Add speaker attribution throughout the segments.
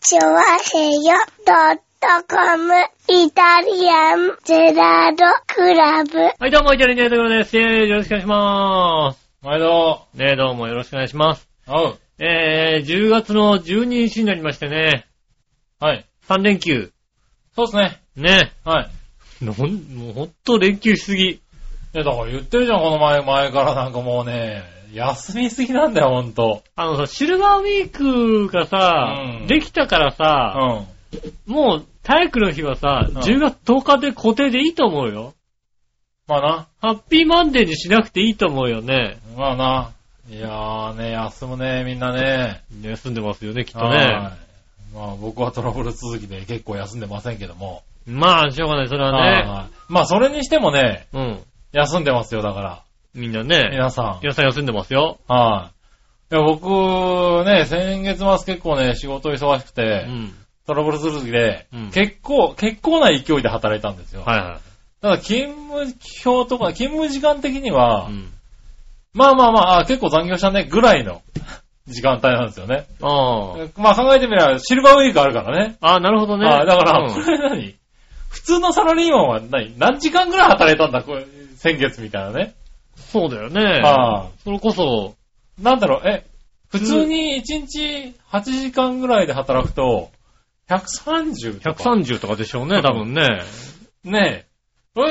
Speaker 1: チョワヘヨドットコムイタリアンゼラードクラブ。
Speaker 2: はい、どうも、イタリアンジェイトクロです。イェーイよろしくお願いしまーす。
Speaker 3: 毎度。
Speaker 2: ねえ、どうもよろしくお願いします。
Speaker 3: おう。
Speaker 2: えー、10月の12日になりましてね、
Speaker 3: はい。
Speaker 2: 3連休。
Speaker 3: そうですね。
Speaker 2: ね
Speaker 3: はい。
Speaker 2: え、ほん、もうほんと連休しすぎ。
Speaker 3: いや、だから言ってるじゃん、この前、前からなんかもうね、休みすぎなんだよ、ほんと。
Speaker 2: あのさ、シルバーウィークがさ、
Speaker 3: うん
Speaker 2: できたから
Speaker 3: う
Speaker 2: さ、
Speaker 3: ん。
Speaker 2: もう体育の日はさ、
Speaker 3: ん
Speaker 2: 10月10日で固定でいいと思うよ。
Speaker 3: まあな。
Speaker 2: ハッピーマンデーにしなくていいと思うよね。
Speaker 3: まあな。いやーね、休むね、みんなね。
Speaker 2: 休んでますよね、きっと
Speaker 3: は
Speaker 2: ね。
Speaker 3: い。まあ僕はトラブル続きで結構休んでませんけども。
Speaker 2: まあ、しょうがない、それはね。
Speaker 3: はいまあそれにしてもね、
Speaker 2: うん。
Speaker 3: 休んでますよ、だから。
Speaker 2: みんなね、
Speaker 3: 皆さん。
Speaker 2: 皆さん休んでますよ。
Speaker 3: はい。いや、僕、ね、先月末結構ね、仕事忙しくて、
Speaker 2: うん。
Speaker 3: トラブル続きで、
Speaker 2: うん
Speaker 3: 結構、結構な勢いで働いたんですよ。
Speaker 2: はいは
Speaker 3: ただ、勤務表とか、勤務時間的に
Speaker 2: い。
Speaker 3: は、
Speaker 2: うん。
Speaker 3: まあまあまああ、結構残業したね、ぐらいの 時間帯なんですよね。
Speaker 2: ああ。
Speaker 3: まあ考えてみれば、シルバーウィークあるからね。
Speaker 2: ああ、なるほどね。
Speaker 3: ああだから、
Speaker 2: うん
Speaker 3: これ何普通のサラリーマンは何何時間ぐらい働いたんだこれ先月みたいなね。
Speaker 2: そうだよね。
Speaker 3: ああ
Speaker 2: それこそ、
Speaker 3: なんだろう、え、普通に1日8時間ぐらいで働くと、130とか。
Speaker 2: 130とかでしょうね、多分ね。
Speaker 3: ねえ。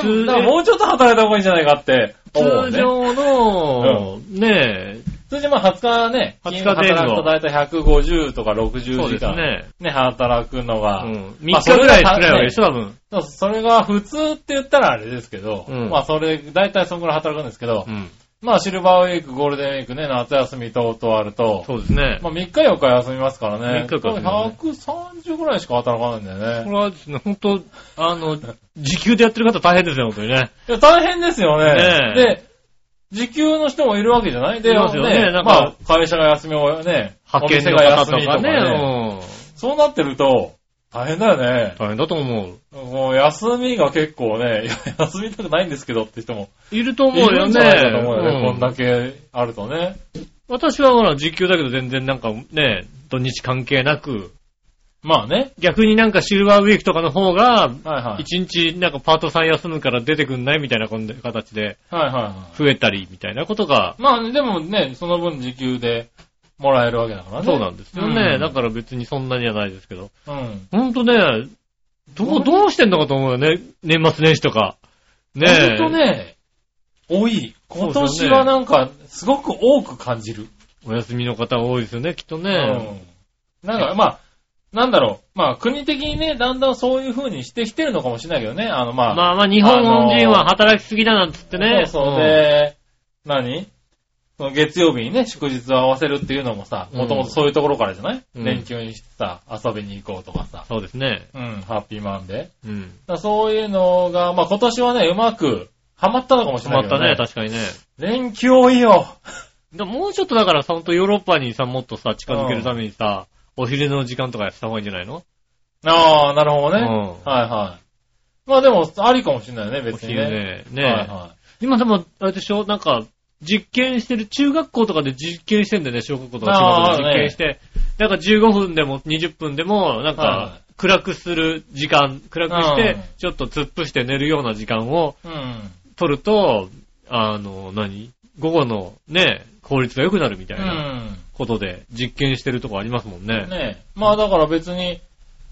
Speaker 2: 通
Speaker 3: うんだからもうちょっと働いた方がいいんじゃないかって思う、
Speaker 2: 通
Speaker 3: ね。
Speaker 2: 常の、ね
Speaker 3: 通常まあ20日ね、
Speaker 2: 20日
Speaker 3: 働
Speaker 2: 前
Speaker 3: く
Speaker 2: 後
Speaker 3: と大体150とか
Speaker 2: え、そう
Speaker 3: 60
Speaker 2: で
Speaker 3: 時
Speaker 2: す
Speaker 3: 間ね
Speaker 2: ね。
Speaker 3: 働くの
Speaker 2: う
Speaker 3: が、
Speaker 2: ん。3
Speaker 3: まあそ
Speaker 2: 日
Speaker 3: れ
Speaker 2: ぐ
Speaker 3: が
Speaker 2: らいくらいは一緒多分。
Speaker 3: そうそれが普通って言ったらあれですけど、
Speaker 2: うん
Speaker 3: まあそれ、大体そんぐらい働くんですけど、
Speaker 2: うん。
Speaker 3: まあシルバーウィーク、ゴールデンウィークね、夏休み等々あると、
Speaker 2: そうですね。
Speaker 3: まあ3日4日休みますからね。
Speaker 2: 三日間ね
Speaker 3: 130ぐらいしか働かないんだよ
Speaker 2: こ
Speaker 3: ね。
Speaker 2: れはですね、本当あの、時給でやってる方大変ですよ、本当にね。
Speaker 3: いや大変ですよね。
Speaker 2: ねえ
Speaker 3: で、時給の人もいるわけじゃないで、
Speaker 2: いますよねなんか
Speaker 3: まあ会社が休みをね、
Speaker 2: 派
Speaker 3: お
Speaker 2: 遣
Speaker 3: 店
Speaker 2: の
Speaker 3: が
Speaker 2: 方
Speaker 3: 休
Speaker 2: と
Speaker 3: みと
Speaker 2: か
Speaker 3: か
Speaker 2: ね。
Speaker 3: ね。そうなってると、大変だよ
Speaker 2: うん
Speaker 3: ね。
Speaker 2: 大変だと思う。
Speaker 3: もう休みが結構ね、い や休みたくないんですけどって人も
Speaker 2: いると
Speaker 3: い
Speaker 2: 思う
Speaker 3: る
Speaker 2: よ
Speaker 3: んじ
Speaker 2: ね。
Speaker 3: ゃないかと思うよね。
Speaker 2: うん
Speaker 3: こんだけあるとね。
Speaker 2: 私はほら、時給だけど全然なんかね、土日関係なく、
Speaker 3: まあね。
Speaker 2: 逆になんかシルバーウィークとかの方が、
Speaker 3: はいはい。
Speaker 2: 一日なんかパートさん休むから出てくんないみたいなこんな形で
Speaker 3: はいはいは
Speaker 2: 増えたりみたいなことが、
Speaker 3: い。まあね、でもね、その分時給でもらえるわけだからね。
Speaker 2: そうなんですよね。
Speaker 3: うん
Speaker 2: だから別にそんなにはないですけど。
Speaker 3: うん。
Speaker 2: ほんとね、どう、どうしてんのかと思うよね。年末年始とか。ねえ。
Speaker 3: ほんとね、多い。今年はなんか、すごく多く感じる。
Speaker 2: お休みの方多いですよね、きっと
Speaker 3: う
Speaker 2: ね。
Speaker 3: ん。なんか、まあ、なんだろう。まあ、国的にね、だんだんそういう風にしてきてるのかもしれないけどね。あの、まあ、
Speaker 2: まあまあ、日本人は働きすぎだなんつってね。
Speaker 3: そうそう。
Speaker 2: ん
Speaker 3: で、何その月曜日にね、祝日を合わせるっていうのもさ、
Speaker 2: うん
Speaker 3: もともとそういうところからじゃない、
Speaker 2: うん
Speaker 3: 連休にしてさ、遊びに行こうとかさ。
Speaker 2: そうですね。
Speaker 3: うん、ハッピーマンデー。だか
Speaker 2: うん。
Speaker 3: らそういうのが、まあ今年はね、うまく、ハマったのかもし
Speaker 2: 止
Speaker 3: れな
Speaker 2: まっ
Speaker 3: いけ
Speaker 2: た
Speaker 3: ど、ね。
Speaker 2: ね、確かにね。
Speaker 3: 連休多いよ。
Speaker 2: でももうちょっとだからさ、ほんとヨーロッパにさ、もっとさ、近づけるためにさ、お昼の時間とかやった方がいいんじゃないの
Speaker 3: ああ、なるほどね。
Speaker 2: うん
Speaker 3: はいはい。まあでも、ありかもしれないよね、
Speaker 2: お
Speaker 3: 別に
Speaker 2: 昼
Speaker 3: ね。
Speaker 2: ね。ね
Speaker 3: はいは
Speaker 2: 今でも、あれでしょなんか、実験してる、中学校とかで実験してんだよね、小学校とか
Speaker 3: あー
Speaker 2: 中学校で実験して。なんか15分でも20分でも、なん
Speaker 3: は
Speaker 2: か、暗くする時間、暗くし
Speaker 3: う
Speaker 2: て
Speaker 3: ん、
Speaker 2: ちょっと突っ伏して寝るような時間を
Speaker 3: い。うん。
Speaker 2: 取ると、あの、何午後のね、効率が良くなるみたいなことで実験してるとこありますもん
Speaker 3: う
Speaker 2: ね
Speaker 3: ん。。ねまあだから別に、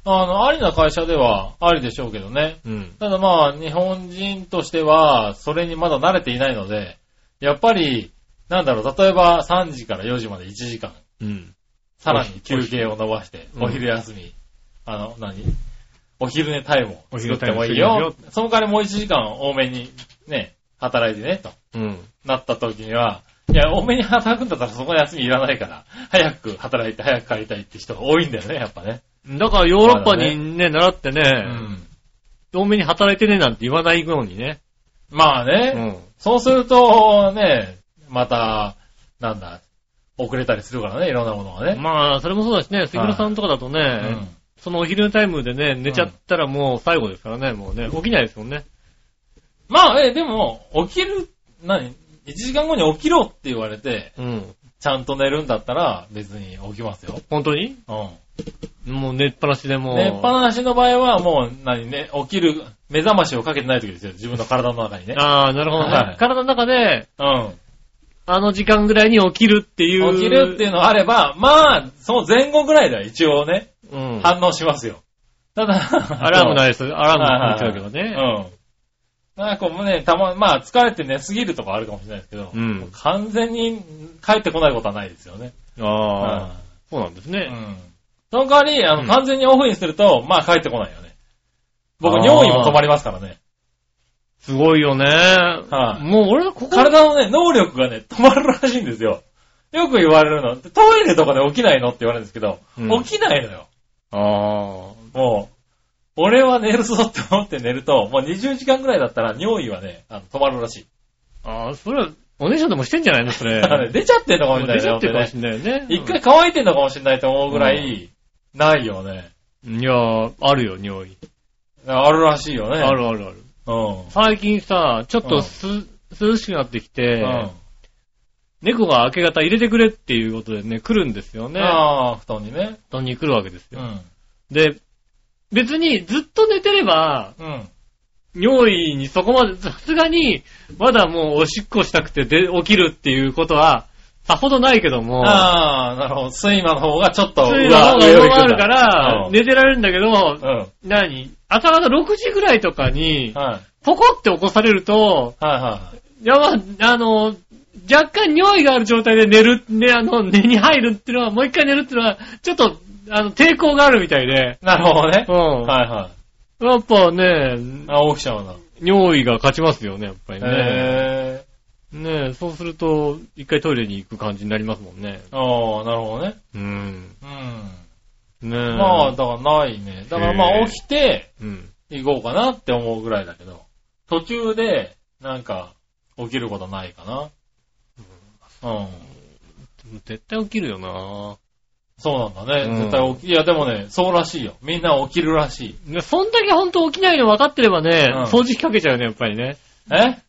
Speaker 3: あの、ありな会社ではありでしょうけどね。
Speaker 2: うん。
Speaker 3: ただまあ、日本人としては、それにまだ慣れていないので、やっぱり、なんだろう、例えば3時から4時まで1時間、
Speaker 2: うん。
Speaker 3: さらに休憩を伸ばして、
Speaker 2: うん
Speaker 3: お昼休み、あの、何お昼寝タイムを作ってもいい
Speaker 2: お昼寝タイム
Speaker 3: よ
Speaker 2: 作り。
Speaker 3: その代わりもう1時間多めに、ね、働いてね、と
Speaker 2: うん。
Speaker 3: なった時には、いや、多めに働くんだったらそこの休みいらないから、早く働いて早く帰りたいって人が多いんだよね、やっぱね。
Speaker 2: だからヨーロッパにね、習って
Speaker 3: う
Speaker 2: ね、
Speaker 3: ん。
Speaker 2: 多めに働いてねなんて言わないようにね。
Speaker 3: まあね、
Speaker 2: うん。
Speaker 3: そうすると、ね、また、なんだ、遅れたりするからね、いろんなものがね。
Speaker 2: まあ、それもそうだしね、杉村さんとかだとね、
Speaker 3: うん
Speaker 2: そのお昼のタイムでね、寝ちゃったらもう最後ですからね、もうね、起きないですもんね。
Speaker 3: まあ、え、でも、起きる、何 ?1 時間後に起きろって言われて、
Speaker 2: うん。
Speaker 3: ちゃんと寝るんだったら、別に起きますよ。
Speaker 2: 本当に
Speaker 3: うん。
Speaker 2: もう寝っぱなしでもう。
Speaker 3: 寝っぱなしの場合は、もう、何ね、起きる、目覚ましをかけてない時ですよ。自分の体の中にね。
Speaker 2: ああ、なるほどね、
Speaker 3: はい
Speaker 2: 体の中で、
Speaker 3: うん。
Speaker 2: あの時間ぐらいに起きるっていう。
Speaker 3: 起きるっていうのがあれば、まあ、その前後ぐらいでは一応ね、
Speaker 2: うん。
Speaker 3: 反応しますよ。た だ、
Speaker 2: アラームない
Speaker 3: い。
Speaker 2: です。アラームないですけど
Speaker 3: う
Speaker 2: ね。
Speaker 3: ん。なんかもうね、たま、まあ疲れて寝すぎるとかあるかもしれないですけど、
Speaker 2: うん
Speaker 3: 完全に帰ってこないことはないですよね。
Speaker 2: ああ、そうなんです
Speaker 3: う
Speaker 2: ね。
Speaker 3: ん。その代わり、あ
Speaker 2: う
Speaker 3: の、
Speaker 2: ん
Speaker 3: 完全にオフにすると、まあ帰ってこないよね。僕、
Speaker 2: あー
Speaker 3: 尿意も止まりますからね。
Speaker 2: すごいよね。
Speaker 3: い
Speaker 2: もう俺はここ、
Speaker 3: 体のね、能力がね、止まるらしいんですよ。よく言われるの。トイレとかで起きないのって言われるんですけど、
Speaker 2: うん
Speaker 3: 起きないのよ。
Speaker 2: ああ、
Speaker 3: もう、俺は寝るぞって思って寝ると、もう20時間ぐらいだったら尿意はね、あの止まるらしい。
Speaker 2: ああ、それは、おねしょでもしてんじゃないのそ れ。
Speaker 3: だからね出ちゃってんのかもしれない
Speaker 2: 出ち
Speaker 3: ね
Speaker 2: ゃってるかも
Speaker 3: 本
Speaker 2: しんないよね
Speaker 3: 当。にね一回乾いてんのかもしれないと思うぐらい、ないよね。
Speaker 2: うん。いやー、あるよ、匂い。
Speaker 3: あるらしいよね。
Speaker 2: あ。るあるある。
Speaker 3: うん。
Speaker 2: 最近さ、ちょっとす、涼しくなってきて、猫が明け方入れてくれっていうことでね、来るんですよ
Speaker 3: うん。
Speaker 2: ね。
Speaker 3: ああ、布団にね。
Speaker 2: 布団に来るわけです
Speaker 3: う
Speaker 2: よ。
Speaker 3: ん。
Speaker 2: で、別にずっと寝てれば、
Speaker 3: うん。
Speaker 2: 尿意にそこまで、さすがに、まだもうおしっこしたくてで起きるっていうことは、さほどないけども、
Speaker 3: ああ、なるほど。睡魔の方がちょっと
Speaker 2: そういうのが
Speaker 3: 上を
Speaker 2: 上
Speaker 3: 行くんだ
Speaker 2: 回るから
Speaker 3: う、ん
Speaker 2: 寝てられるんだけど、
Speaker 3: うん。
Speaker 2: 何朝方6時ぐらいとかに、
Speaker 3: はい。
Speaker 2: ポコって起こされると、
Speaker 3: はいはい。
Speaker 2: いやば、あの、若干尿意がある状態で寝る、ね、あの、寝に入るっていうのは、もう一回寝るっていうのは、ちょっと、あの、抵抗があるみたいで、
Speaker 3: なるほどね
Speaker 2: う。ん。
Speaker 3: はいはい。
Speaker 2: やっぱね、
Speaker 3: あ、起きちゃうんだ。
Speaker 2: 尿意が勝ちますよね、やっぱりね。
Speaker 3: へえ。
Speaker 2: ねえ、そうすると、一回トイレに行く感じになりますもんね。
Speaker 3: ああ、なるほどね。
Speaker 2: うん。
Speaker 3: うん。
Speaker 2: ねえ。
Speaker 3: まあ、だからないね。だからま
Speaker 2: へ
Speaker 3: あ
Speaker 2: ー
Speaker 3: 起きて
Speaker 2: うん。
Speaker 3: 行こうかなって思うぐらいだけど、途中で、なんか、起きることないかな。うん。
Speaker 2: 絶対起きるよな
Speaker 3: そうなんだ
Speaker 2: うん
Speaker 3: ね。絶対起き、いやでもね、そうらしいよ。みんな起きるらしい。
Speaker 2: ねそんだけ本当起きないの分かってればね、
Speaker 3: うん
Speaker 2: 掃除機かけちゃうね、やっぱりね。
Speaker 3: え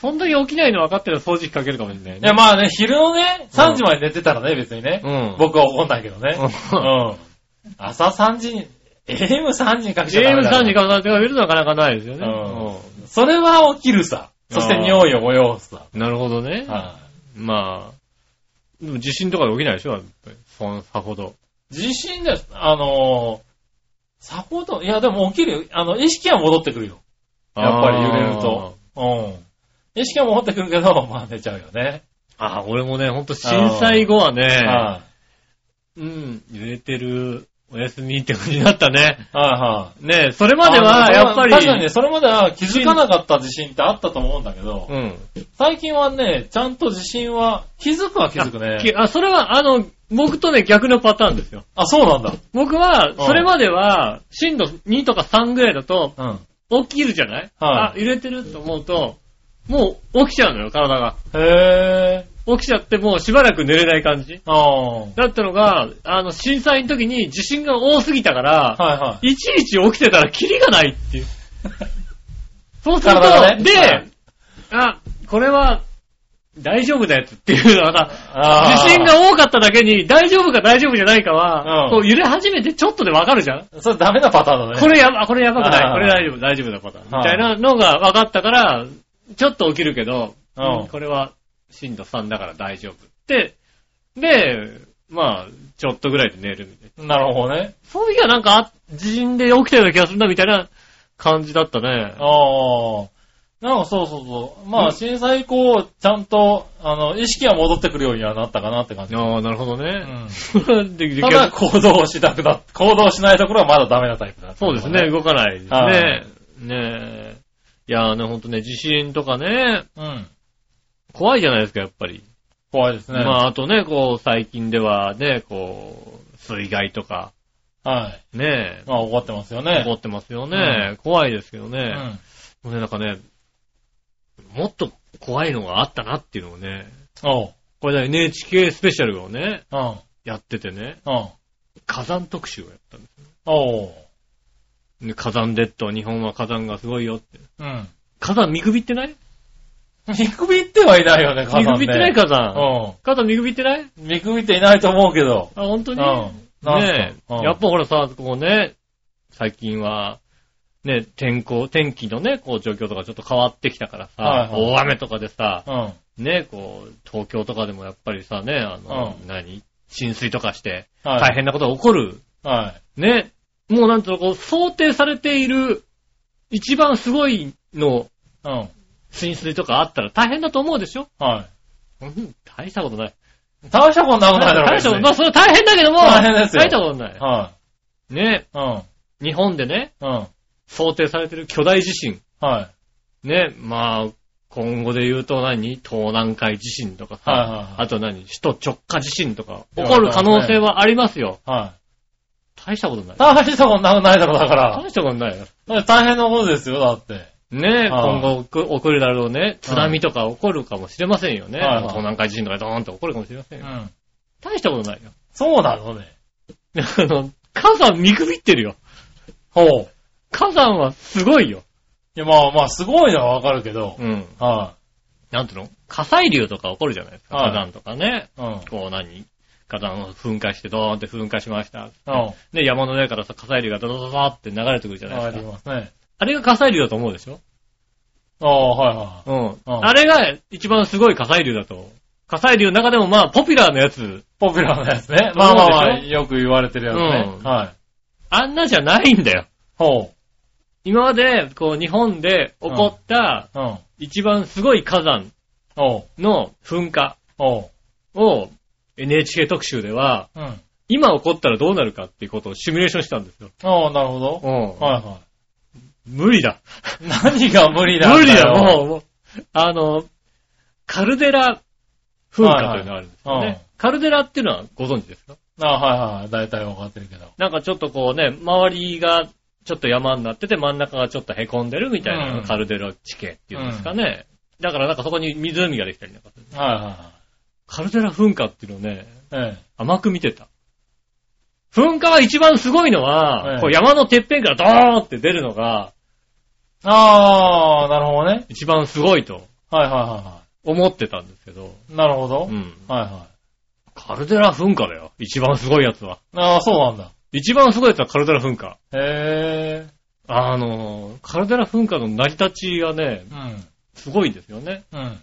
Speaker 2: そんだけ起きないの分かってれば掃除機かけるかもしれない
Speaker 3: い
Speaker 2: ね。
Speaker 3: やまあね、昼のね、3時まで寝てたらね、別にね。
Speaker 2: うん。
Speaker 3: 僕は怒んないけどね。
Speaker 2: うん
Speaker 3: うん。朝3時に、AM3 時にかけちゃダ
Speaker 2: ゲー
Speaker 3: メ
Speaker 2: ム
Speaker 3: だな
Speaker 2: 3時間かってるのはなかなかないですよね。
Speaker 3: うん。それは起きるさ。そして匂いを催すさ。
Speaker 2: うんなるほどね。
Speaker 3: はい。
Speaker 2: まあ、でも地震とかで起きないでしょやっぱりそんさほど。
Speaker 3: 地震だよ、あのーサポート、いやでも起きるよ。あの、意識は戻ってくるよ。やっぱり揺れると。うん。意識は戻ってくるけど、 まあ寝ちゃうよね。
Speaker 2: あー。あー、俺もね、ほんと震災後はね、
Speaker 3: は
Speaker 2: うん、揺れてる、お休みって感じだったね。
Speaker 3: い。はいはい。
Speaker 2: ねそれまでは、
Speaker 3: あ
Speaker 2: やっぱり、
Speaker 3: 確かにね、それまでは気づかなかった地震ってあったと思うんだけど、
Speaker 2: うん。
Speaker 3: 最近はね、ちゃんと地震は、気づくは気づくね。
Speaker 2: あ、それは、あの、僕とね、逆のパターンですよ。
Speaker 3: あ、そうなんだ。
Speaker 2: 僕は、それまでは、震度2とか3ぐらいだと、
Speaker 3: うん。
Speaker 2: 起きるじゃない、
Speaker 3: は
Speaker 2: あ、
Speaker 3: い
Speaker 2: 揺れてると思うと、もう起きちゃうのよ、体が。
Speaker 3: へぇー。
Speaker 2: 起きちゃってもうしばらく寝れない感じ。
Speaker 3: あー。
Speaker 2: だったのが、あの、震災の時に地震が多すぎたから、
Speaker 3: はいはい。
Speaker 2: いちいち起きてたらキリがない っていう。そうすると、
Speaker 3: 体がね
Speaker 2: で、
Speaker 3: はい
Speaker 2: あ、これは大丈夫なやつっていうのはさ、
Speaker 3: あー
Speaker 2: 地震が多かっただけに大丈夫か大丈夫じゃないかは、
Speaker 3: うん
Speaker 2: こう揺れ始めてちょっとでわかるじゃん
Speaker 3: それダメなパターンだね。
Speaker 2: これやば、これやばくない。
Speaker 3: あー
Speaker 2: これ大丈夫、大丈夫だ、パターン。み
Speaker 3: はい
Speaker 2: たいなのが分かったから、ちょっと起きるけど、
Speaker 3: うん
Speaker 2: うんこれは震度3だから大丈夫って、で、まあ、ちょっとぐらいで寝るみたいな。
Speaker 3: なるほどね。
Speaker 2: そういや、なんか、あ地震で起きたような気がするな、みたいな感じだったね。
Speaker 3: ああ。なんかそうそうそう。ま
Speaker 2: う
Speaker 3: あ、
Speaker 2: ん
Speaker 3: 震災以降、ちゃんと、あの、意識は戻ってくるようにはなったかなって感じ。
Speaker 2: ああ、なるほど
Speaker 3: う
Speaker 2: ね。
Speaker 3: ん。
Speaker 2: でで
Speaker 3: ただ行動をしなくな、行動しないところはまだダメなタイプだ。
Speaker 2: そうですね、。動かないです
Speaker 3: は
Speaker 2: ね
Speaker 3: い。
Speaker 2: ねえ。いやーね、ほんとね、地震とかね、
Speaker 3: うん。
Speaker 2: 怖いじゃないですか、やっぱり。
Speaker 3: 怖いですね。
Speaker 2: まあ、あとね、こう、最近ではね、こう、水害とか、
Speaker 3: はい。
Speaker 2: ね、
Speaker 3: まあ、怒ってますよ
Speaker 2: 起
Speaker 3: ね。
Speaker 2: こってますよね。怖いですけど
Speaker 3: う
Speaker 2: ね。
Speaker 3: ん。
Speaker 2: もうね、なんかね、もっと怖いのがあったなっていうのをね、
Speaker 3: おう。
Speaker 2: これだ NHK スペシャルをね、
Speaker 3: うん。
Speaker 2: やっててね、
Speaker 3: うん。
Speaker 2: 火山特集をやったんで
Speaker 3: おう。
Speaker 2: す。ね火山列島、日本は火山がすごいよって。
Speaker 3: うん。
Speaker 2: 火山見くびってない
Speaker 3: 見くびってはいない よね、火山、
Speaker 2: 見
Speaker 3: ね。
Speaker 2: くびってない火山。
Speaker 3: う
Speaker 2: 火山見くびってない
Speaker 3: ん。見くびっていないと思うけど。
Speaker 2: あ、本当
Speaker 3: う
Speaker 2: に
Speaker 3: ん。なん
Speaker 2: ね
Speaker 3: す
Speaker 2: え、
Speaker 3: かうん
Speaker 2: やっぱほらさ、こうね、最近は、ね、天候、天気のね、こう状況とかちょっと変わってきたからさ、
Speaker 3: はいはい
Speaker 2: 大雨とかでさ、
Speaker 3: うん。
Speaker 2: ね、こう、東京とかでもやっぱりさ、ね、あの、何浸水とかして、
Speaker 3: はい。
Speaker 2: 大変なことが起こる。
Speaker 3: はい。
Speaker 2: ね、もうなんとこう、想定されている、一番すごいの
Speaker 3: うん。
Speaker 2: 浸水とかあったら大変だと思うでしょ
Speaker 3: は
Speaker 2: うん大したことない。
Speaker 3: い。大したことなくないだろ、
Speaker 2: 大したこと、まあ
Speaker 3: い。
Speaker 2: それは大変だけども、
Speaker 3: 大変ですよ
Speaker 2: 大したことない。
Speaker 3: は
Speaker 2: ね、
Speaker 3: い。うん。
Speaker 2: 日本でね、
Speaker 3: うん。
Speaker 2: 想定されてる巨大地震。
Speaker 3: はい。
Speaker 2: ね、まあ、今後で言うと何東南海地震とかさ、
Speaker 3: はいはいはい
Speaker 2: あと何首都直下地震とか、起こる可能性はありますよ。
Speaker 3: は
Speaker 2: 大したことない
Speaker 3: い。。大したことなくないだろ、だから。
Speaker 2: 大したことないよ。
Speaker 3: だって大変なことですよ、だって。
Speaker 2: ね、
Speaker 3: はい
Speaker 2: 今後起こ起こるだろうね、津波とか起こるかもしれませんよね。
Speaker 3: はいはい
Speaker 2: 東南海地震とかドーンと起こるかもしれません
Speaker 3: う
Speaker 2: よ。
Speaker 3: ん。
Speaker 2: 大したことないよ。
Speaker 3: そうなのね。
Speaker 2: あの、母さん見くびってるよ。
Speaker 3: ほう。い
Speaker 2: 母さんはすごいよ。
Speaker 3: や、まあまあ、すごいのはわかるけど。
Speaker 2: うん。
Speaker 3: は
Speaker 2: なんていうの火砕流とか起こるじゃないですか。
Speaker 3: はい
Speaker 2: 火山とかね。
Speaker 3: い。うん。うん。
Speaker 2: こう何火山を噴火してドーンって噴火しました。
Speaker 3: あ
Speaker 2: で、山の上からさ、火砕流がドドドドって流れてくるじゃないで
Speaker 3: り
Speaker 2: すか。
Speaker 3: ますね。
Speaker 2: あれが火砕流だと思うでしょ
Speaker 3: ああ、はいは
Speaker 2: うん。
Speaker 3: うん
Speaker 2: あれが一番すごい火砕流だと。火砕流の中でもまあ、ポピュラーなやつ、
Speaker 3: い。ポピュラーなやつね。まあまあまあ、よく言われてるやつ
Speaker 2: うん
Speaker 3: ね。はい。
Speaker 2: あんなじゃないんだよ。
Speaker 3: ほ
Speaker 2: 今まで、こう、日本で起こった、
Speaker 3: う。うん。
Speaker 2: 一番すごい火山
Speaker 3: ほう。
Speaker 2: の噴火
Speaker 3: ほ
Speaker 2: を、NHK 特集では、
Speaker 3: う。うん。
Speaker 2: 今起こったらどうなるかっていうことをシミュレーションしたんですよ。
Speaker 3: ああ、なるほど。
Speaker 2: うん。
Speaker 3: はいは
Speaker 2: 無理だ。
Speaker 3: い。何が無理
Speaker 2: 無
Speaker 3: なんだ
Speaker 2: 理だ、
Speaker 3: よ
Speaker 2: もうもう。あの、カルデラ噴火というのがあるんですよ
Speaker 3: はいはいうん
Speaker 2: ね。カルデラっていうのはご存知ですか
Speaker 3: あはいはい。だいたいわかってるけど。
Speaker 2: なんかちょっとこうね、周りがちょっと山になってて真ん中がちょっと凹んでるみたいなの
Speaker 3: う
Speaker 2: が
Speaker 3: ん
Speaker 2: カルデラ地形っていうんですかね。だからなんかそこに湖ができたりなんかする。
Speaker 3: は
Speaker 2: カルデラ噴火っていうのをね、
Speaker 3: いはいはい。え
Speaker 2: 甘く見てた。噴火は一番すごいのは、
Speaker 3: ええ
Speaker 2: こう山のてっぺんからドーンって出るのが
Speaker 3: え。ああ、なるほどね。
Speaker 2: 一番すごいと
Speaker 3: はいはいはいは
Speaker 2: 思ってたんですけど、
Speaker 3: い。なるほど
Speaker 2: う。ん。
Speaker 3: はいは
Speaker 2: カルデラ噴火だよ。一番すごいやつは。
Speaker 3: い。ああ、そうなんだ。
Speaker 2: 一番すごいやつはカルデラ噴火。
Speaker 3: へえ。
Speaker 2: あの、カルデラ噴火の成り立ちがね、
Speaker 3: うん。
Speaker 2: すごいんですよね。
Speaker 3: うん。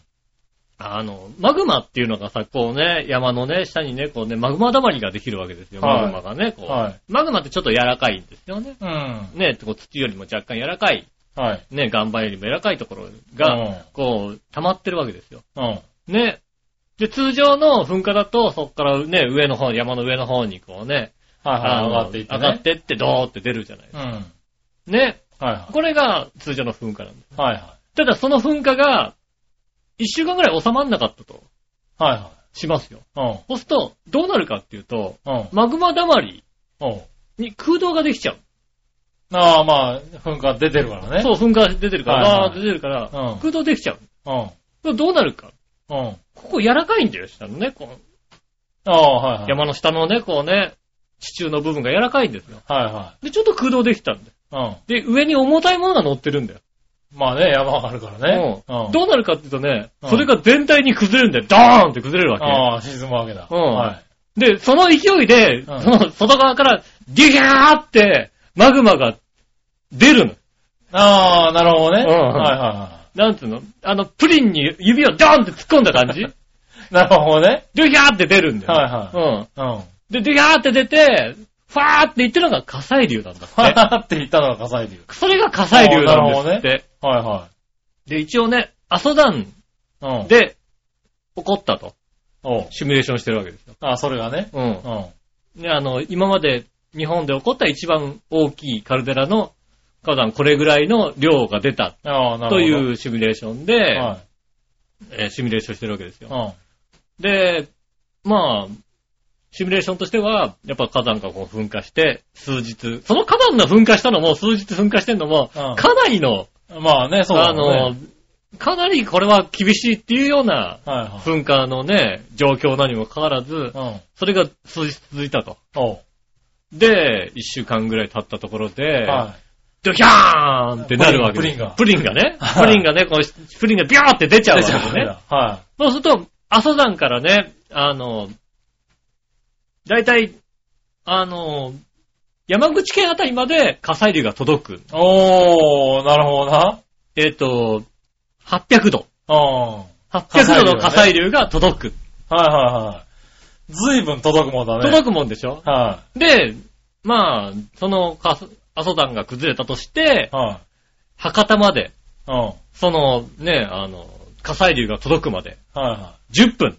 Speaker 2: あの、マグマっていうのがさ、こうね、山のね、下にね、こうね、マグマ溜まりができるわけですよ。
Speaker 3: はい
Speaker 2: マグマがね、こう。
Speaker 3: はい
Speaker 2: マグマってちょっと柔らかいんですよね。
Speaker 3: うん。
Speaker 2: ね、こう土よりも若干柔らかい、
Speaker 3: はい。
Speaker 2: ね、岩盤よりも柔らかいところ
Speaker 3: う
Speaker 2: が
Speaker 3: ん、
Speaker 2: こう、溜まってるわけですよ。
Speaker 3: うん。
Speaker 2: ね。で、通常の噴火だと、そこからね、上の方、山の上の方にこうね、
Speaker 3: はい
Speaker 2: あ
Speaker 3: はい。
Speaker 2: の
Speaker 3: 上がっていってね。
Speaker 2: 上がってってドーって出るじゃないです
Speaker 3: うん。はい
Speaker 2: か。ね。
Speaker 3: は
Speaker 2: これが通常の噴火なんです。
Speaker 3: い。はいは
Speaker 2: ただ、その噴火が、一週間ぐらい収まんなかったと
Speaker 3: い。はいはい。
Speaker 2: しますよ。
Speaker 3: うん。
Speaker 2: そうすると、どうなるかっていうと、
Speaker 3: うん。
Speaker 2: マグマだまり
Speaker 3: うん。
Speaker 2: に空洞ができちゃう。
Speaker 3: ああ、まあ、噴火出てるからね。
Speaker 2: そう、噴火出てるか
Speaker 3: はいは
Speaker 2: ら、
Speaker 3: い
Speaker 2: バーって出てるから、
Speaker 3: うん
Speaker 2: 空洞できちゃ
Speaker 3: うん。
Speaker 2: う。どうなるか。
Speaker 3: うん。
Speaker 2: ここ柔らかいんだよ、下のね。こう
Speaker 3: ああ、はいはい。
Speaker 2: 山の下のね、こうね、地中の部分が柔らかいんですよ。
Speaker 3: は
Speaker 2: で、ちょっと空洞できたんだよ。
Speaker 3: いはい。
Speaker 2: で、上に重たいものが乗ってるんだよ。
Speaker 3: うん。まあね、山があるからね。
Speaker 2: うん
Speaker 3: うん。
Speaker 2: どうなるかっていうとね、
Speaker 3: うん
Speaker 2: それが全体に崩れるんだよ。ドーンって崩れるわ
Speaker 3: ああ、沈むわけだ。
Speaker 2: うん
Speaker 3: はい。
Speaker 2: け。で、その勢いで、
Speaker 3: うん
Speaker 2: その外側からギュギャーってマグマが出るの。
Speaker 3: ああ、なるほどね。
Speaker 2: うん
Speaker 3: はいはいは
Speaker 2: なんつうのあの、プリンに指をドーンって突っ込んだ 感じ
Speaker 3: い。なるほどね。
Speaker 2: ドゥギャーって出るんだよ。
Speaker 3: はいはい。
Speaker 2: うん。
Speaker 3: うん。 は
Speaker 2: で、ドゥギャーって出て、ファーって言ってるのが火砕流なんだって。
Speaker 3: はって言ったのが火砕流。
Speaker 2: それが火砕流なんですって。
Speaker 3: はいは
Speaker 2: で、一応ね、阿蘇山
Speaker 3: い。うん。、
Speaker 2: で起こったと、
Speaker 3: おう。
Speaker 2: シミュレーションしてるわけですよ。
Speaker 3: ああ、それがね。
Speaker 2: うん
Speaker 3: う。ん。
Speaker 2: ね、あの、今まで日本で起こった一番大きいカルデラの火山、これぐらいの量が出た
Speaker 3: ああ、なるほど。
Speaker 2: というシミュレーションで、
Speaker 3: はい。
Speaker 2: えーシミュレーションしてるわけです
Speaker 3: う
Speaker 2: よ。
Speaker 3: ん。
Speaker 2: で、まあ、シミュレーションとしては、やっぱ火山がこう噴火して、数日、その火山の噴火したのも、数日噴火してんのも、
Speaker 3: うん
Speaker 2: かなりの、
Speaker 3: まあね、そうだ
Speaker 2: あ
Speaker 3: ろう
Speaker 2: の
Speaker 3: ね。、
Speaker 2: かなりこれは厳しいっていうような
Speaker 3: はいはい。
Speaker 2: 噴火のね、状況なにもかかわらず
Speaker 3: う、ん。
Speaker 2: それが数日続いたと。
Speaker 3: おう。
Speaker 2: で、一週間ぐらい経ったところで、
Speaker 3: は
Speaker 2: ドキャーンってなるわけですよプリンがね。
Speaker 3: はい
Speaker 2: プリンがね、こう、プリンがビャーって出ち
Speaker 3: い。
Speaker 2: ゃう
Speaker 3: 出
Speaker 2: わ
Speaker 3: ち
Speaker 2: けで
Speaker 3: ゃう
Speaker 2: すね。
Speaker 3: わけだ。は
Speaker 2: そうすると、阿蘇山からね、あの、だいたいあの、山口県あたりまで火砕流が届く。
Speaker 3: おー、なるほどな。
Speaker 2: えっ、と、800度。
Speaker 3: うん。はい
Speaker 2: 800度の火砕流が届く。
Speaker 3: はいはい。ずいぶん届くもんだね。
Speaker 2: 届くもんでしょ
Speaker 3: は
Speaker 2: で、まあ、その火砕、阿蘇山が崩れたとして
Speaker 3: い。、は
Speaker 2: 博多まで、
Speaker 3: い。うん。はい
Speaker 2: そのね、あの、火砕流が届くまで、
Speaker 3: はい。
Speaker 2: 10分。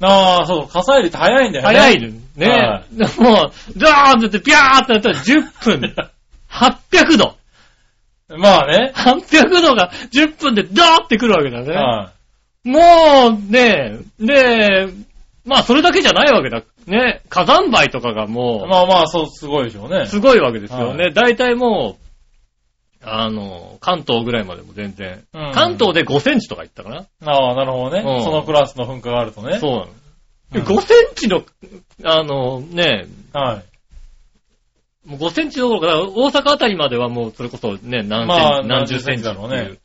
Speaker 3: ああ、そう、火砕流って早いんだよね。
Speaker 2: 早い。ね。
Speaker 3: は
Speaker 2: もう、ザーンってピャーってやったら10分。800度。
Speaker 3: まあね。
Speaker 2: 800度が10分でダーってくるわけだね。
Speaker 3: は
Speaker 2: もう、ねで、まあそれだけじゃないわけだ。ね、火山灰とかが
Speaker 3: い。
Speaker 2: も
Speaker 3: まあまあ、そう、すごいでしょうね
Speaker 2: う、。すごいわけですよ
Speaker 3: は
Speaker 2: ね。大体もう、あの、関東ぐらいまでも全然。
Speaker 3: うん
Speaker 2: 関東で5センチとかいったかな。
Speaker 3: ああ、なるほどね、
Speaker 2: うん
Speaker 3: そのクラスの噴火があるとね。
Speaker 2: そうなの。で
Speaker 3: うん
Speaker 2: 5センチの、あの、ね、
Speaker 3: はい。
Speaker 2: もう5センチどころか、だから大阪あたりまではもうそれこそね、何センチ、
Speaker 3: まあ
Speaker 2: 何十センチって
Speaker 3: 何十センチだろう
Speaker 2: い
Speaker 3: ね
Speaker 2: う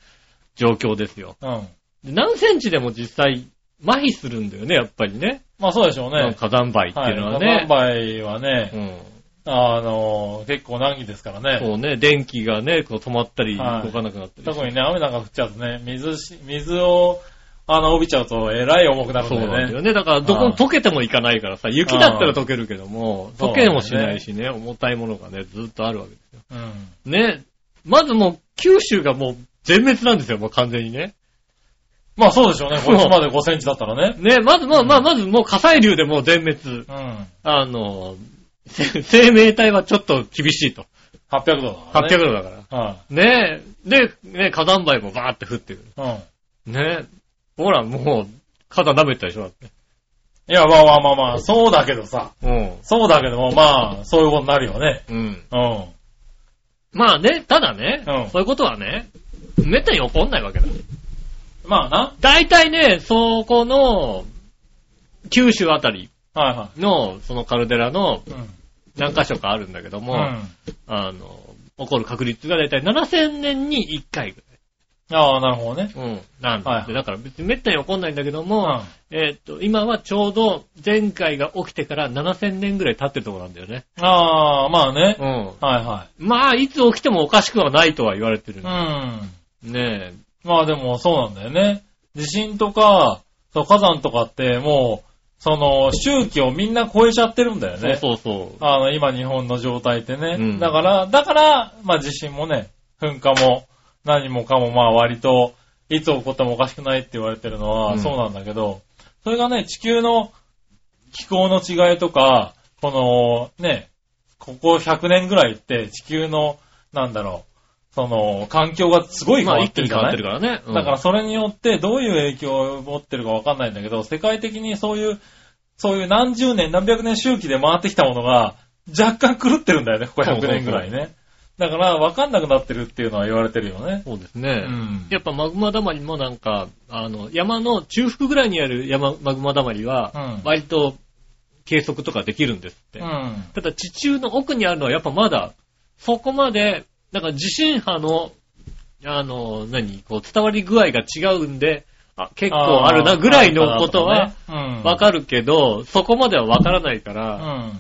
Speaker 2: 状況ですよ。
Speaker 3: うん。
Speaker 2: で何センチでも実際、麻痺するんだよね、やっぱりね。
Speaker 3: まあそうでしょうね。
Speaker 2: 火山灰って
Speaker 3: はいい。
Speaker 2: うのは
Speaker 3: 火
Speaker 2: ね
Speaker 3: 山。灰はね、
Speaker 2: うん
Speaker 3: あの、結構難儀ですからね。
Speaker 2: そうね、電気がね、こう止まったり、動
Speaker 3: はい
Speaker 2: かなくなったり。
Speaker 3: 特にね、雨なんか降っちゃうとね、水し、水を、あの、帯びちゃうと、えらい重くなるん
Speaker 2: そう
Speaker 3: だ
Speaker 2: なんだ
Speaker 3: よね。
Speaker 2: よね。だから、どこ
Speaker 3: はい
Speaker 2: 溶けてもいかないからさ、雪だったら溶けるけども、
Speaker 3: そ
Speaker 2: 溶
Speaker 3: うなんだよ
Speaker 2: け
Speaker 3: ね
Speaker 2: もしないしね、重たいものがね、ずっとあるわけですよ。
Speaker 3: うん。
Speaker 2: ね、まずもう、九州がもう全滅なんですよ、もう完全にね。
Speaker 3: まあそうでしょうね。こいつまで5センチだったらね。
Speaker 2: ね、まずもう、
Speaker 3: うん
Speaker 2: まあ、まずもう火砕流でもう全滅。
Speaker 3: うん。
Speaker 2: あの、せ 生命体はちょっと厳しいと。
Speaker 3: 800度だからね。
Speaker 2: 800度だから。
Speaker 3: は
Speaker 2: ねで、ね、火山灰もバーって降ってくる。
Speaker 3: い。うん。
Speaker 2: ねほら、もう、肩舐めてたでしょ、だって。
Speaker 3: いや、まあまあまあまあ、そうだけどさ。
Speaker 2: うん。
Speaker 3: そうだけども、まあ、そういうことになるよね。
Speaker 2: うん。
Speaker 3: うん。
Speaker 2: まあね、ただね、
Speaker 3: うん
Speaker 2: そういうことはね、めったに起こんないわけだ。
Speaker 3: まあな。
Speaker 2: 大体ね、そこの、九州あたり
Speaker 3: はいは
Speaker 2: の、そのカルデラの
Speaker 3: い。うん。
Speaker 2: 何箇所かあるんだけども、
Speaker 3: うん。
Speaker 2: あの、起こる確率が大体7000年に1回ぐ
Speaker 3: ああ、なるほどね。
Speaker 2: らい。うん。なんで、
Speaker 3: はいはい
Speaker 2: だから別にめったに起こんないんだけど
Speaker 3: うん。
Speaker 2: も、
Speaker 3: あ
Speaker 2: えーっと、今はちょうど前回が起きてから7000年ぐらい経ってるとこなんだよね。
Speaker 3: あ、まあね。
Speaker 2: うん。
Speaker 3: はいは
Speaker 2: まあ、いつ起きてもおかしくはないとは言われてる
Speaker 3: い。
Speaker 2: ん
Speaker 3: う
Speaker 2: だ。
Speaker 3: ん。
Speaker 2: ね
Speaker 3: まあでもそうなんだよね。地震とか、そう火山とかってもう、その周期をみんな超えちゃってるんだよ
Speaker 2: え。
Speaker 3: ね。
Speaker 2: そうそうそう。
Speaker 3: あの、今日本の状態ってね。
Speaker 2: うん
Speaker 3: だから、だから、まあ地震もね、噴火も何もかもまあ割と、いつ起こってもおかしくないって言われてるの
Speaker 2: う
Speaker 3: は
Speaker 2: ん
Speaker 3: そうなんだけど、それがね、地球の気候の違いとか、このね、ここ100年ぐらいって地球の、なんだろう、その、環境がすごい変
Speaker 2: まあ、
Speaker 3: わっ
Speaker 2: 一気
Speaker 3: てる
Speaker 2: に
Speaker 3: じ
Speaker 2: 変
Speaker 3: ゃ
Speaker 2: わ
Speaker 3: な
Speaker 2: っ
Speaker 3: い
Speaker 2: てるからね。うん
Speaker 3: だからそれによってどういう影響を持ってるかわかんないんだけど、世界的にそういう、そういう何十年、何百年周期で回ってきたものが若干狂ってるんだよね、ここ100年ぐらいね。だからわかんなくなってるっていうのは言われてるよね。
Speaker 2: そうです
Speaker 3: う
Speaker 2: ね。
Speaker 3: ん。
Speaker 2: やっぱマグマだまりもなんか、あの、山の中腹ぐらいにある山、マグマだまりは
Speaker 3: う、ん
Speaker 2: 割と計測とかできるんですって。
Speaker 3: うん。
Speaker 2: ただ地中の奥にあるのはやっぱまだ、そこまで、なんか地震波の、あの、何、こう伝わり具合が違うんで、あ、結構あるなぐらいのことは、わ
Speaker 3: わ
Speaker 2: かるけど、そこまではわからないから、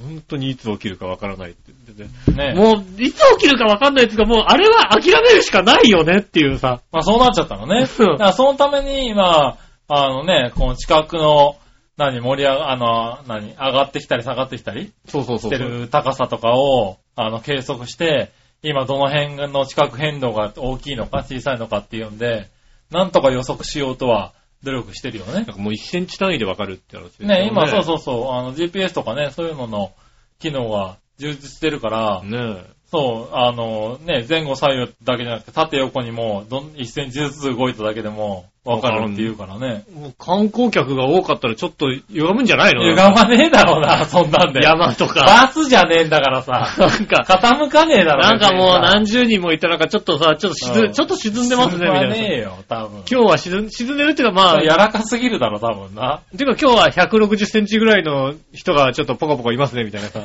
Speaker 3: う
Speaker 2: 本当にいつ起きるかわからないって言ってて
Speaker 3: ん。ね
Speaker 2: もう、いつ起きるかわかんないっていうか、もうあれは諦めるしかないよねっていうさ。
Speaker 3: まあそうなっちゃったのね。
Speaker 2: そう
Speaker 3: だからそのために今、あのね、この近くの、何、盛り上が、あの、何、上がってきたり下がってきたり
Speaker 2: そうそうそ
Speaker 3: し
Speaker 2: う。
Speaker 3: てる高さとかを、あの、計測して、今どの辺の地殻変動が大きいのか小さいのかっていうんで、なんとか予測しようとは努力してるよね
Speaker 2: な。んかもう1センチ単位でわかるって話ですよ
Speaker 3: ね、今、そうそうそう、あの、GPS とかね、そういうのの機能が充実してるから、
Speaker 2: ね
Speaker 3: そう、あの、ね、前後左右だけじゃなくて、縦横にも、どん、1センチずつ動いただけでも、わかるっていうからね。
Speaker 2: え。もう観光客が多かったらちょっと歪むんじゃないの
Speaker 3: 歪まねえだろうな、そんなんで。
Speaker 2: 山とか。
Speaker 3: バスじゃねえんだからさ。
Speaker 2: なんか、
Speaker 3: 傾かねえだろ、
Speaker 2: なんかもう何
Speaker 3: 時
Speaker 2: 十人もいたらかちょっとさ、ちょっと沈、
Speaker 3: うん
Speaker 2: ちょっと沈んでますね、みたいなさ。
Speaker 3: ねえよ、多分。
Speaker 2: 今日は沈ん沈んでるっていうかまあ、
Speaker 3: 柔らかすぎるだろ、多分 な。
Speaker 2: てか今日は160センチぐらいの人がちょっとポコポコいますね、みたいな さ。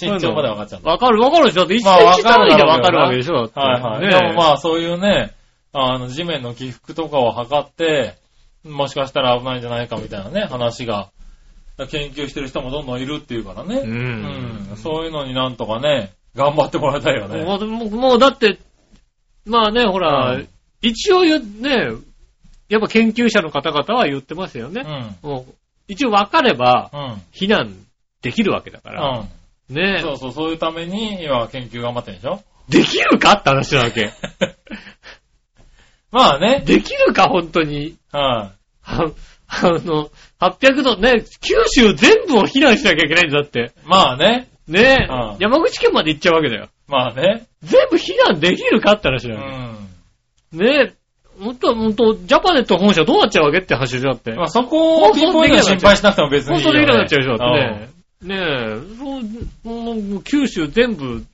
Speaker 3: 身長まで分かっちゃうんだ。
Speaker 2: わかるわかるでしょだって1
Speaker 3: まあ
Speaker 2: センチ単位で
Speaker 3: わ
Speaker 2: わ
Speaker 3: か
Speaker 2: か
Speaker 3: る
Speaker 2: る
Speaker 3: わ
Speaker 2: わけ
Speaker 3: けで
Speaker 2: でしょだって。
Speaker 3: はいはい。
Speaker 2: ね
Speaker 3: でもまあ、そういうね、あの、地面の起伏とかを測って、もしかしたら危ないんじゃないかみたいなね、話が、だから研究してる人もどんどんいるっていうから
Speaker 2: うん。
Speaker 3: ね。うんそういうのになんとかね、頑張ってもらいたいよね。
Speaker 2: もうもうもうだって、まあね、ほら、
Speaker 3: うん
Speaker 2: 一応言うね、やっぱ研究者の方々は言ってますよ
Speaker 3: う
Speaker 2: ね。
Speaker 3: ん。
Speaker 2: もう一応分かれば、
Speaker 3: うん。
Speaker 2: 避難できるわけだから。
Speaker 3: うん。
Speaker 2: ね
Speaker 3: そうそう、そういうために今研究頑張ってるんでしょ
Speaker 2: できるかって話なわ け。
Speaker 3: まあね。
Speaker 2: できるか、本当に。
Speaker 3: は
Speaker 2: ああの、800度ね、九州全部を避難しなきゃいけないんだって。
Speaker 3: い。まあね。
Speaker 2: ね
Speaker 3: うん
Speaker 2: 山口県まで行っちゃうわけだよ。
Speaker 3: まあね。
Speaker 2: 全部避難できるかって話だ
Speaker 3: う
Speaker 2: よ。
Speaker 3: ん。
Speaker 2: ねえ、ほんと、ほんと、ジャパネット本社どうなっちゃうわけって話だって。
Speaker 3: まあそこをピンポイントで心配しなくても別に
Speaker 2: 本
Speaker 3: いい
Speaker 2: 当でき
Speaker 3: よ、ね。
Speaker 2: なくなっちゃうでしょ、だってね。ねえ、そうもうもう九州全部、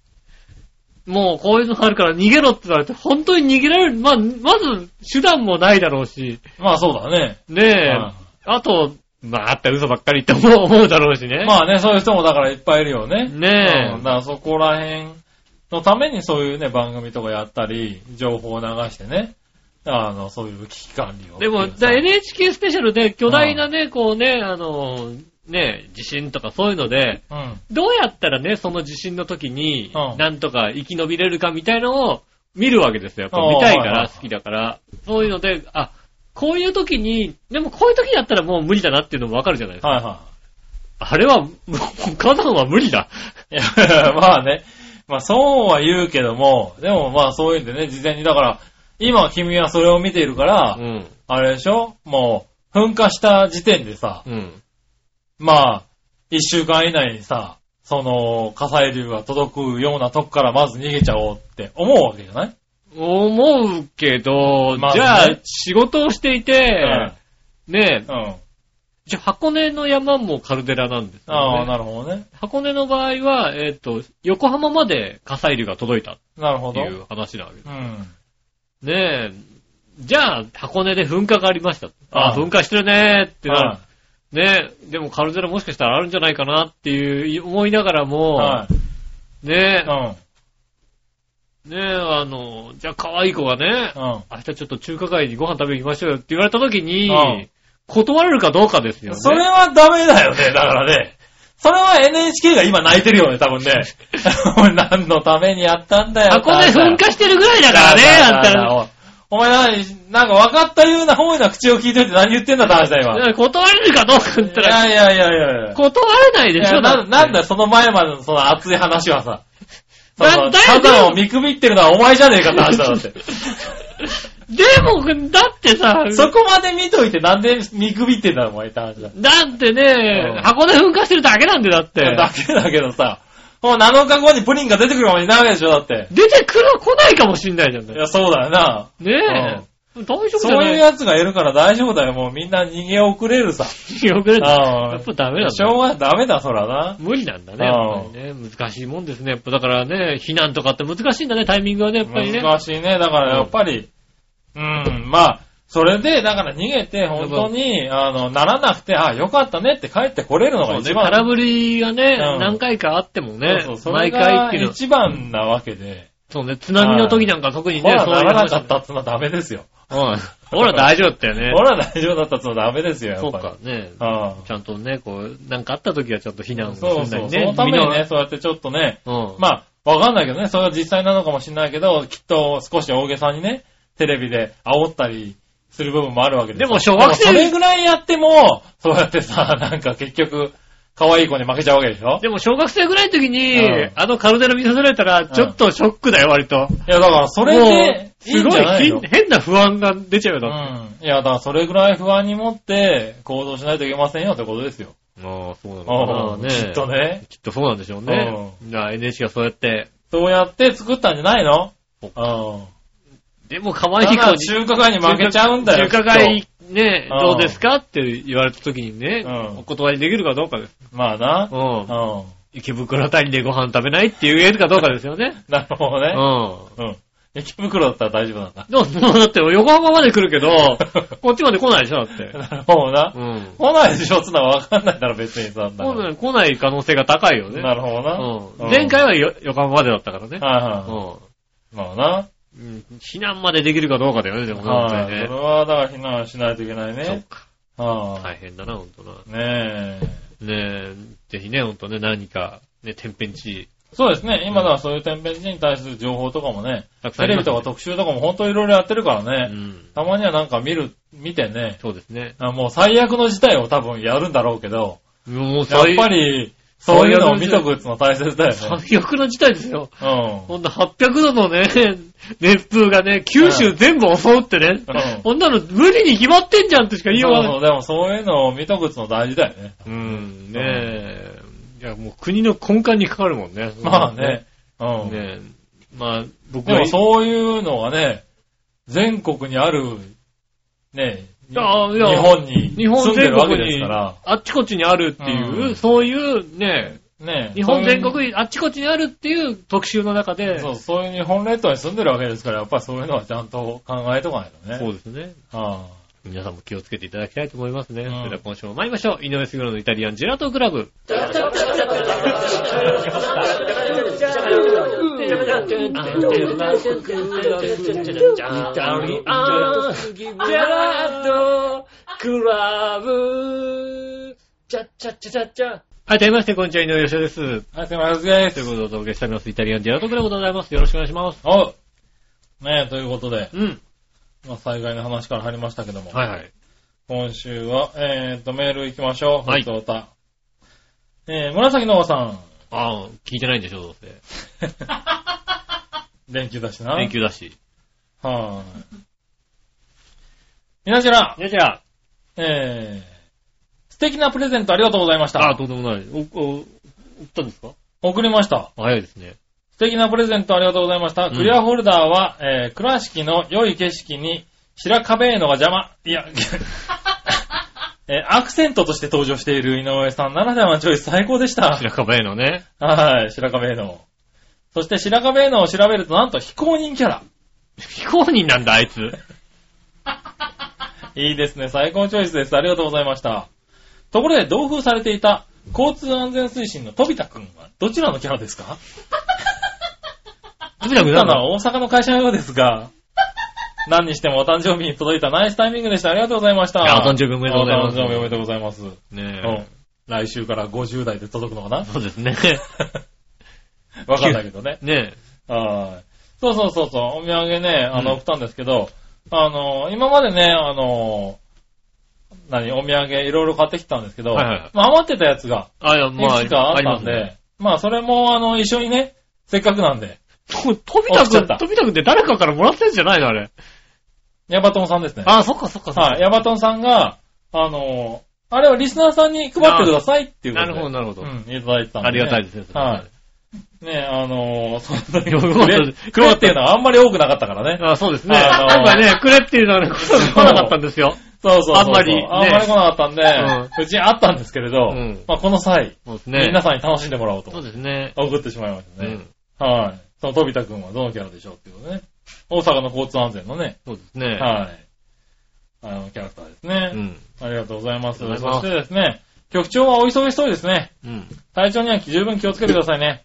Speaker 2: もうこういうのあるから逃げろって言われて、本当に逃げられる。まあ、まず手段もないだろうし、
Speaker 3: うん。まあそうだね。
Speaker 2: ねえ、あと、まあ、あったら嘘ばっかりって思う思うだろうしね。
Speaker 3: うんまあね、そういう人もだからいっぱいいるよね。
Speaker 2: ねえ
Speaker 3: うんだからそこら辺のためにそういうね、番組とかやったり、情報を流してね。あの、そういう危機管理を。
Speaker 2: でも、
Speaker 3: っていうさ
Speaker 2: だ NHK スペシャルで巨大なね、こうね、あの、ね、地震とかそういうので、
Speaker 3: うん。
Speaker 2: どうやったらね、その地震の時に
Speaker 3: う、ん
Speaker 2: なんとか生き延びれるかみたいのを見るわけですよ。やっぱ見たいか
Speaker 3: ああはいはい
Speaker 2: ら、好きだから。そういうので、あ、こういう時に、でもこういう時だったらもう無理だなっていうのもわかるじゃないですか。
Speaker 3: はいは
Speaker 2: あれは、もう火山は無理だ。
Speaker 3: い。いや、 まあね。まあそうは言うけども、でもまあそういうんでね、事前にだから、今君はそれを見ているから、
Speaker 2: うん。
Speaker 3: あれでしょもう、噴火した時点でさ、
Speaker 2: うん。
Speaker 3: まあ、一週間以内にさ、その、火砕流が届くようなとこからまず逃げちゃおうって思うわけじゃない、
Speaker 2: 思うけど、
Speaker 3: まあ
Speaker 2: じ
Speaker 3: ね
Speaker 2: ゃあ、仕事をしていて、ね
Speaker 3: うん。うん。
Speaker 2: じゃあ箱根の山もカルデラなんです
Speaker 3: あ
Speaker 2: よ
Speaker 3: あ、
Speaker 2: ね。
Speaker 3: なるほどね。
Speaker 2: 箱根の場合は、えっ、と、横浜まで火砕流が届いたっ
Speaker 3: なるほ
Speaker 2: て
Speaker 3: ど。
Speaker 2: いう話なわけです。
Speaker 3: うん。
Speaker 2: ねえ、じゃあ、箱根で噴火がありました。ああ、
Speaker 3: うん
Speaker 2: 噴火してるねーってな
Speaker 3: は
Speaker 2: る。ねえ、でもカルデラもしかしたらあるんじゃないかなっていう思いながら
Speaker 3: い。
Speaker 2: も、
Speaker 3: はい。
Speaker 2: ね
Speaker 3: うん。うん。
Speaker 2: え、ねえ、あの、じゃあ可愛い子がね、明日ちょっと中華街にご飯食べに行きましょうよって言われた時に、
Speaker 3: うん
Speaker 2: 断れるかどうかですよね。
Speaker 3: それはダメだよね、だからね。それは NHK が今泣いてるよね、多分ね。何のためにやったんだよ。
Speaker 2: 箱根噴火してるぐらいだからね、あんたら。
Speaker 3: おお前何、なんか分かったような方な口を聞いといて何言ってんだって話だ、今。
Speaker 2: いや断れるかどうかって言ったら、
Speaker 3: いやいやいやいやいや。
Speaker 2: 断れないでしょ
Speaker 3: いやな
Speaker 2: って
Speaker 3: なんだよその前までのその熱い話はさ。そ
Speaker 2: な
Speaker 3: の
Speaker 2: だ
Speaker 3: サ
Speaker 2: よ
Speaker 3: ザンを見くびってるのはお前じゃねえかって話 だろだって。
Speaker 2: でも、だってさ、
Speaker 3: そこまで見といてなんで見くびってんだろ、お前って話だ。
Speaker 2: だってね、
Speaker 3: うん
Speaker 2: 箱根噴火してるだけなんでだって。
Speaker 3: だけだけどさ、もう7日後にプリンが出てくるまでになるわけでしょ、だって。
Speaker 2: 出てくる、来ないかもしんないじゃん
Speaker 3: い
Speaker 2: ね。
Speaker 3: や、そうだよな。
Speaker 2: ねえ。大丈夫じゃ
Speaker 3: そう
Speaker 2: ない
Speaker 3: いうやつがいるから大丈夫だよ、もうみんな逃げ遅れ るさ。
Speaker 2: よくね
Speaker 3: ああ
Speaker 2: やっぱダメなん
Speaker 3: し
Speaker 2: だね
Speaker 3: ょうがダメだ、そらな。
Speaker 2: 無理なんだ
Speaker 3: うん
Speaker 2: ね、やっぱりね。難しいもんですね。やっぱだからね、避難とかって難しいんだね、タイミングはね、やっぱりね。
Speaker 3: 難しいね。だからやっぱり、うん、まあ、それで、だから逃げて、本当に、あの、ならなくて、あ、よかったねって帰ってこれるのが
Speaker 2: そうね
Speaker 3: 一番。
Speaker 2: 空振りがね、
Speaker 3: うん
Speaker 2: 何回かあってもね
Speaker 3: そうそう、それ
Speaker 2: 毎回
Speaker 3: が
Speaker 2: っていうのは
Speaker 3: 一番なわけで、
Speaker 2: そうね、津波の時なんか特に
Speaker 3: ほ
Speaker 2: ね、
Speaker 3: ら、
Speaker 2: そうい
Speaker 3: な
Speaker 2: う
Speaker 3: らな
Speaker 2: 話
Speaker 3: かったっつうのはダメですよ。
Speaker 2: うん。ほら大丈夫だったよね
Speaker 3: ほ。ら、大丈夫だったっつうのはダメですよ、や
Speaker 2: そ
Speaker 3: っ
Speaker 2: う
Speaker 3: ぱり。
Speaker 2: か、ね。
Speaker 3: うん。
Speaker 2: ちゃんとね、こう、なんかあった時はちょっと避難をす
Speaker 3: そう
Speaker 2: る
Speaker 3: そ
Speaker 2: なり
Speaker 3: う。
Speaker 2: ね。
Speaker 3: そのためにね、
Speaker 2: 身
Speaker 3: そうやってちょっとね、
Speaker 2: の、うん。
Speaker 3: まあ、わかんないけどね、それは実際なのかもしれないけど、きっと少し大げさにね、テレビで煽ったりする部分もあるわけです
Speaker 2: でも小学生
Speaker 3: それぐらいやっても、そうやってさ、なんか結局、可愛い子に負けちゃうわけでしょ
Speaker 2: でも小学生ぐらいの時に、
Speaker 3: うん
Speaker 2: あのカルデラ見させられたら、ちょっとショックだよ、割と。
Speaker 3: いや、だからそれ
Speaker 2: も
Speaker 3: で、
Speaker 2: う、すご
Speaker 3: ん
Speaker 2: い
Speaker 3: じゃなの
Speaker 2: ひ変な不安が出ちゃうよ、
Speaker 3: う
Speaker 2: だっ
Speaker 3: ん。いや、だからそれぐらい不安に持って行動しないといけませんよってことですよ。
Speaker 2: て。ああ、そうな
Speaker 3: うん。
Speaker 2: ね。
Speaker 3: きっと。ね。
Speaker 2: きっとそうなんでしょうね。なあ NHK がそうやって、
Speaker 3: そうやって作ったんじゃないの
Speaker 2: そう
Speaker 3: うん。
Speaker 2: でも可愛
Speaker 3: た
Speaker 2: い子
Speaker 3: だ
Speaker 2: に。
Speaker 3: 中華街に負けちゃうんだよ。
Speaker 2: 中華街、ね、
Speaker 3: うん
Speaker 2: どうですかって言われた時にね、
Speaker 3: うん
Speaker 2: お断りできるかどうかです。
Speaker 3: まあな。
Speaker 2: うん
Speaker 3: う。ん。
Speaker 2: 池袋あたりでご飯食べないって言えるかどうかですよね。
Speaker 3: なるほど
Speaker 2: う
Speaker 3: ね。
Speaker 2: ん。
Speaker 3: うん。池袋だったら大丈夫なんだ。
Speaker 2: でも、だって横浜まで来るけ ど、こっちまで来ないでしょ、だって。
Speaker 3: なるほどな。
Speaker 2: うん。
Speaker 3: 来ないでしょつうのはわかんないなら別にさ。だから
Speaker 2: 来ない来ない可能性が高いよね。
Speaker 3: なるほど
Speaker 2: う
Speaker 3: な。
Speaker 2: ん。前回
Speaker 3: は。
Speaker 2: はよ横浜までだったからね。
Speaker 3: はいは
Speaker 2: う
Speaker 3: い。まあな。
Speaker 2: ん。避難までできるかどうかだよね、でも本当
Speaker 3: は
Speaker 2: に
Speaker 3: い。それ
Speaker 2: ね。
Speaker 3: はだから避難しないといけない
Speaker 2: そっ
Speaker 3: ね。
Speaker 2: か。
Speaker 3: は
Speaker 2: 大変だな、本当な。
Speaker 3: い。ねえ。
Speaker 2: ねえ、ぜひね、ほんとね、何か、ね、天変地
Speaker 3: そうですね。今だからそういう天変地異に対する情報とかもね、
Speaker 2: たくさん
Speaker 3: テ
Speaker 2: あり
Speaker 3: レ
Speaker 2: ま
Speaker 3: ビ
Speaker 2: すね
Speaker 3: とか特集とかも本当いろいろやってるから
Speaker 2: 異。う
Speaker 3: ね、
Speaker 2: ん。
Speaker 3: たまにはなんか見る、見てね、
Speaker 2: そうですね。
Speaker 3: あもう最悪の事態を多分やるんだろうけど、
Speaker 2: もう
Speaker 3: やっ
Speaker 2: 最
Speaker 3: ぱり、そういうのを見とくってのは大切だよね。
Speaker 2: 最悪な事態ですよ。
Speaker 3: う
Speaker 2: ほんと800度のね、 熱風がね、九州全部襲うってね
Speaker 3: うん。
Speaker 2: こんなの無理に決まってんじゃんとしか言
Speaker 3: ん。
Speaker 2: い
Speaker 3: そ
Speaker 2: よう
Speaker 3: う
Speaker 2: がない。
Speaker 3: そう、でもそういうのを見とくっての大事だよね。
Speaker 2: うん、ねえ。いや、もう国の根幹にかかるもんね。
Speaker 3: まあね。。うん。
Speaker 2: ねえ。まあ、僕
Speaker 3: で
Speaker 2: は
Speaker 3: も、そういうのがね、全国にある、ね、に日
Speaker 2: あいや
Speaker 3: 本に
Speaker 2: 日本
Speaker 3: 住んで
Speaker 2: 全
Speaker 3: るわけ
Speaker 2: 国
Speaker 3: です
Speaker 2: に、
Speaker 3: から
Speaker 2: あ、っちこっちにあるっていう、
Speaker 3: うん
Speaker 2: そういうね、
Speaker 3: ね。
Speaker 2: 日本全
Speaker 3: そういう
Speaker 2: 国にあっちこっちにあるっていう特集の中で、
Speaker 3: そう、そういう日本列島に住んでるわけですから、やっぱりそういうのはちゃんと考えとかないとね。
Speaker 2: そうですね。
Speaker 3: あ
Speaker 2: 皆さんも気をつけていただきたいと思いますね。
Speaker 3: うん
Speaker 2: それでは今週も参りましょう。井上杉村のイタリアンジェラートクラブ。はい、改めまして、こんにちは、井上芳雄です。
Speaker 3: あ。はい、すいません、で
Speaker 2: という
Speaker 3: す。
Speaker 2: ことでお届けしております、イタリアンジェラートクラブでございます。よろしくお願いします。
Speaker 3: おねえ、ということで、
Speaker 2: うん。
Speaker 3: まあ、災害の話から入りましたけども、
Speaker 2: はいはい。
Speaker 3: 今週は、えーっと、メール行きましょう。
Speaker 2: はい
Speaker 3: ふつおたえー、紫のおばさん。
Speaker 2: ああ、聞いてないんでしょ、どうせ。
Speaker 3: 連休だしな。
Speaker 2: 連休だし。
Speaker 3: はーい。みなじら、
Speaker 2: じゃあじゃあ、
Speaker 3: えー、素敵なプレゼントありがとうございまし
Speaker 2: ああ、
Speaker 3: た。
Speaker 2: とんでもない。お、お、おったんですか
Speaker 3: 送りました。
Speaker 2: 早いですね。
Speaker 3: 素敵なプレゼントありがとうございました。
Speaker 2: うん
Speaker 3: クリアホルダーは、えー、倉敷の良い景色に白壁へのが邪魔。いや、 えーアクセントとして登場している井上さんならではのチョイス最高でした。
Speaker 2: 白樺へのね。
Speaker 3: はい、白壁への。そして白壁へのを調べるとなんと非公認キャラ。
Speaker 2: 非公認なんだ、あいつ。
Speaker 3: いいですね。最高チョイスです。ありがとうございました。ところで、同封されていた交通安全推進の飛田くんはどちらのキャラですか
Speaker 2: とにかくな
Speaker 3: ただ
Speaker 2: ん
Speaker 3: の
Speaker 2: だ
Speaker 3: 大阪の会社のようですが、何にしてもお誕生日に届いたナイスタイミングでした。ありがとうございました。
Speaker 2: いやお誕生日おめでとうございます
Speaker 3: お誕生日おめでとうございます。うん
Speaker 2: ね
Speaker 3: 来週から50代で届くのかな
Speaker 2: え。そうです ね。
Speaker 3: わかんないけどね。
Speaker 2: ね
Speaker 3: はい。そうそうそうそう、お土産ね、あ
Speaker 2: う
Speaker 3: の、
Speaker 2: ん
Speaker 3: 送ったんですけど、あの、今までね、あの、何、お土産いろいろ買ってきたんですけど、
Speaker 2: はいはい
Speaker 3: まあ余ってたやつが、
Speaker 2: あ、いや、
Speaker 3: い
Speaker 2: まあ、
Speaker 3: くつかあっ
Speaker 2: りま
Speaker 3: た
Speaker 2: す
Speaker 3: んで、ま。あそれも、あの、一緒にね、せっかくなんで、
Speaker 2: と、とびた
Speaker 3: 落ちちゃ
Speaker 2: くん、
Speaker 3: った
Speaker 2: とびたくんって誰かからもらったやつじゃないのあれ。
Speaker 3: ヤバトンさんですね。
Speaker 2: あ、そっかそっかそっ
Speaker 3: は
Speaker 2: か。
Speaker 3: い、ヤバトンさんが、あの、あれはリスナーさんに配ってくださいっていうこ
Speaker 2: な
Speaker 3: とで。
Speaker 2: るほど、なるほど。
Speaker 3: うん、いただいてたんで、
Speaker 2: ありがたいですね、それ
Speaker 3: はい。ね、あの、そんなに、
Speaker 2: よ かったです
Speaker 3: くれっていうのはあんまり多くなかったから ね。
Speaker 2: あそうですね。
Speaker 3: あのー
Speaker 2: 今回ね、くれっていうのはね、来なかったんですよ。
Speaker 3: そうそうそうそ
Speaker 2: あ
Speaker 3: う
Speaker 2: んまりね
Speaker 3: あんまり来なかったんで、うちにあったんですけれど、
Speaker 2: うん
Speaker 3: まあこの際、
Speaker 2: そうですね。
Speaker 3: 皆さんに楽しんでもらおうと
Speaker 2: そう、ですね。
Speaker 3: 送ってしまいました
Speaker 2: う
Speaker 3: ね。
Speaker 2: ん。
Speaker 3: はい。その飛田くんはどのキャラでしょうっていうことね。大阪の交通安全のね、
Speaker 2: そうですね。
Speaker 3: はい。あの、キャラクターですね
Speaker 2: う。ん。
Speaker 3: ありがとうございます。
Speaker 2: ありがとうご
Speaker 3: そし
Speaker 2: ざ
Speaker 3: てですね、局長はお忙しそうですね。
Speaker 2: うん。
Speaker 3: 体調には十分気をつけてくださいね。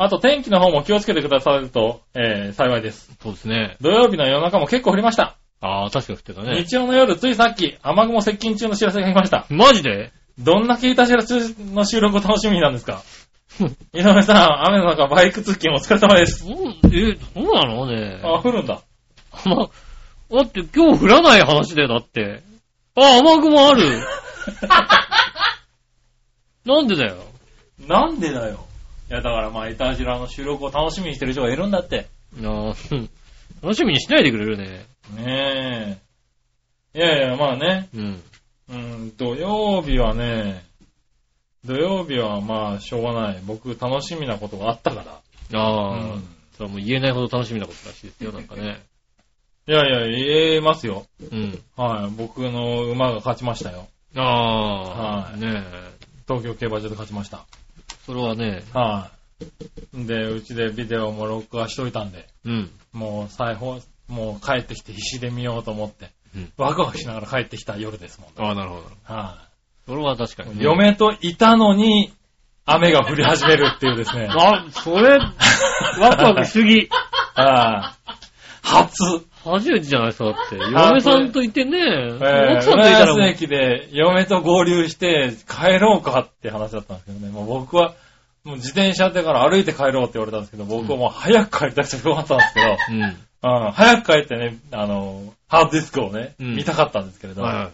Speaker 3: あと天気の方も気をつけてくださると、えー、幸いです。
Speaker 2: そうですね。
Speaker 3: 土曜日の夜中も結構降りました。
Speaker 2: ああ、確かに降ってたね。
Speaker 3: 日曜の夜、ついさっき、雨雲接近中の知らせが来ました。
Speaker 2: マジで
Speaker 3: どんな聞いたしらの収録を楽しみなんです か井上さん、雨の中バイク通勤お疲れ様です。
Speaker 2: うんえ、そうなのね。
Speaker 3: あ、降るん だ。
Speaker 2: ま、だって今日降らない話だよ、だって。あ、雨雲ある。なんでだよ。
Speaker 3: なんでだよ。いや、だからまあ、イタジラの収録を楽しみにしてる人がいるんだって。
Speaker 2: なあ、うん楽しみにしないでくれるね。
Speaker 3: ねえ。いやいや、まあね。
Speaker 2: うん。
Speaker 3: うん、土曜日はね、土曜日はまあ、しょうがない。僕、楽しみなことがあったか
Speaker 2: あ
Speaker 3: ら。う
Speaker 2: あ、
Speaker 3: ん。
Speaker 2: それはもう言えないほど楽しみなことらしいですよ、なんかね。
Speaker 3: いやいや、言えますよ。
Speaker 2: うん。
Speaker 3: はい。僕の馬が勝ちましたよ。
Speaker 2: ああ、
Speaker 3: はい
Speaker 2: ねえ。
Speaker 3: 東京競馬場で勝ちました。
Speaker 2: それはね、
Speaker 3: はい。で、うちでビデオも録画しといたんで、
Speaker 2: うん。
Speaker 3: もう再放、もう帰ってきて必死で見ようと思って、
Speaker 2: うん
Speaker 3: ワクワクしながら帰ってきた夜ですもん。
Speaker 2: ああ、なるほど。
Speaker 3: は
Speaker 2: それは確かに、
Speaker 3: い。
Speaker 2: ね。
Speaker 3: 嫁といたのに、雨が降り始めるっていうですね。
Speaker 2: あ、それ、ワクワクしすぎ。
Speaker 3: はい初。
Speaker 2: 初めてじゃないですかだって。嫁さんといてね、
Speaker 3: え
Speaker 2: 奥
Speaker 3: ー、
Speaker 2: さんとい
Speaker 3: 浦
Speaker 2: たらも
Speaker 3: 安
Speaker 2: う、
Speaker 3: 駅で嫁と合流して帰ろうかって話だったんですけどね。もう僕は、もう自転車でから歩いて帰ろうって言われたんですけど、僕はもう早く帰りたくてしょうがなかったんです けど、
Speaker 2: うん。はい
Speaker 3: うん、早く帰ってね、あの、ハードディスクをね、
Speaker 2: うん
Speaker 3: 見たかったんですけれど、
Speaker 2: はいはい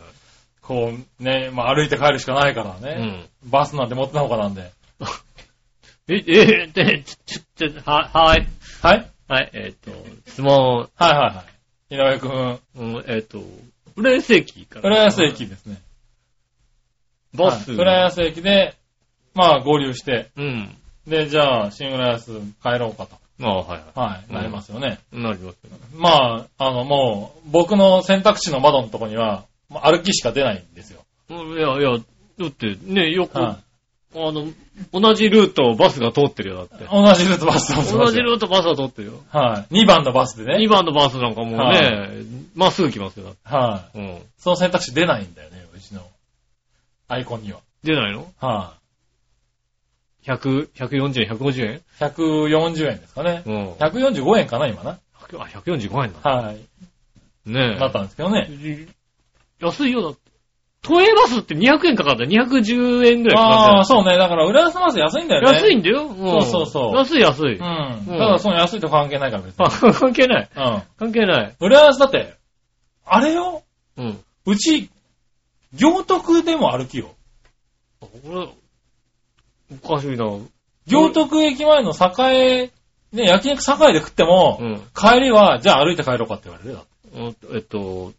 Speaker 3: こうね、まあ歩いて帰るしかないから
Speaker 2: う
Speaker 3: ね、
Speaker 2: ん。
Speaker 3: バスなんて持ってたほかなんで。
Speaker 2: え、え、え、ちょ、ちょ、ちょは、はい。
Speaker 3: はい
Speaker 2: はい、えっ、と、質問、
Speaker 3: はいはいはい。井上くん、
Speaker 2: うん、えっ、と、浦安駅から。
Speaker 3: 浦安駅。ですね。
Speaker 2: バス。
Speaker 3: はい浦安駅で、まあ合流して、
Speaker 2: うん。
Speaker 3: で、じゃあ、新浦安帰ろうか
Speaker 2: ああ、はいは
Speaker 3: と、はい、なりますよね。
Speaker 2: い。なりますね。
Speaker 3: まあ、あの、もう、僕の選択肢の窓のとこには、もう歩きしか出ないんですよ。
Speaker 2: うんいや、いや、だって、ね、よく、
Speaker 3: は
Speaker 2: あの、同じルートをバスが通ってるよ、だって。
Speaker 3: い同じルートバスを
Speaker 2: 同じ
Speaker 3: ー
Speaker 2: ルートバスが通ってるよ。
Speaker 3: ト。はい。2番のバスでね。
Speaker 2: 2番のバスなんかもう
Speaker 3: は
Speaker 2: ね、まっすぐ来ますよ。だって
Speaker 3: は
Speaker 2: うん。
Speaker 3: い。その選択肢出ないんだよね、うちの。アイコンには。
Speaker 2: 出ないの
Speaker 3: は
Speaker 2: ?100、140円、150円
Speaker 3: い。140円ですかね。
Speaker 2: うん。あ、
Speaker 3: 145円かな、今な。
Speaker 2: 145円な
Speaker 3: はい。
Speaker 2: の。ね
Speaker 3: だったんですけどね。
Speaker 2: え。安いよ、だって。都営バスって200円かかった210円ぐらいかかった
Speaker 3: ああ、そうね。だから、浦安のバス安いんだよね。
Speaker 2: 安
Speaker 3: い
Speaker 2: いんだよ。ん
Speaker 3: そうそうそう
Speaker 2: 安い安い。
Speaker 3: う
Speaker 2: あ、
Speaker 3: ん。
Speaker 2: うん
Speaker 3: ただ、その安いと関係ないから別に。
Speaker 2: 関係ない。
Speaker 3: うん。
Speaker 2: 関係ない。
Speaker 3: 浦安だって、あれよ。
Speaker 2: うん。
Speaker 3: うち、行徳でも歩きよ。
Speaker 2: これ、おかしいな。
Speaker 3: 行徳駅前の栄、ね、焼肉栄で食っても、
Speaker 2: うん。
Speaker 3: 帰りは、じゃあ歩いて帰ろうかって言われる よ。
Speaker 2: うんえっと、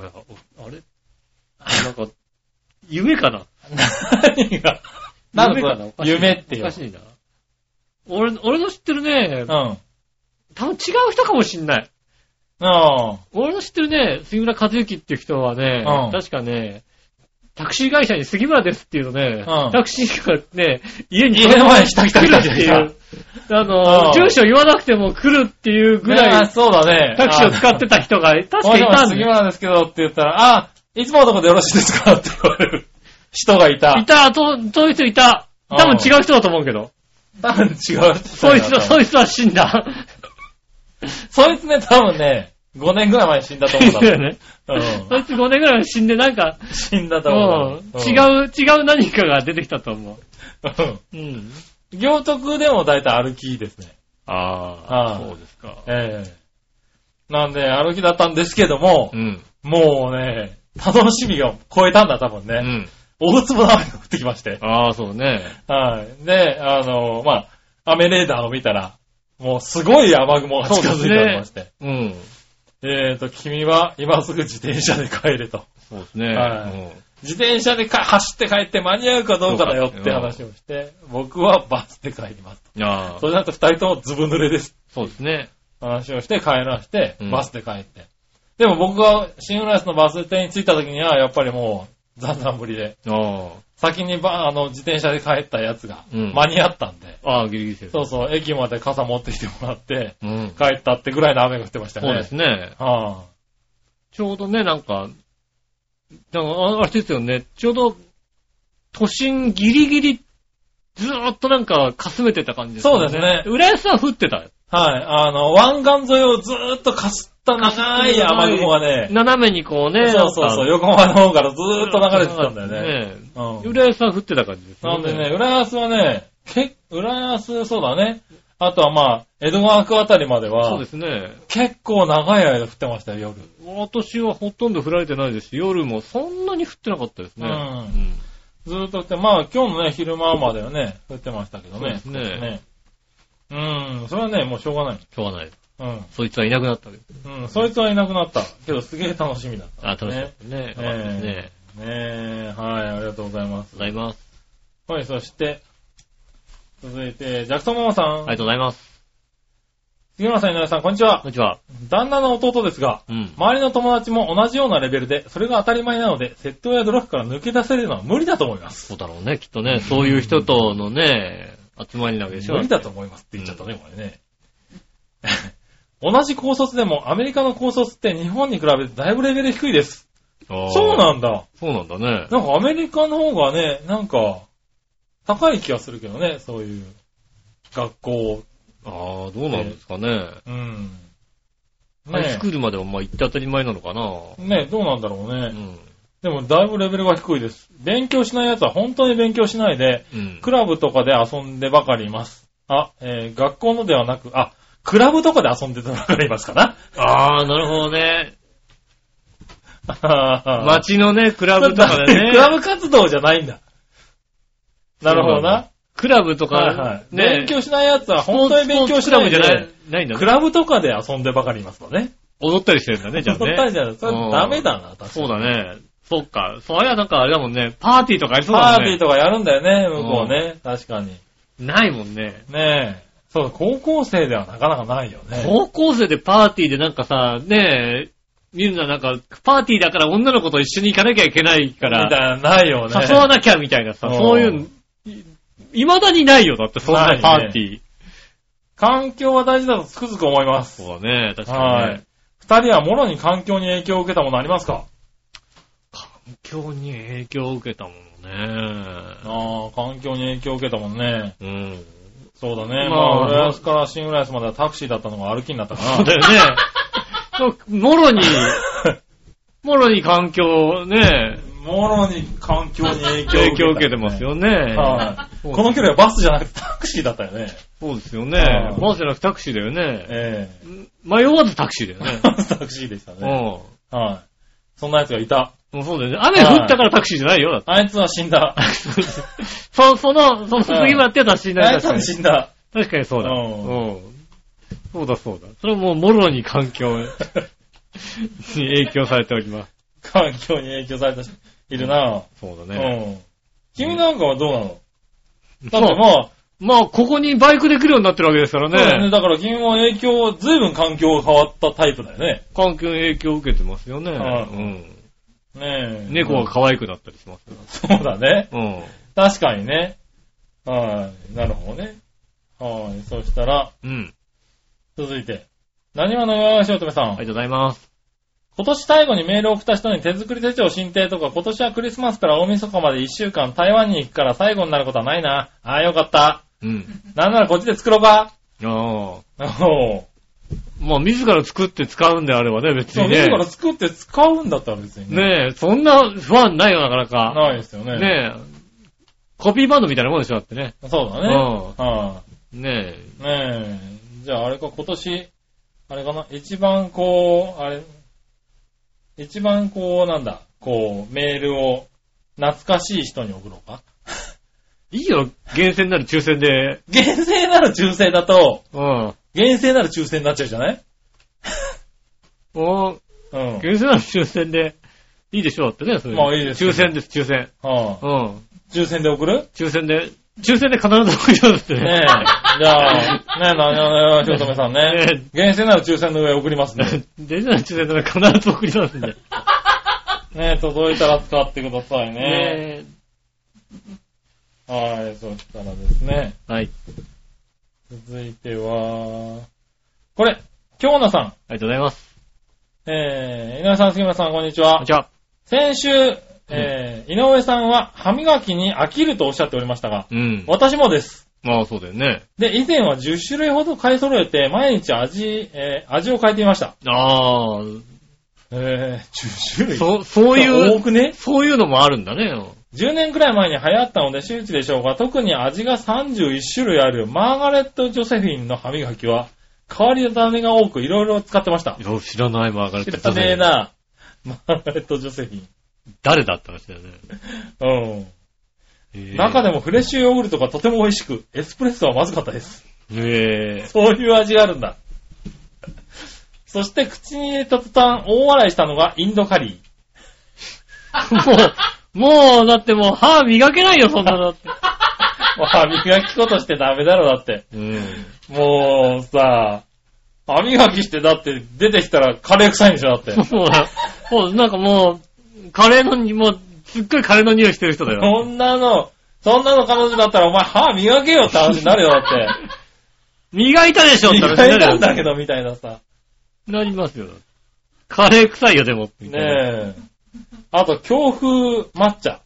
Speaker 2: ああれなんか、 夢かな
Speaker 3: 何がなんかこう夢って
Speaker 2: お
Speaker 3: よ。
Speaker 2: かしいな。俺、俺の知ってるね
Speaker 3: う、ん。
Speaker 2: 多分違う人かもしんない。
Speaker 3: ああ。
Speaker 2: 俺の知ってるね、杉村和幸っていう人はね、
Speaker 3: うん
Speaker 2: 確かね、タクシー会社に杉村ですっていうのね、
Speaker 3: うん
Speaker 2: タクシーがね、家に
Speaker 3: 家の前に来た来た来た来た
Speaker 2: 来るっていう、あの、
Speaker 3: うん
Speaker 2: 住所言わなくても来るって いうぐら
Speaker 3: ねあ
Speaker 2: い、
Speaker 3: そうだね。
Speaker 2: タクシーを使ってた人が確
Speaker 3: あ。も
Speaker 2: かい
Speaker 3: した
Speaker 2: ん
Speaker 3: もし
Speaker 2: だ
Speaker 3: 杉
Speaker 2: よ。
Speaker 3: 村ですけどって言ったら、あ、いつものとこでよろしいですかって言われる 人がいた。
Speaker 2: いた、とそういう人いた。多分違う人だと思うけど。
Speaker 3: 多分違う人だな。
Speaker 2: そいつは、そ
Speaker 3: い
Speaker 2: いつは死んだ。
Speaker 3: つ。そいつね、多分ね、5年ぐらい前に死んだと思うんだ
Speaker 2: だよね。
Speaker 3: う
Speaker 2: そ
Speaker 3: ん
Speaker 2: いつ5年ぐらい前に死んで、なんか、
Speaker 3: 死んだと思
Speaker 2: も
Speaker 3: う
Speaker 2: う、。違
Speaker 3: う
Speaker 2: う、違う何かが出てきたと思
Speaker 3: ん。うん
Speaker 2: う。うん。
Speaker 3: 行徳でも大体歩きですね。
Speaker 2: あ
Speaker 3: あー
Speaker 2: ですか。
Speaker 3: ええなんで、歩きだったんですけども
Speaker 2: う、ん。
Speaker 3: もうね、楽しみが超えたんだ、多分
Speaker 2: う
Speaker 3: ね。
Speaker 2: ん。
Speaker 3: 大粒の雨が降ってきまして。
Speaker 2: ああ、そうね。
Speaker 3: はい。で、あの、まあ、雨レーダーを見たら、もうすごい雨雲が近づいておりまして。
Speaker 2: うん。
Speaker 3: えーと、君は今すぐ自転車で帰れと。
Speaker 2: そうですね。
Speaker 3: はい自転車でか走って帰って間に合うかどうかだよって話をして、僕はバスで帰ります
Speaker 2: うん。ああ
Speaker 3: と。そ、れだと二人ともずぶ濡れです。
Speaker 2: そうですね。
Speaker 3: 話をして帰らして
Speaker 2: うん、
Speaker 3: バスで帰って。でも僕が新浦安のバス停に着いた時には、やっぱりもう、残々ぶりで、
Speaker 2: あ
Speaker 3: 先にば、あの、自転車で帰ったやつが、
Speaker 2: うん
Speaker 3: 間に合ったんで、
Speaker 2: あ。ああ、ギリギリセーフ。
Speaker 3: そうそう、駅まで傘持ってきてもらって、
Speaker 2: うん。
Speaker 3: 帰ったってぐらいの雨が降ってましたね。
Speaker 2: そうですね。
Speaker 3: は
Speaker 2: ちょうどね、なんか、なんかああれですよね。ちょうど、都心ギリギリ、ずーっとなんか、かすめてた感じですよね。
Speaker 3: そうですね
Speaker 2: 浦安は降ってたよ。
Speaker 3: あはい、あの、湾岸沿いをずーっとかすった長い雨雲がね、
Speaker 2: 斜めにこうね。
Speaker 3: そうそうそう、
Speaker 2: なんか
Speaker 3: 横浜の方からずーっと流れてたんだよね。
Speaker 2: ね
Speaker 3: う
Speaker 2: え。
Speaker 3: ん
Speaker 2: 浦安は降ってた感じです
Speaker 3: なんでね、。浦安はね、け、浦安、そうだね。あとはまあ、江戸川区あたりまで
Speaker 2: そう
Speaker 3: は
Speaker 2: で、すね。
Speaker 3: 結構長い間降ってましたよ、夜。
Speaker 2: 私はほとんど降られてないですし、夜もそんなに降ってなかったですね。
Speaker 3: うんずーっと降って、まあ今日のね、昼間まではね、降ってましたけどね。
Speaker 2: そうですね
Speaker 3: ねうん、それはね、もうしょうがない。
Speaker 2: しょうがない。
Speaker 3: う
Speaker 2: そいつはいなくなったわけです。
Speaker 3: ん。うん、そいつはいなくなった。けどすげえ楽しみだった。
Speaker 2: あ、楽しかっ
Speaker 3: ね。
Speaker 2: たね。よか
Speaker 3: え
Speaker 2: ったですね。ありがと
Speaker 3: ねえ、はい、ありがとうございます
Speaker 2: う。ございます。
Speaker 3: はい、そして、続いて、ジャクソンママさん。
Speaker 2: ありがとうございます。
Speaker 3: 杉村さん、井上さん、こんにちは
Speaker 2: こん。にちは。
Speaker 3: 旦那の弟ですが、
Speaker 2: うん。
Speaker 3: 周りの友達も同じようなレベルで、それが当たり前なので、窃盗やドラッグから抜け出せるのは無理だと思います。
Speaker 2: そうだろうね、きっとね。そういう人とのね、集まりなわけでしょ。
Speaker 3: 無理だと思いますって言っちゃったね、これね。 同じ高卒でも、アメリカの高卒って日本に比べてだいぶレベル低いです。そ
Speaker 2: だ
Speaker 3: うなんだ。
Speaker 2: そうなんだね。
Speaker 3: なんかアメリカの方がね、なんか、高い気がするけどね、そういう、学校。
Speaker 2: ああ、どうなんですかね。
Speaker 3: うん。
Speaker 2: ハイスクールまではまあ行って当たり前なのかな。
Speaker 3: ねどうなんだろう
Speaker 2: う
Speaker 3: ね。
Speaker 2: ん。
Speaker 3: でも、だいぶレベルが低いです。勉強しない奴は本当に勉強しないで、
Speaker 2: うん。
Speaker 3: クラブとかで遊んでばかりいます。あ、えー学校のではなく、あ、クラブとかで遊んでばかりいますかな。
Speaker 2: ああ、なるほどね。
Speaker 3: マ
Speaker 2: 街のね、クラブとかでね。
Speaker 3: クラブ活動じゃないんだ。なるほどな。
Speaker 2: クラブと
Speaker 3: はい
Speaker 2: か
Speaker 3: は、い。
Speaker 2: ね
Speaker 3: 勉、強しない奴は本当に勉強しな
Speaker 2: スポーツクラブ
Speaker 3: い
Speaker 2: じゃない
Speaker 3: で、、
Speaker 2: ないんだ
Speaker 3: ク
Speaker 2: ね。
Speaker 3: ラブとかで遊んでばかりいますのね。
Speaker 2: 踊ったりしてるんだね、じゃあ
Speaker 3: そんなん
Speaker 2: ね。
Speaker 3: じゃないそれ
Speaker 2: うん
Speaker 3: ダメだな、確かに。
Speaker 2: そうだね。そっか。そりゃなんかあれだもんね。パーティーとかありそう
Speaker 3: パ
Speaker 2: だ
Speaker 3: ー
Speaker 2: もん
Speaker 3: ティ
Speaker 2: ね
Speaker 3: ー。とかやるんだよね、向こうね。確かに。
Speaker 2: ないもんね。
Speaker 3: ねえ。そう、高校生ではなかなかないよね。
Speaker 2: 高校生でパーティーでなんかさ、ねえ、みんななんか、パーティーだから女の子と一緒に行かなきゃいけないか
Speaker 3: みたい
Speaker 2: ら、
Speaker 3: な、ないよね。
Speaker 2: 誘わなきゃみたいなさ、
Speaker 3: うん
Speaker 2: そういう、い未だにないよ、だって、そんなパーティー。
Speaker 3: 環境は大事だとつくづく思います。
Speaker 2: そうだね、確かに、ね。
Speaker 3: はい。二人はもろに環境に影響を受けたものありますか
Speaker 2: 環境に影響を受けたものね。
Speaker 3: ああ、環境に影響を受けたもんね。
Speaker 2: うん。
Speaker 3: そうだ
Speaker 2: ま
Speaker 3: ね。ま
Speaker 2: あ
Speaker 3: あ、浦安から新浦安まではタクシーだったのが歩きになった
Speaker 2: そう
Speaker 3: か
Speaker 2: だ
Speaker 3: な。
Speaker 2: よね。そうもろに、もろに環境、ね、
Speaker 3: もろに環境に影響を受けた、
Speaker 2: 影響を受けてます。よね。
Speaker 3: はい。
Speaker 2: そう
Speaker 3: この距離はバスじゃなくてタクシーだったよね。
Speaker 2: そうですよね
Speaker 3: は。い
Speaker 2: バスじゃなくタクシーだよね。
Speaker 3: ええ。
Speaker 2: 迷わずタクシーだよね
Speaker 3: タクシーでした
Speaker 2: う
Speaker 3: ね。はい。そんな奴がいた。
Speaker 2: ん。もうそうだよね。雨降ったからタクシーじゃないよ、だって。
Speaker 3: あいつは死ん だ。
Speaker 2: そ、 その、その次もやってたら死んだ
Speaker 3: あ
Speaker 2: よ
Speaker 3: い
Speaker 2: 確
Speaker 3: つ
Speaker 2: か
Speaker 3: は
Speaker 2: に。
Speaker 3: 死んだ。
Speaker 2: 確かにそうだ。う
Speaker 3: うん
Speaker 2: ん。そうだそうだ。それはもうもろに環 境に影響されております。
Speaker 3: 環境に影響された人いるな。
Speaker 2: そうだ
Speaker 3: う
Speaker 2: ね。
Speaker 3: ん。君なんかはどうなのだ
Speaker 2: そう
Speaker 3: ってまあ、
Speaker 2: まあ、ここにバイクで来るようになってるわけですか
Speaker 3: そうだよ
Speaker 2: ら
Speaker 3: ね。
Speaker 2: ね。
Speaker 3: だから君は影響を、随分環境が変わったタイプだよね。
Speaker 2: 環境に影響を受けてますよね。
Speaker 3: はい
Speaker 2: うん。
Speaker 3: ねえ。
Speaker 2: 猫が可愛くなったりしますよ。
Speaker 3: そうだね。
Speaker 2: うん。
Speaker 3: 確かにね。はい。なるほどね。はい。そしたら、
Speaker 2: うん。
Speaker 3: 続いて。何話のよしおとめさん。
Speaker 2: ありがとうございます。
Speaker 3: 今年最後にメールを送った人に手作り手帳申請とか、今年はクリスマスから大晦日まで1週間台湾に行くから最後になることはないな。ああ、よかった。
Speaker 2: うん。
Speaker 3: なんならこっちで作ろう
Speaker 2: あ
Speaker 3: か。
Speaker 2: あ。
Speaker 3: おう
Speaker 2: まあ、自ら作って使うんであればね、別
Speaker 3: そう、
Speaker 2: に
Speaker 3: 自
Speaker 2: ね。
Speaker 3: ら作って使うんだったら別にね。
Speaker 2: ねえ、そんな不安ないよ、なかなか。
Speaker 3: ないですよね。
Speaker 2: ねえ。コピーバンドみたいなもんでしょ、だってね。
Speaker 3: そうだ
Speaker 2: う
Speaker 3: ね。
Speaker 2: ん。
Speaker 3: は
Speaker 2: ねえ。
Speaker 3: いねえ。じゃああれか、今年、あれかな、一番こう、あれ、一番こう、なんだ、こう、メールを懐かしい人に送ろうか。
Speaker 2: いいよ、厳選なる抽選で。
Speaker 3: 厳正なる抽選だと、
Speaker 2: うん。
Speaker 3: 厳正なる抽選になっちゃうじゃない
Speaker 2: お
Speaker 3: うん。はい、
Speaker 2: 厳選なる抽選で。いいでしょうだってね、それ。
Speaker 3: まあいいです
Speaker 2: 抽選です、抽選。うん。
Speaker 3: 抽選で送る
Speaker 2: 抽選で、抽選で必ず送りますって
Speaker 3: ねえ。じ
Speaker 2: ね。
Speaker 3: ゃあ、ねえ、何々、ひろとめさんね。厳正なる抽選の上送りますね。
Speaker 2: 電車の抽選で必ず送りますんで。ね
Speaker 3: ねえ、届いたら使ってくださいね。
Speaker 2: え。
Speaker 3: はい、そしたらですね。
Speaker 2: はい。
Speaker 3: 続いては、これ、京奈さん。
Speaker 2: ありがとうございます。
Speaker 3: えー、井上さん、杉村さん、こんにち
Speaker 2: こん
Speaker 3: は
Speaker 2: に。ちは。
Speaker 3: 先週、えー、井上さんは歯磨きに飽きるとおっしゃっておりましたが、
Speaker 2: うん。
Speaker 3: 私もです。
Speaker 2: まあ、そうだよね。
Speaker 3: で、以前は10種類ほど買い揃えて、毎日味、えー、味を変えていました。
Speaker 2: ああ、
Speaker 3: えー、10種類
Speaker 2: そ、そうい
Speaker 3: 多
Speaker 2: う、
Speaker 3: くね
Speaker 2: そういうのもあるんだね。
Speaker 3: 10年くらい前に流行ったので周知でしょうが、特に味が31種類あるマーガレット・ジョセフィンの歯磨きは、変わり種が多くいろいろ使ってました。
Speaker 2: いや知らないマーガレ
Speaker 3: 知
Speaker 2: ッ
Speaker 3: ら
Speaker 2: ト。
Speaker 3: ねえ。な。マーガレット・ジョセフィ
Speaker 2: 誰だったんですよね。
Speaker 3: ン。
Speaker 2: へ
Speaker 3: う
Speaker 2: え
Speaker 3: ん。中でもフレッシュヨーグルトがとても美味しく、エスプレッソはまずかったです。
Speaker 2: へえ。
Speaker 3: そういう味があるんだ。 そして口に入れた途端、大笑いしたのがインドカリー。
Speaker 2: もう、もう、だってもう歯磨けないよ、そんなのだって。
Speaker 3: 歯磨き粉としてダメだろ、だって。
Speaker 2: うん。
Speaker 3: もうさ、歯磨きしてだって出てきたらカレー臭いんでしょ、だって。
Speaker 2: そうだ。そう、なんかもう、カレーのに、もう、すっごいカレーの匂いしてる人だよ。
Speaker 3: そんなの、そんなの彼女だったらお前歯磨けよって話になるよ、だ って。
Speaker 2: 磨いたでしょって
Speaker 3: 磨い
Speaker 2: 話になる
Speaker 3: た
Speaker 2: よ
Speaker 3: んだけど、みたいなさ。
Speaker 2: なりますよ。カレー臭いよ、でも。みたいな
Speaker 3: ねえ。あと、強風抹茶、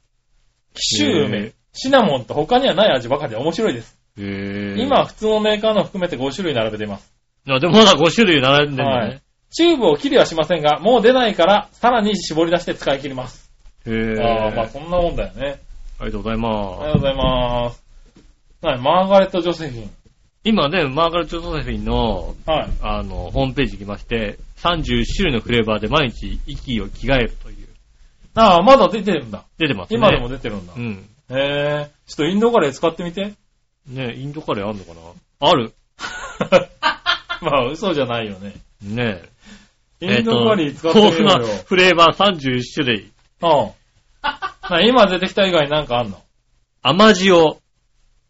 Speaker 3: 紀州
Speaker 2: へ
Speaker 3: 梅
Speaker 2: え、
Speaker 3: シナモンと他にはない味ばかりで面白いです。
Speaker 2: へえ。
Speaker 3: 今、普通のメーカーの含めて5種類並べています。
Speaker 2: あでもまだ5種類並んでんだ
Speaker 3: は
Speaker 2: ね
Speaker 3: い。チューブを切りはしませんが、もう出ないから、さらに絞り出して使い切ります。
Speaker 2: へぇー。
Speaker 3: ああ、ま
Speaker 2: あ
Speaker 3: あそんなもんだよね。
Speaker 2: りがとうござい
Speaker 3: あ
Speaker 2: ます。
Speaker 3: りがとうございます。はい、マーガレット・ジョセフィン。
Speaker 2: 今ね、マーガレット・ソセフィンの、
Speaker 3: はい。
Speaker 2: あの、ホームページ行きまして、31種類のフレーバーで毎日息を着替えるという。
Speaker 3: ああ、まだ出てるんだ。
Speaker 2: 出てますね。
Speaker 3: 今でも出てるんだ。
Speaker 2: う
Speaker 3: へ
Speaker 2: ん。
Speaker 3: え、ちょっとインドカレー使ってみ て。
Speaker 2: ねインドカレーあんのかなある。
Speaker 3: まあ、嘘じゃないよね。
Speaker 2: ね
Speaker 3: インドカレー使っ
Speaker 2: え
Speaker 3: て
Speaker 2: っと
Speaker 3: みよ
Speaker 2: 豊
Speaker 3: う
Speaker 2: 富なフレーバー31種類。
Speaker 3: よ。うん。な今出てきた以外になんかあんの
Speaker 2: 甘塩、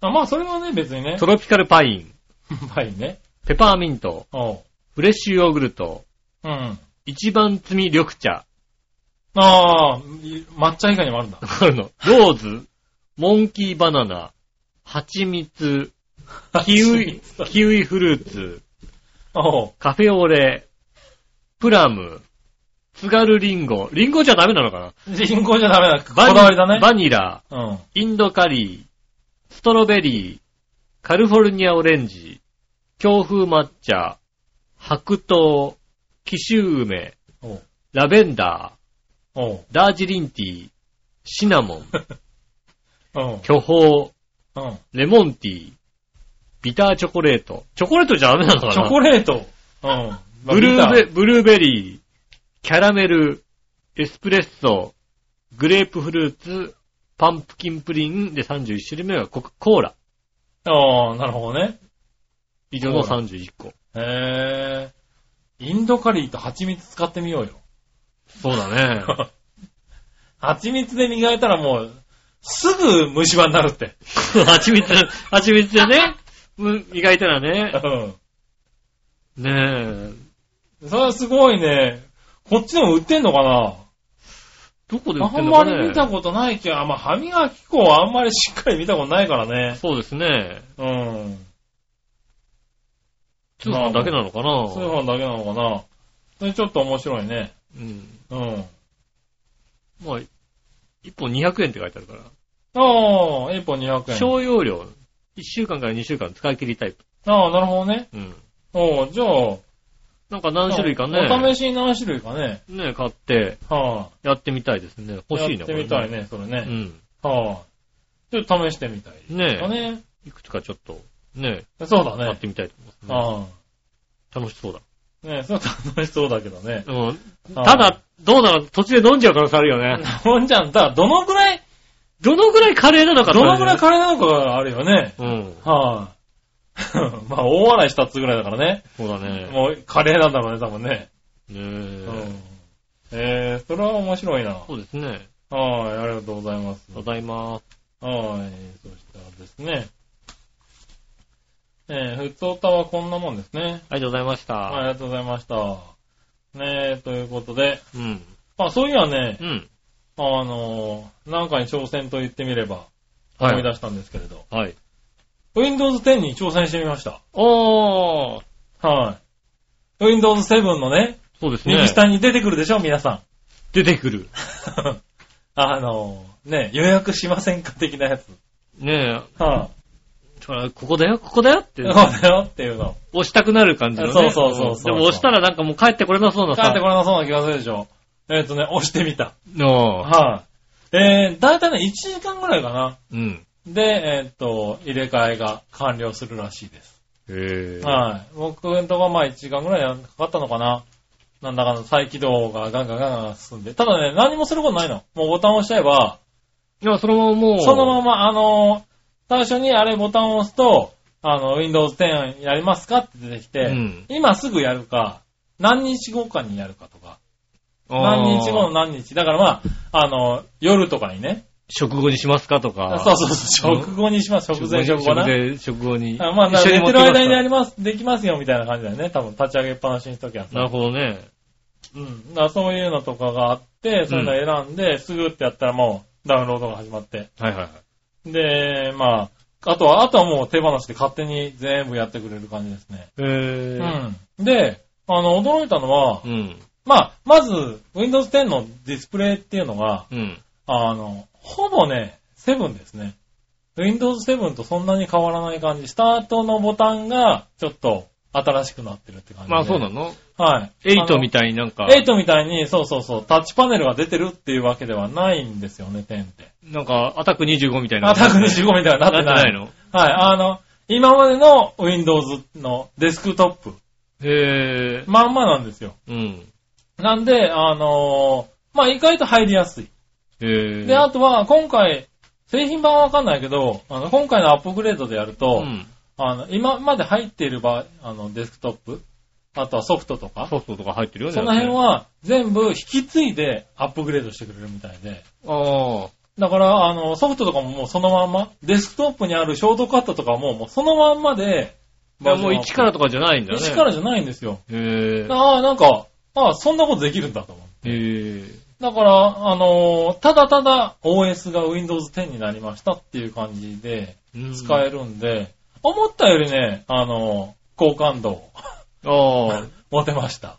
Speaker 3: あまあ、それはね、別にね
Speaker 2: ト。ロピカルパイン、
Speaker 3: まあいいね。
Speaker 2: ペパーミント、
Speaker 3: うん。
Speaker 2: フレッシュヨーグルト、
Speaker 3: うん。
Speaker 2: 一番摘み緑茶、
Speaker 3: ああ、い抹茶以外にも あるんだ。
Speaker 2: あるの、ローズ、モンキーバナナ、蜂蜜、キウイ、キウイフルーツ、
Speaker 3: おう
Speaker 2: カフェオレ、プラム、津軽リンゴ。リンゴじゃダメなのかな
Speaker 3: リンゴじゃダメだ。こ
Speaker 2: バニ
Speaker 3: だわりだね。
Speaker 2: バニラ、
Speaker 3: うん。
Speaker 2: インドカリー、ストロベリー、カリフォルニアオレンジ、強風抹茶、白桃、紀州梅、
Speaker 3: おう
Speaker 2: ラベンダ
Speaker 3: おう
Speaker 2: ー、ダージリンティー、シナモン、
Speaker 3: おう
Speaker 2: 巨峰、
Speaker 3: うん。
Speaker 2: レモンティー、ビターチョコレート。チョコレートじゃダメなのかな
Speaker 3: チョコレート。うん。
Speaker 2: ブルーベ
Speaker 3: ー。
Speaker 2: ブルーベリー、キャラメル、エスプレッソ、グレープフルーツ、パンプキンプリンで31種類目はコカ・コーラ。
Speaker 3: ああ、なるほどね。
Speaker 2: 以上の
Speaker 3: コー
Speaker 2: 31個。
Speaker 3: へえ。インドカリーと蜂蜜使ってみよう よ。
Speaker 2: そうだね
Speaker 3: 蜂蜜で磨いたらもう、すぐ虫歯になるって。
Speaker 2: 蜂蜜、蜂蜜でね、うん磨いたらね。
Speaker 3: う
Speaker 2: ねえ。
Speaker 3: ん。それはすごいね。こっちでも売ってんのかな
Speaker 2: どこで売って
Speaker 3: あ
Speaker 2: ん
Speaker 3: ん
Speaker 2: のか
Speaker 3: ま
Speaker 2: ね
Speaker 3: り見たことないけど、あまあ歯磨き粉はあんまりしっかり見たことないからね。
Speaker 2: そうですね。
Speaker 3: うん。
Speaker 2: 通販だけなのか
Speaker 3: 通
Speaker 2: な、
Speaker 3: 販だけなのかなそれちょっと面白いね。
Speaker 2: うん。
Speaker 3: うん。
Speaker 2: まあ、1本200円って書いてあるから。
Speaker 3: ああ、1本200円。
Speaker 2: 小容量。1週間から2週間使い切りタイプ。
Speaker 3: ああ、なるほどね。
Speaker 2: うん。
Speaker 3: おうじゃあ、
Speaker 2: なんか何種類かね。
Speaker 3: お試しに何種類かね。
Speaker 2: ね、買って、
Speaker 3: は
Speaker 2: やってみたいですね。
Speaker 3: あ。
Speaker 2: 欲しいな、
Speaker 3: やってみたい
Speaker 2: ね。
Speaker 3: ね、それ
Speaker 2: う
Speaker 3: ね。
Speaker 2: ん。
Speaker 3: はあ。ちょっと試してみたい。だ
Speaker 2: ね
Speaker 3: ね。
Speaker 2: え、いくつかちょっと、ね
Speaker 3: そうだ
Speaker 2: え、買っ
Speaker 3: ね。
Speaker 2: てみたいと思いますね、
Speaker 3: あ
Speaker 2: 楽しそうだ。
Speaker 3: あ。ねそう楽しそうだけどね。
Speaker 2: うん。
Speaker 3: あ
Speaker 2: ただ、どうなの途中で飲んじゃう可能性あるよね。
Speaker 3: ほんちゃん、だ、どのくらい、
Speaker 2: どのぐらいカレーなのか
Speaker 3: どのくらい
Speaker 2: か。
Speaker 3: カレーなのかがあるよね。
Speaker 2: うん。
Speaker 3: はい まあ、大笑いしたっつうぐらいだからね。
Speaker 2: そうだね。
Speaker 3: もう、カレーなんだろうね、多分ね。
Speaker 2: ねえ。
Speaker 3: うん。えー、それは面白いな。
Speaker 2: そうですね。
Speaker 3: はい、ありがとうございます。
Speaker 2: ただいま。
Speaker 3: はい、そしたらですね。えー、ふつおたはこんなもんですね。
Speaker 2: ありがとうございまし
Speaker 3: はい、あ
Speaker 2: た。
Speaker 3: りがとうございました。ねえ、ということで。
Speaker 2: うん。
Speaker 3: あ、そういやね、
Speaker 2: うん。
Speaker 3: あのー、なんかに挑戦と言ってみれば、
Speaker 2: はい
Speaker 3: 思い出したんですけれど、
Speaker 2: はい。
Speaker 3: Windows 10に挑戦してみました。
Speaker 2: おー。
Speaker 3: はい。Windows 7のね、
Speaker 2: そうですね。
Speaker 3: 右下に出てくるでしょ、皆さ
Speaker 2: 出てくる。
Speaker 3: ん。 あのー、ね、予約しませんか的なやつ。
Speaker 2: ね
Speaker 3: は
Speaker 2: え、そらここだよ、ここだよっ
Speaker 3: い、
Speaker 2: て
Speaker 3: そう。だよっていうの。
Speaker 2: 押したくなる感じのね。
Speaker 3: そうそうそうそうん
Speaker 2: でも押したらなんかもう帰ってこれなそうな
Speaker 3: 帰
Speaker 2: さ。
Speaker 3: ってこれなそうな気がするでしょ。えっ、とね、押してみた。
Speaker 2: の
Speaker 3: はい、えー、だいたいね、1時間ぐらいかな。
Speaker 2: うん。
Speaker 3: で、えっ、と、入れ替えが完了するらしいです。
Speaker 2: へぇ
Speaker 3: はい。僕のとこはまあ1時間ぐらいかかったのかな。なんだかの再起動がガンガンガンガン進んで。ただね、何もすることないの。もうボタンを押しちゃえば、
Speaker 2: いや、そのままもう。
Speaker 3: そのまま、あの最初にあれボタンを押すと、あの、Windows 10やりますかって出てきて、
Speaker 2: うん
Speaker 3: 今すぐやるか、何日後かにやるかとか、
Speaker 2: あー
Speaker 3: 何日後の何日。だからまあ、あの、夜とかにね。
Speaker 2: 食後にしますかとか。
Speaker 3: そうそうそう、食後にします。食前、食後な。
Speaker 2: 食前、食後に。
Speaker 3: あまあ、
Speaker 2: 一
Speaker 3: 寝
Speaker 2: 緒
Speaker 3: て
Speaker 2: に持ってき
Speaker 3: る
Speaker 2: ますか
Speaker 3: 間にやります、できますよ、みたいな感じだよね。多分、立ち上げっぱなしにしときゃさ。
Speaker 2: なるほどね。
Speaker 3: うん。だからそういうのとかがあって、そういうの選んで、すぐってやったらもう、ダウンロードが始まって。
Speaker 2: はいはいはい。
Speaker 3: で、まあ、あとは、あとはもう手放しで勝手に全部やってくれる感じですね。
Speaker 2: へぇ
Speaker 3: うん。で、あの、驚いたのは
Speaker 2: う、ん。
Speaker 3: まあ、まず、Windows 10のディスプレイっていうのが、
Speaker 2: うん。
Speaker 3: あの、ほぼね、7ですね。Windows 7とそんなに変わらない感じ。スタートのボタンが、ちょっと、新しくなってるって感じで。
Speaker 2: まあそうなの
Speaker 3: はい。
Speaker 2: エイトみ
Speaker 3: み
Speaker 2: たいになんか、
Speaker 3: エイトみたいに、そうそうそう、タッチパネルが出てるっていうわけではないんですよね、10って。
Speaker 2: なんか、アタック25みたいな。
Speaker 3: アタック25みたいにな
Speaker 2: な
Speaker 3: っ
Speaker 2: って
Speaker 3: て
Speaker 2: な
Speaker 3: ないい。
Speaker 2: の
Speaker 3: はい、あの、今までの Windows のデスクトップ、
Speaker 2: へえ。
Speaker 3: まんまなんですよ。
Speaker 2: うん。
Speaker 3: なんで、あのーまあ、意外と入りやすい。
Speaker 2: へえ。
Speaker 3: で、あとは、今回、製品版はわかんないけど、あの、今回のアップグレードでやると、
Speaker 2: うん。
Speaker 3: あの、今まで入っている場合、あの、デスクトップ、あとはソフトとか、
Speaker 2: ソフトとか入ってるよね。
Speaker 3: その辺は全部引き継いでアップグレードしてくれるみたいで、
Speaker 2: ああ。
Speaker 3: だから、あの、ソフトとかももうそのまんま、デスクトップにあるショートカットとかももうそのまんまで、
Speaker 2: いや、もう1からとかじゃないんだね。
Speaker 3: 一からじゃないんですよ。
Speaker 2: へえ。
Speaker 3: ああ、なんか、ああ、そんなことできるんだと思う。
Speaker 2: へえ。
Speaker 3: だから、あのーただただ OS が Windows 10になりましたっていう感じで
Speaker 2: うん
Speaker 3: 使えるんで、思ったよりね、あのー好感度を
Speaker 2: ああ。
Speaker 3: 持てました。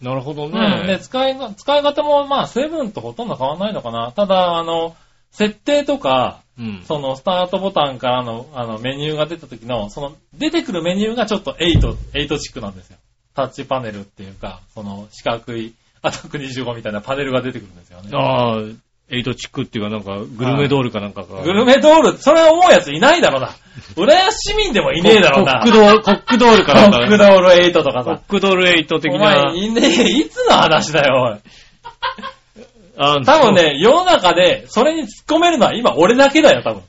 Speaker 2: なるほど
Speaker 3: うん。で、
Speaker 2: ね。
Speaker 3: 使いが、使い方もまあ7とほとんど変わんないのかな。ただ、あの、設定とか、
Speaker 2: うん。
Speaker 3: そのスタートボタンからの、あの、メニューが出た時の、その、出てくるメニューがちょっと8、8チックなんですよ。タッチパネルっていうか、その、四角い、アタック25みたいなパネルが出てくるんですよね。
Speaker 2: ああ、エイトチックっていうかなんか、グルメドールかなんかが。
Speaker 3: グルメドール、それ思うやついないだろうな。浦安市民でもいねえだろうな
Speaker 2: コッ。クドール、コックドールかなんか。
Speaker 3: ックドール8とか
Speaker 2: コッ
Speaker 3: さ。
Speaker 2: クドールエイト的
Speaker 3: お
Speaker 2: な
Speaker 3: 前。いねえ、いつの話だよ、おい。
Speaker 2: あの
Speaker 3: 多分。ね、世の中で、それに突っ込めるのは今俺だけだよ、多分。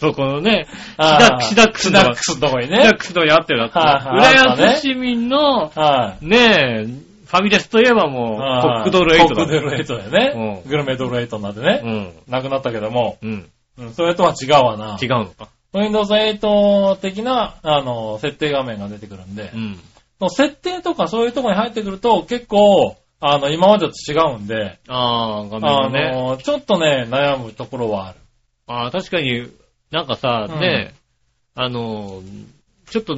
Speaker 2: そこのね、シダ
Speaker 3: あー
Speaker 2: シダックス
Speaker 3: シ
Speaker 2: の
Speaker 3: ダ
Speaker 2: が
Speaker 3: ックスのとこに
Speaker 2: リラッ
Speaker 3: ね。
Speaker 2: クスのやってるやつ。
Speaker 3: はいはい
Speaker 2: 浦
Speaker 3: あった
Speaker 2: 安
Speaker 3: ね
Speaker 2: 市民の、
Speaker 3: はい。
Speaker 2: ねえ、ファミレスといえばもう、コ
Speaker 3: はい
Speaker 2: ックドールエイト
Speaker 3: コ
Speaker 2: だ
Speaker 3: ックドール8だよね。
Speaker 2: うん
Speaker 3: グルメドール8になってね。なくなったけども、
Speaker 2: うん。うん。
Speaker 3: うんそれとは違うわな
Speaker 2: 違。うのか。
Speaker 3: Windows 8的な、あの、設定画面が出てくるんで
Speaker 2: う、ん。
Speaker 3: の設定とかそういうとこに入ってくると、結構、あの、今までと違うんで、
Speaker 2: ああ、画面が
Speaker 3: あ
Speaker 2: ね。
Speaker 3: の、ちょっとね、悩むところはある。
Speaker 2: ああ、確かに、なんかさ、
Speaker 3: うん
Speaker 2: ねえ、あの、ちょっと、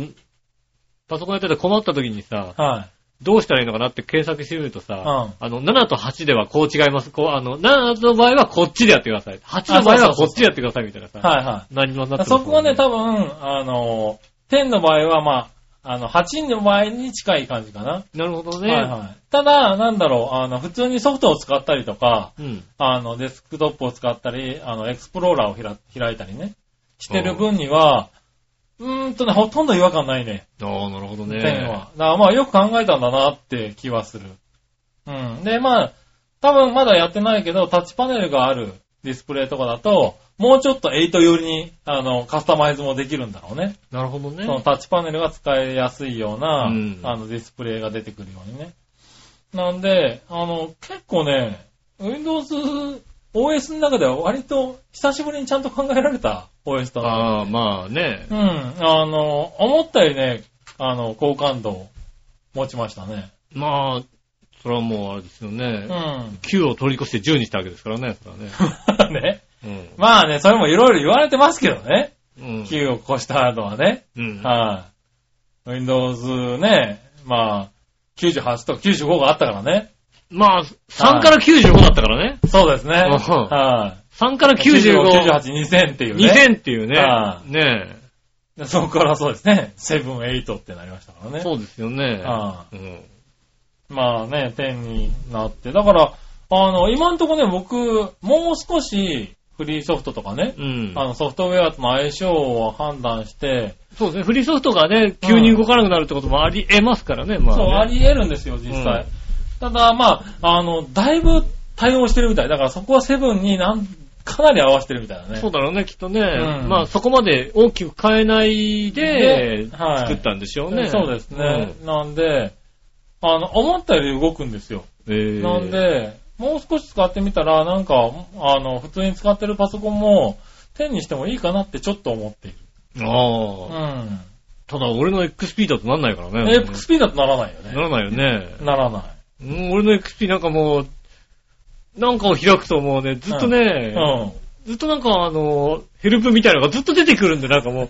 Speaker 2: パソコンやってて困った時にさ、
Speaker 3: は。
Speaker 2: どうしたらいいのかなって検索してみるとさ、あの、7と8ではこう違います。こう、あの、7の場合はこっちでやってください。8の場合はこっちでやってくださいみたいないさ、
Speaker 3: はいは
Speaker 2: 何もなって
Speaker 3: い。
Speaker 2: ますも
Speaker 3: そ
Speaker 2: ん
Speaker 3: こはね、多分、あの、10の場合は、まあ、あの、8の場合に近い感じかな。
Speaker 2: なるほど
Speaker 3: はい
Speaker 2: ね。
Speaker 3: はい。ただ、なんだろう、あの、普通にソフトを使ったりとか、
Speaker 2: うん。
Speaker 3: あの、デスクトップを使ったり、あの、エクスプローラーをひら開いたりね、してる分には、うーんとね、ほとんど違和感ないね。
Speaker 2: ああ、なるほどね。
Speaker 3: 点は。だからまあよく考えたんだなって気はする。うん。で、まあ、多分まだやってないけど、タッチパネルがあるディスプレイとかだと、もうちょっと8寄りに、あの、カスタマイズもできるんだろうね。
Speaker 2: なるほどね。
Speaker 3: そのタッチパネルが使いやすいような、
Speaker 2: うん
Speaker 3: あの、ディスプレイが出てくるようにね。なんで、あの、結構ね、Windows OS の中では割と久しぶりにちゃんと考えられた OS だな
Speaker 2: ああ、まあね
Speaker 3: う。ん。あの、思ったよりね、あの、好感度を持ちましたね。
Speaker 2: まあ、それはもうあれですよ
Speaker 3: う
Speaker 2: ね。
Speaker 3: ん。
Speaker 2: 9を通り越して10にしたわけですからね、それはね。
Speaker 3: ね。
Speaker 2: うん
Speaker 3: まあね、それもいろいろ言われてますけどね。
Speaker 2: うん。
Speaker 3: 9を越したのはね。
Speaker 2: うん。
Speaker 3: はい、Windows ね、まあ、98と95があったからね。
Speaker 2: まあ、3から95だったからね。
Speaker 3: そうですね。
Speaker 2: うん
Speaker 3: はい、
Speaker 2: 3から95、
Speaker 3: 95、98、2000っていうね。
Speaker 2: 2000っていうね
Speaker 3: は。
Speaker 2: ね
Speaker 3: でそこからそうですね。7、8ってなりましたから
Speaker 2: え。
Speaker 3: ね。
Speaker 2: そうですよね。
Speaker 3: は
Speaker 2: うん
Speaker 3: まあね、点になって。だから、あの、今んとこね、僕、もう少しフリーソフトとかね、
Speaker 2: うん。
Speaker 3: あの、ソフトウェアとの相性を判断して、
Speaker 2: そうですね。フリーソフトがね、急に動かなくなるってこともあり得ますからね、まあね。
Speaker 3: そう、あり得るんですよ、実際。ただ、まあ、あの、だいぶ対応してるみたい。だからそこはセブンになん、かなり合わせてるみたいなね。
Speaker 2: そうだろうね、きっとね。
Speaker 3: うん
Speaker 2: まあ、そこまで大きく変えないで、
Speaker 3: ではい
Speaker 2: 作ったんでしょうね。
Speaker 3: そうですね。なんで、あの、思ったより動くんですよ。
Speaker 2: うん。えー
Speaker 3: なんで、もう少し使ってみたら、なんか、あの、普通に使ってるパソコンも、10にしてもいいかなってちょっと思っている。う
Speaker 2: ああ。
Speaker 3: ん。
Speaker 2: ただ、俺の XP だとなんないからね。
Speaker 3: XP だとならないよ
Speaker 2: な
Speaker 3: ね。
Speaker 2: らないよね。
Speaker 3: ならない。
Speaker 2: うん俺の XP なんかもう、なんかを開くともうね、ずっとね、
Speaker 3: う
Speaker 2: ずっとなんかあの、ヘルプみたいなのがずっと出てくるんで、なんかも
Speaker 3: ん。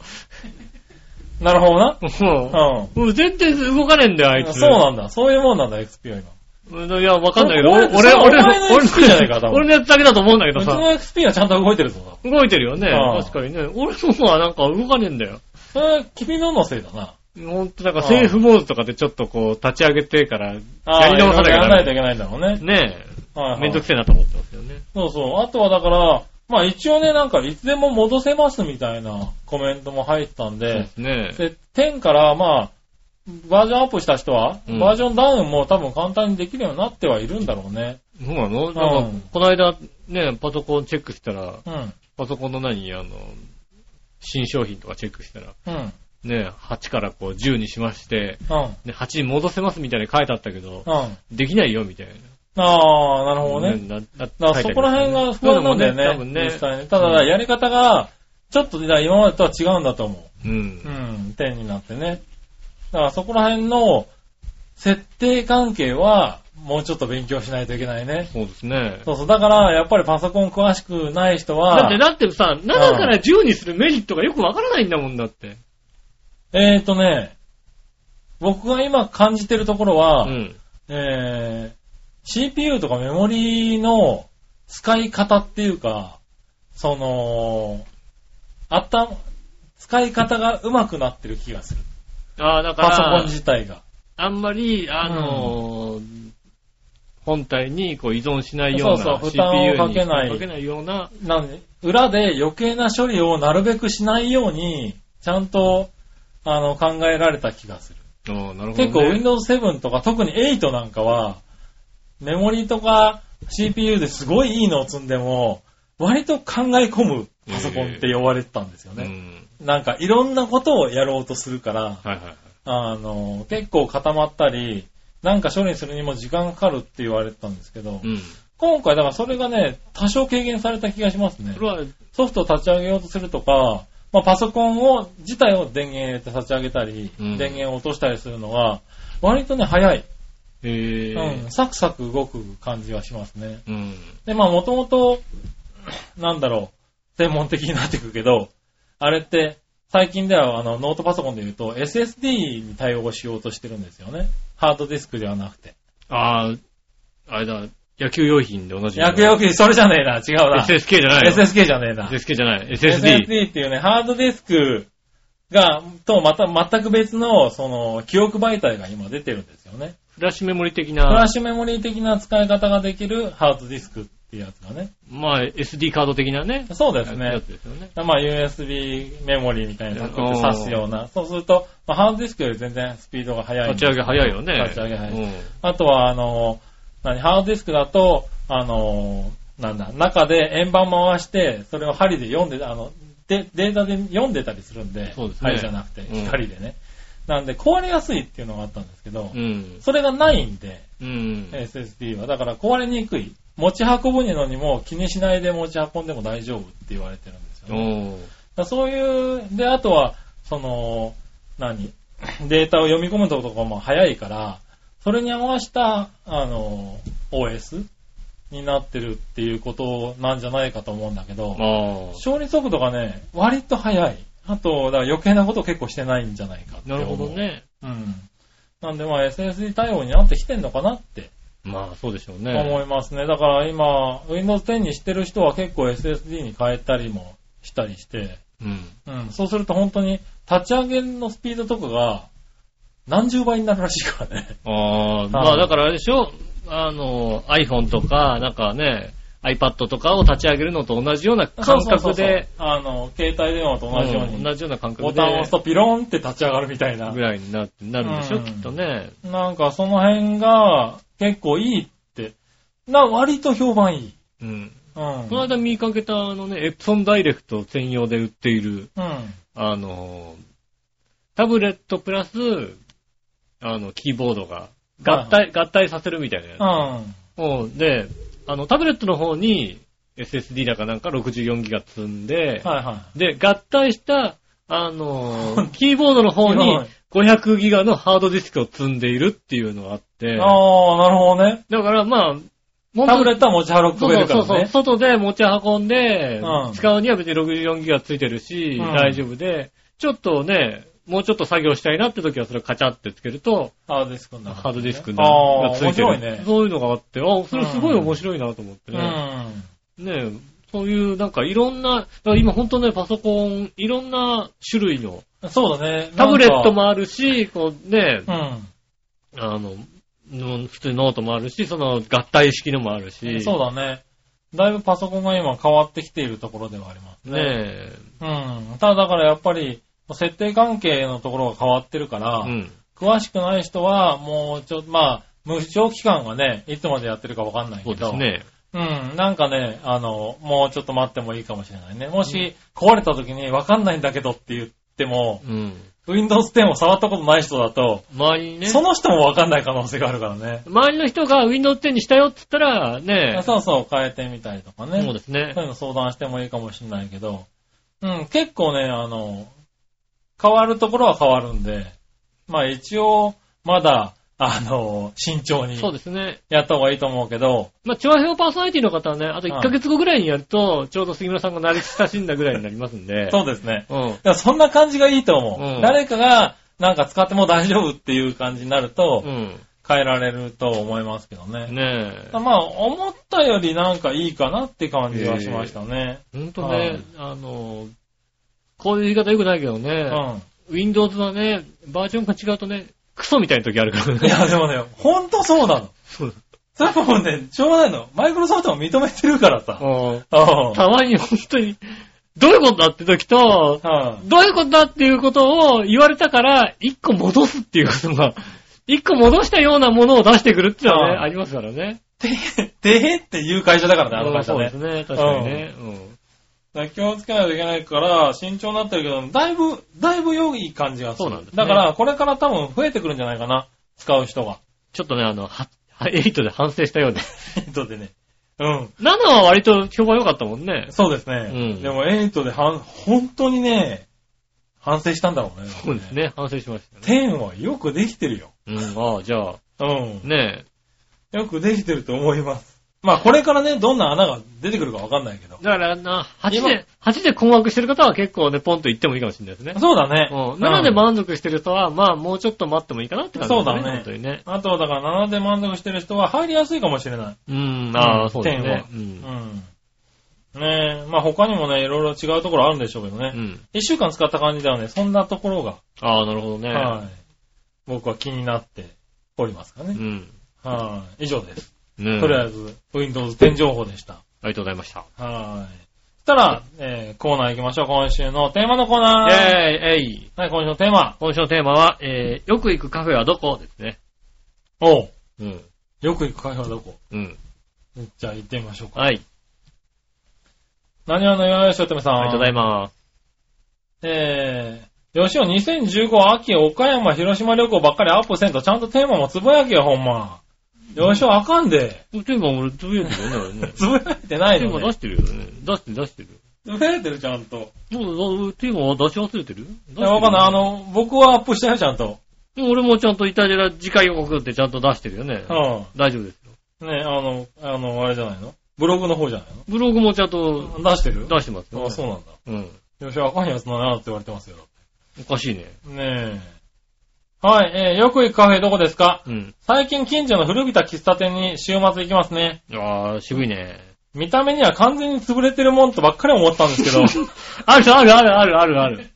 Speaker 3: なるほどな。
Speaker 2: う、も
Speaker 3: う
Speaker 2: う、もう全然動かねえんだよ、あい
Speaker 3: ん。
Speaker 2: つ。
Speaker 3: そうなんだ。そういうもんなんだ、XP は今。
Speaker 2: うんいや、わかんないけど、
Speaker 3: こ
Speaker 2: 俺、
Speaker 3: れ
Speaker 2: 俺、
Speaker 3: こ
Speaker 2: 俺
Speaker 3: れお前の
Speaker 2: の、俺
Speaker 3: XP じゃないか多
Speaker 2: の、
Speaker 3: 分
Speaker 2: 俺のやつだけだと思うんだけど
Speaker 3: うちの
Speaker 2: さ、
Speaker 3: XP はちゃんと動いてるぞ。
Speaker 2: 動いてるよね
Speaker 3: あ。あ
Speaker 2: 確かにね。俺の方はなんか動かねえんだよ。
Speaker 3: それは君ののせいだな。
Speaker 2: ほんと、なんかセーフモードとかでちょっとこう、立ち上げてから、やり
Speaker 3: あー
Speaker 2: 直さなきゃ
Speaker 3: やらないと
Speaker 2: ね
Speaker 3: いけないんだろうね。はいはい
Speaker 2: めんどくせえなと思ってますよね。
Speaker 3: そうそう。あとはだから、まあ一応ね、なんかいつでも戻せますみたいなコメントも入ってたん
Speaker 2: そう
Speaker 3: で
Speaker 2: で、すね。
Speaker 3: で、10からまあ、バージョンアップした人は、
Speaker 2: うん
Speaker 3: バージョンダウンも多分簡単にできるようになってはいるんだろうね。
Speaker 2: そうなのな
Speaker 3: うんん
Speaker 2: か、この間、ね、パソコンチェックしたら、
Speaker 3: うん。
Speaker 2: パソコンの何、あの、新商品とかチェックしたら、
Speaker 3: うん。うん。
Speaker 2: ね、8からこう10にしまして、
Speaker 3: うん。
Speaker 2: ね、8に戻せますみたいに書いてあったけど、
Speaker 3: あ
Speaker 2: できないよみたいな。
Speaker 3: あー、なるほどね。
Speaker 2: なな
Speaker 3: だからそこら辺が不安なんだよね。
Speaker 2: 多分ね。
Speaker 3: 実際ね。ただ、やり方が、ちょっとね今までとは違うんだと思
Speaker 2: う。
Speaker 3: う。うんん。点になってね。だからそこら辺の設定関係は、もうちょっと勉強しないといけないね。
Speaker 2: そうですね。
Speaker 3: そうそう。だから、やっぱりパソコン詳しくない人
Speaker 2: だっ
Speaker 3: は
Speaker 2: て、、だってさ、7から10にするメリットがよくわからないんだもんだって。
Speaker 3: えーとね、僕が今感じてるところは、
Speaker 2: うん。
Speaker 3: えー CPU とかメモリの使い方っていうか、その、あった、使い方が上手くなってる気がする。
Speaker 2: ああ、だか
Speaker 3: パソコン
Speaker 2: ら、
Speaker 3: 自体が。
Speaker 2: あんまり、あのー本体にこう依存しないような
Speaker 3: そうそう負担を
Speaker 2: CPU
Speaker 3: か
Speaker 2: に
Speaker 3: けない
Speaker 2: かけないような、
Speaker 3: なんで、裏で余計な処理をなるべくしないように、ちゃんと、あの、考えられた気がす
Speaker 2: あ
Speaker 3: る。
Speaker 2: ーなるほど、ね。
Speaker 3: 結構 Windows 7とか特に8なんかは、メモリとか CPU ですごいいいのを積んでも、割と考え込むパソコンって呼ばれてたんですよね。
Speaker 2: うん。
Speaker 3: なんかいろんなことをやろうとするから、
Speaker 2: はいはいはい。
Speaker 3: あの、結構固まったり、なんか処理するにも時間かかるって言われてたんですけど、
Speaker 2: うん。
Speaker 3: 今回だからそれがね、多少軽減された気がしますね
Speaker 2: そ。れは、
Speaker 3: ソフトを立ち上げようとするとか、まあ、パソコンを、自体を電源入れて立ち上げたり、
Speaker 2: うん
Speaker 3: 電源を落としたりするのは、割とね、早い。
Speaker 2: えー、
Speaker 3: うん、サクサク動く感じはしますね。
Speaker 2: うん。
Speaker 3: で、まあ、もともと、なんだろう、専門的になってくけど、あれって、最近では、あの、ノートパソコンで言うと、SSD に対応しようとしてるんですよね。ハードディスクではなくて。
Speaker 2: ああ、あれだ、野球用品で同じ。
Speaker 3: 薬用機、それじゃねえな、違うな。
Speaker 2: SSK じゃないよ。
Speaker 3: SSK じゃねえな。
Speaker 2: SSK じゃない。SSD。
Speaker 3: SSD っていうね、ハードディスクが、とまた、全く別の、その、記憶媒体が今出てるんですよね。
Speaker 2: フラッシュメモリ的
Speaker 3: フラッ
Speaker 2: な、
Speaker 3: シュメモリー的な使い方ができるハードディスクっていうやつがね。
Speaker 2: まあ SD カード的なね。
Speaker 3: そうです
Speaker 2: や
Speaker 3: ね
Speaker 2: つ。ですよね。
Speaker 3: まあ USB メモリーみたいなのを挿すような。そうすると、まあ、ハードディスクより全然スピードが速い。
Speaker 2: 立ち上げ早いよね。
Speaker 3: 立ち上げ早い
Speaker 2: うん。
Speaker 3: あとは、あの、何、ハードディスクだと、あの、なんだ、中で円盤回して、それを針で読んで、あの、でデータで読んでたりするんで、
Speaker 2: そうですね
Speaker 3: 針じゃなくて、
Speaker 2: うん
Speaker 3: 光でね。なんで、壊れやすいっていうのがあったんですけど、
Speaker 2: うん。
Speaker 3: それがないんで、
Speaker 2: うん。
Speaker 3: SSD は。だから壊れにくい。持ち運ぶのにも気にしないで持ち運んでも大丈夫って言われてるんですよ
Speaker 2: おー
Speaker 3: ね。だからそういう、で、あとは、その、何、データを読み込むとことかも早いから、それに合わせた、あの、OS になってるっていうことなんじゃないかと思うんだけど、
Speaker 2: あ
Speaker 3: 勝利速度がね、割と早い。あと、だから余計なことを結構してないんじゃないかって
Speaker 2: あ。
Speaker 3: 思
Speaker 2: なる
Speaker 3: う
Speaker 2: ほど。ね。
Speaker 3: うん。なんで、まあ SSD 対応になってきてんのかなって
Speaker 2: まあそうでしょうね。
Speaker 3: 思いますね。だから今、Windows 10にしてる人は結構 SSD に変えたりもしたりして、
Speaker 2: うん。
Speaker 3: うん、そうすると本当に立ち上げのスピードとかが何十倍になるらしいから ね。
Speaker 2: ああ、まあだからあれでしょあの、iPhone とか、なんかね、iPad とかを立ち上げるのと同じような感
Speaker 3: そうそう
Speaker 2: 覚
Speaker 3: そうそう
Speaker 2: で、、
Speaker 3: あの、携帯電話と同じよう
Speaker 2: うん
Speaker 3: に、
Speaker 2: 同じような感覚で、
Speaker 3: ボタンを押すとピローンって立ち上がるみたいな
Speaker 2: ぐ。らいになってなるんでしょ、
Speaker 3: うん
Speaker 2: きっとね。
Speaker 3: なんかその辺が結構いいって、な、割と評判いい。
Speaker 2: うん。
Speaker 3: うん。
Speaker 2: この間見かけた、あのね、エプソンダイレクト専用で売っている、
Speaker 3: うん。
Speaker 2: あの、タブレットプラス、あの、キーボードが合体、合体させるみたいなやつ。
Speaker 3: うん。
Speaker 2: うんで、あの、タブレットの方に SSD だかなんか 64GB 積んで、
Speaker 3: はいは
Speaker 2: で、合体した、あの ーキーボードの方に
Speaker 3: はい
Speaker 2: 500GB のハードディスクを積んでいるっていうのがあって
Speaker 3: い。、ああ、なるほどね。
Speaker 2: だからまあ、
Speaker 3: タブレッ
Speaker 2: ト
Speaker 3: トは持ち
Speaker 2: そ
Speaker 3: 運
Speaker 2: う
Speaker 3: べ
Speaker 2: そ
Speaker 3: る
Speaker 2: う
Speaker 3: か
Speaker 2: そ
Speaker 3: ら
Speaker 2: うそう、
Speaker 3: ね。
Speaker 2: 外で持ち運んで、
Speaker 3: うん
Speaker 2: 使うには別に 64GB ついてるし、
Speaker 3: うん
Speaker 2: 大丈夫で、ちょっとね、もうちょっと作業したいなって時はそれをカチャってつけると、
Speaker 3: ハードディスクになる
Speaker 2: ハードディスク
Speaker 3: に
Speaker 2: に
Speaker 3: なるあ
Speaker 2: が
Speaker 3: あ、
Speaker 2: つい
Speaker 3: 面
Speaker 2: てる。
Speaker 3: 白いね。
Speaker 2: そういうのがあって、あ、それすごい面白いなと思って
Speaker 3: う
Speaker 2: ね。
Speaker 3: ん。
Speaker 2: ねえ、そういう、なんかいろんな、だから今本当ね、パソコン、いろんな種類の
Speaker 3: そうだね。
Speaker 2: タブレット
Speaker 3: も。
Speaker 2: もあるし、こうね、
Speaker 3: う
Speaker 2: あの、の普通ノートもあるし、その合体式のもある
Speaker 3: ん。
Speaker 2: し、
Speaker 3: そうだね。だいぶパソコンが今変わってきているところではあります
Speaker 2: ねえ、
Speaker 3: うん。ただだからやっぱり、設定関係のところが変わってるから、
Speaker 2: うん。
Speaker 3: 詳しくない人は、もうちょっと、まあ、無償期間がね、いつまでやってるかわかんない
Speaker 2: そ
Speaker 3: けど。
Speaker 2: うです。ね。
Speaker 3: うん。なんかね、あの、もうちょっと待ってもいいかもしれないね。もし、壊れた時にわかんないんだけどって言っても、
Speaker 2: うん。
Speaker 3: Windows 10を触ったことない人だと、
Speaker 2: 周りにね、
Speaker 3: その人もわかんない可能性があるからね。
Speaker 2: 周りの人が Windows 10にしたよって言ったら、ね
Speaker 3: そうそう、変えてみたりとかね。
Speaker 2: そうですね
Speaker 3: そ。ういうの相談してもいいかもしれないけど、うん、結構ね、あの、変わるところは変わるんで、まあ一応、まだ、あの、慎重に
Speaker 2: そうですね。
Speaker 3: やった方がいいと思うけど、
Speaker 2: まあ、調和表パーソナリティの方はね、あと1ヶ月後ぐらいにやると、ちょうど杉村さんが慣れ親しんだぐらいになりますんで。
Speaker 3: そうですね。
Speaker 2: うん。
Speaker 3: だからそんな感じがいいと思う。
Speaker 2: うん
Speaker 3: 誰かが、なんか使っても大丈夫っていう感じになると
Speaker 2: う、ん。
Speaker 3: 変えられると思いますけどね。
Speaker 2: ねえ。
Speaker 3: まあ、思ったよりなんかいいかなって感じがしましたね。
Speaker 2: ほんと
Speaker 3: はい
Speaker 2: ね、あの、こういう言い方良くないけどね、Windows はね、バージョンが違うとね、クソみたいな時あるから
Speaker 3: うん。い
Speaker 2: ね。
Speaker 3: や、でもね、ほんとそうなの。
Speaker 2: そう
Speaker 3: それはもうね、しょうがないの。マイクロソフトも認めてるからさ。
Speaker 2: うん
Speaker 3: うん。
Speaker 2: たまに本当に、どういうことだって時と、
Speaker 3: うん
Speaker 2: どういうことだっていうことを言われたから、一個戻すっていうことが、 一個戻したようなものを出してくるっていうのはね、
Speaker 3: うん
Speaker 2: ありますからね。
Speaker 3: てへ、てへっていう会社だからね、あの会社
Speaker 2: そうで
Speaker 3: ね。
Speaker 2: すね、確かにね。うん
Speaker 3: だから気をつけないといけないから、慎重になってるけど、だいぶ、だいぶ良い感じがする。
Speaker 2: そうなんですね
Speaker 3: だから、これから多分増えてくるんじゃないかな。使う人が。
Speaker 2: ちょっとね、あの、は、は8で反省したようです。
Speaker 3: 8でね。うん。
Speaker 2: 7は割と評判良かったもんね。
Speaker 3: そうですね。
Speaker 2: うん
Speaker 3: でも8ではん、本当にね、反省したんだろうね。
Speaker 2: そうです。ね、反省しましたね。
Speaker 3: 10はよくできてるよ。
Speaker 2: うん、ああ、じゃあ、
Speaker 3: うん。
Speaker 2: ね
Speaker 3: よくできてると思います。まあ、これからね、どんな穴が出てくるかわかんないけど
Speaker 2: え。。だからな、8
Speaker 3: 今
Speaker 2: で、8で困惑してる方は結構ね、ポンと言ってもいいかもしれないですね。
Speaker 3: そうだね。
Speaker 2: うん、7で
Speaker 3: うん
Speaker 2: 満足してる人は、まあ、もうちょっと待ってもいいかなって感じですね。
Speaker 3: そうだね
Speaker 2: 本当にね。
Speaker 3: あとはだから7で満足してる人は入りやすいかもしれない。
Speaker 2: うん、あ
Speaker 3: う
Speaker 2: あ、
Speaker 3: ん
Speaker 2: そうですね。う。
Speaker 3: うんん。ねえ、まあ他にもね、いろいろ違うところあるんでしょうけど
Speaker 2: う
Speaker 3: ね。
Speaker 2: ん。
Speaker 3: 一、週間使った感じではね、そんなところが、
Speaker 2: ああ、なるほどね。
Speaker 3: はい。僕は気になっておりますか
Speaker 2: う
Speaker 3: ね。
Speaker 2: ん。
Speaker 3: はい。以上です。
Speaker 2: ねえ
Speaker 3: とりあえず、Windows 10情報でした。
Speaker 2: ありがとうございました。
Speaker 3: はい。そしたら、えーコーナー行きましょう。今週のテーマのコーナ
Speaker 2: イェー
Speaker 3: ー。
Speaker 2: イ、えい。
Speaker 3: はい、今週のテーマ。
Speaker 2: 今週のテーマは、えー、よく行くカフェはどこですね。
Speaker 3: おう
Speaker 2: うん。
Speaker 3: よく行く会社はどこ
Speaker 2: うん。
Speaker 3: じゃあ行ってみましょうか。
Speaker 2: はい。
Speaker 3: 何話のよよしおとめさん。
Speaker 2: ありがとうございます。
Speaker 3: えー、吉尾2015秋岡山広島旅行ばっかりアップせんとちゃんとテーマもつぶやきよほんま。吉尾あかんで。
Speaker 2: テーマ俺、つぶやいてる よね、あれね。
Speaker 3: つぶやいてない
Speaker 2: テー
Speaker 3: の、
Speaker 2: マ出
Speaker 3: ね。
Speaker 2: してるよね。出してる、出してる。
Speaker 3: つぶやいてるちゃんと。
Speaker 2: もう、テーマは出し忘れてる
Speaker 3: いや、わかんない。あ
Speaker 2: の。
Speaker 3: の、僕はアップしたよちゃんと。
Speaker 2: でも俺もちゃんとイタジェラ次回予告ってちゃんと出してるよね。
Speaker 3: う
Speaker 2: 大丈夫ですよ。
Speaker 3: ん。ね、あの、あの、あれじゃないのブログの方じゃない
Speaker 2: ブログもちゃんと
Speaker 3: の出してる
Speaker 2: 出してますよ、ね。
Speaker 3: あ、そうなん
Speaker 2: うん。
Speaker 3: だ。吉尾あかんやつだなって言われてますよ。
Speaker 2: おかしいね。
Speaker 3: ねえ。はい、えー、よく行くカフェどこですか
Speaker 2: うん。
Speaker 3: 最近近所の古びた喫茶店に週末行きますね。
Speaker 2: ああ、渋いね。
Speaker 3: 見た目には完全に潰れてるもんとばっかり思ったんですけ ど、
Speaker 2: あるあるあるあるあるある。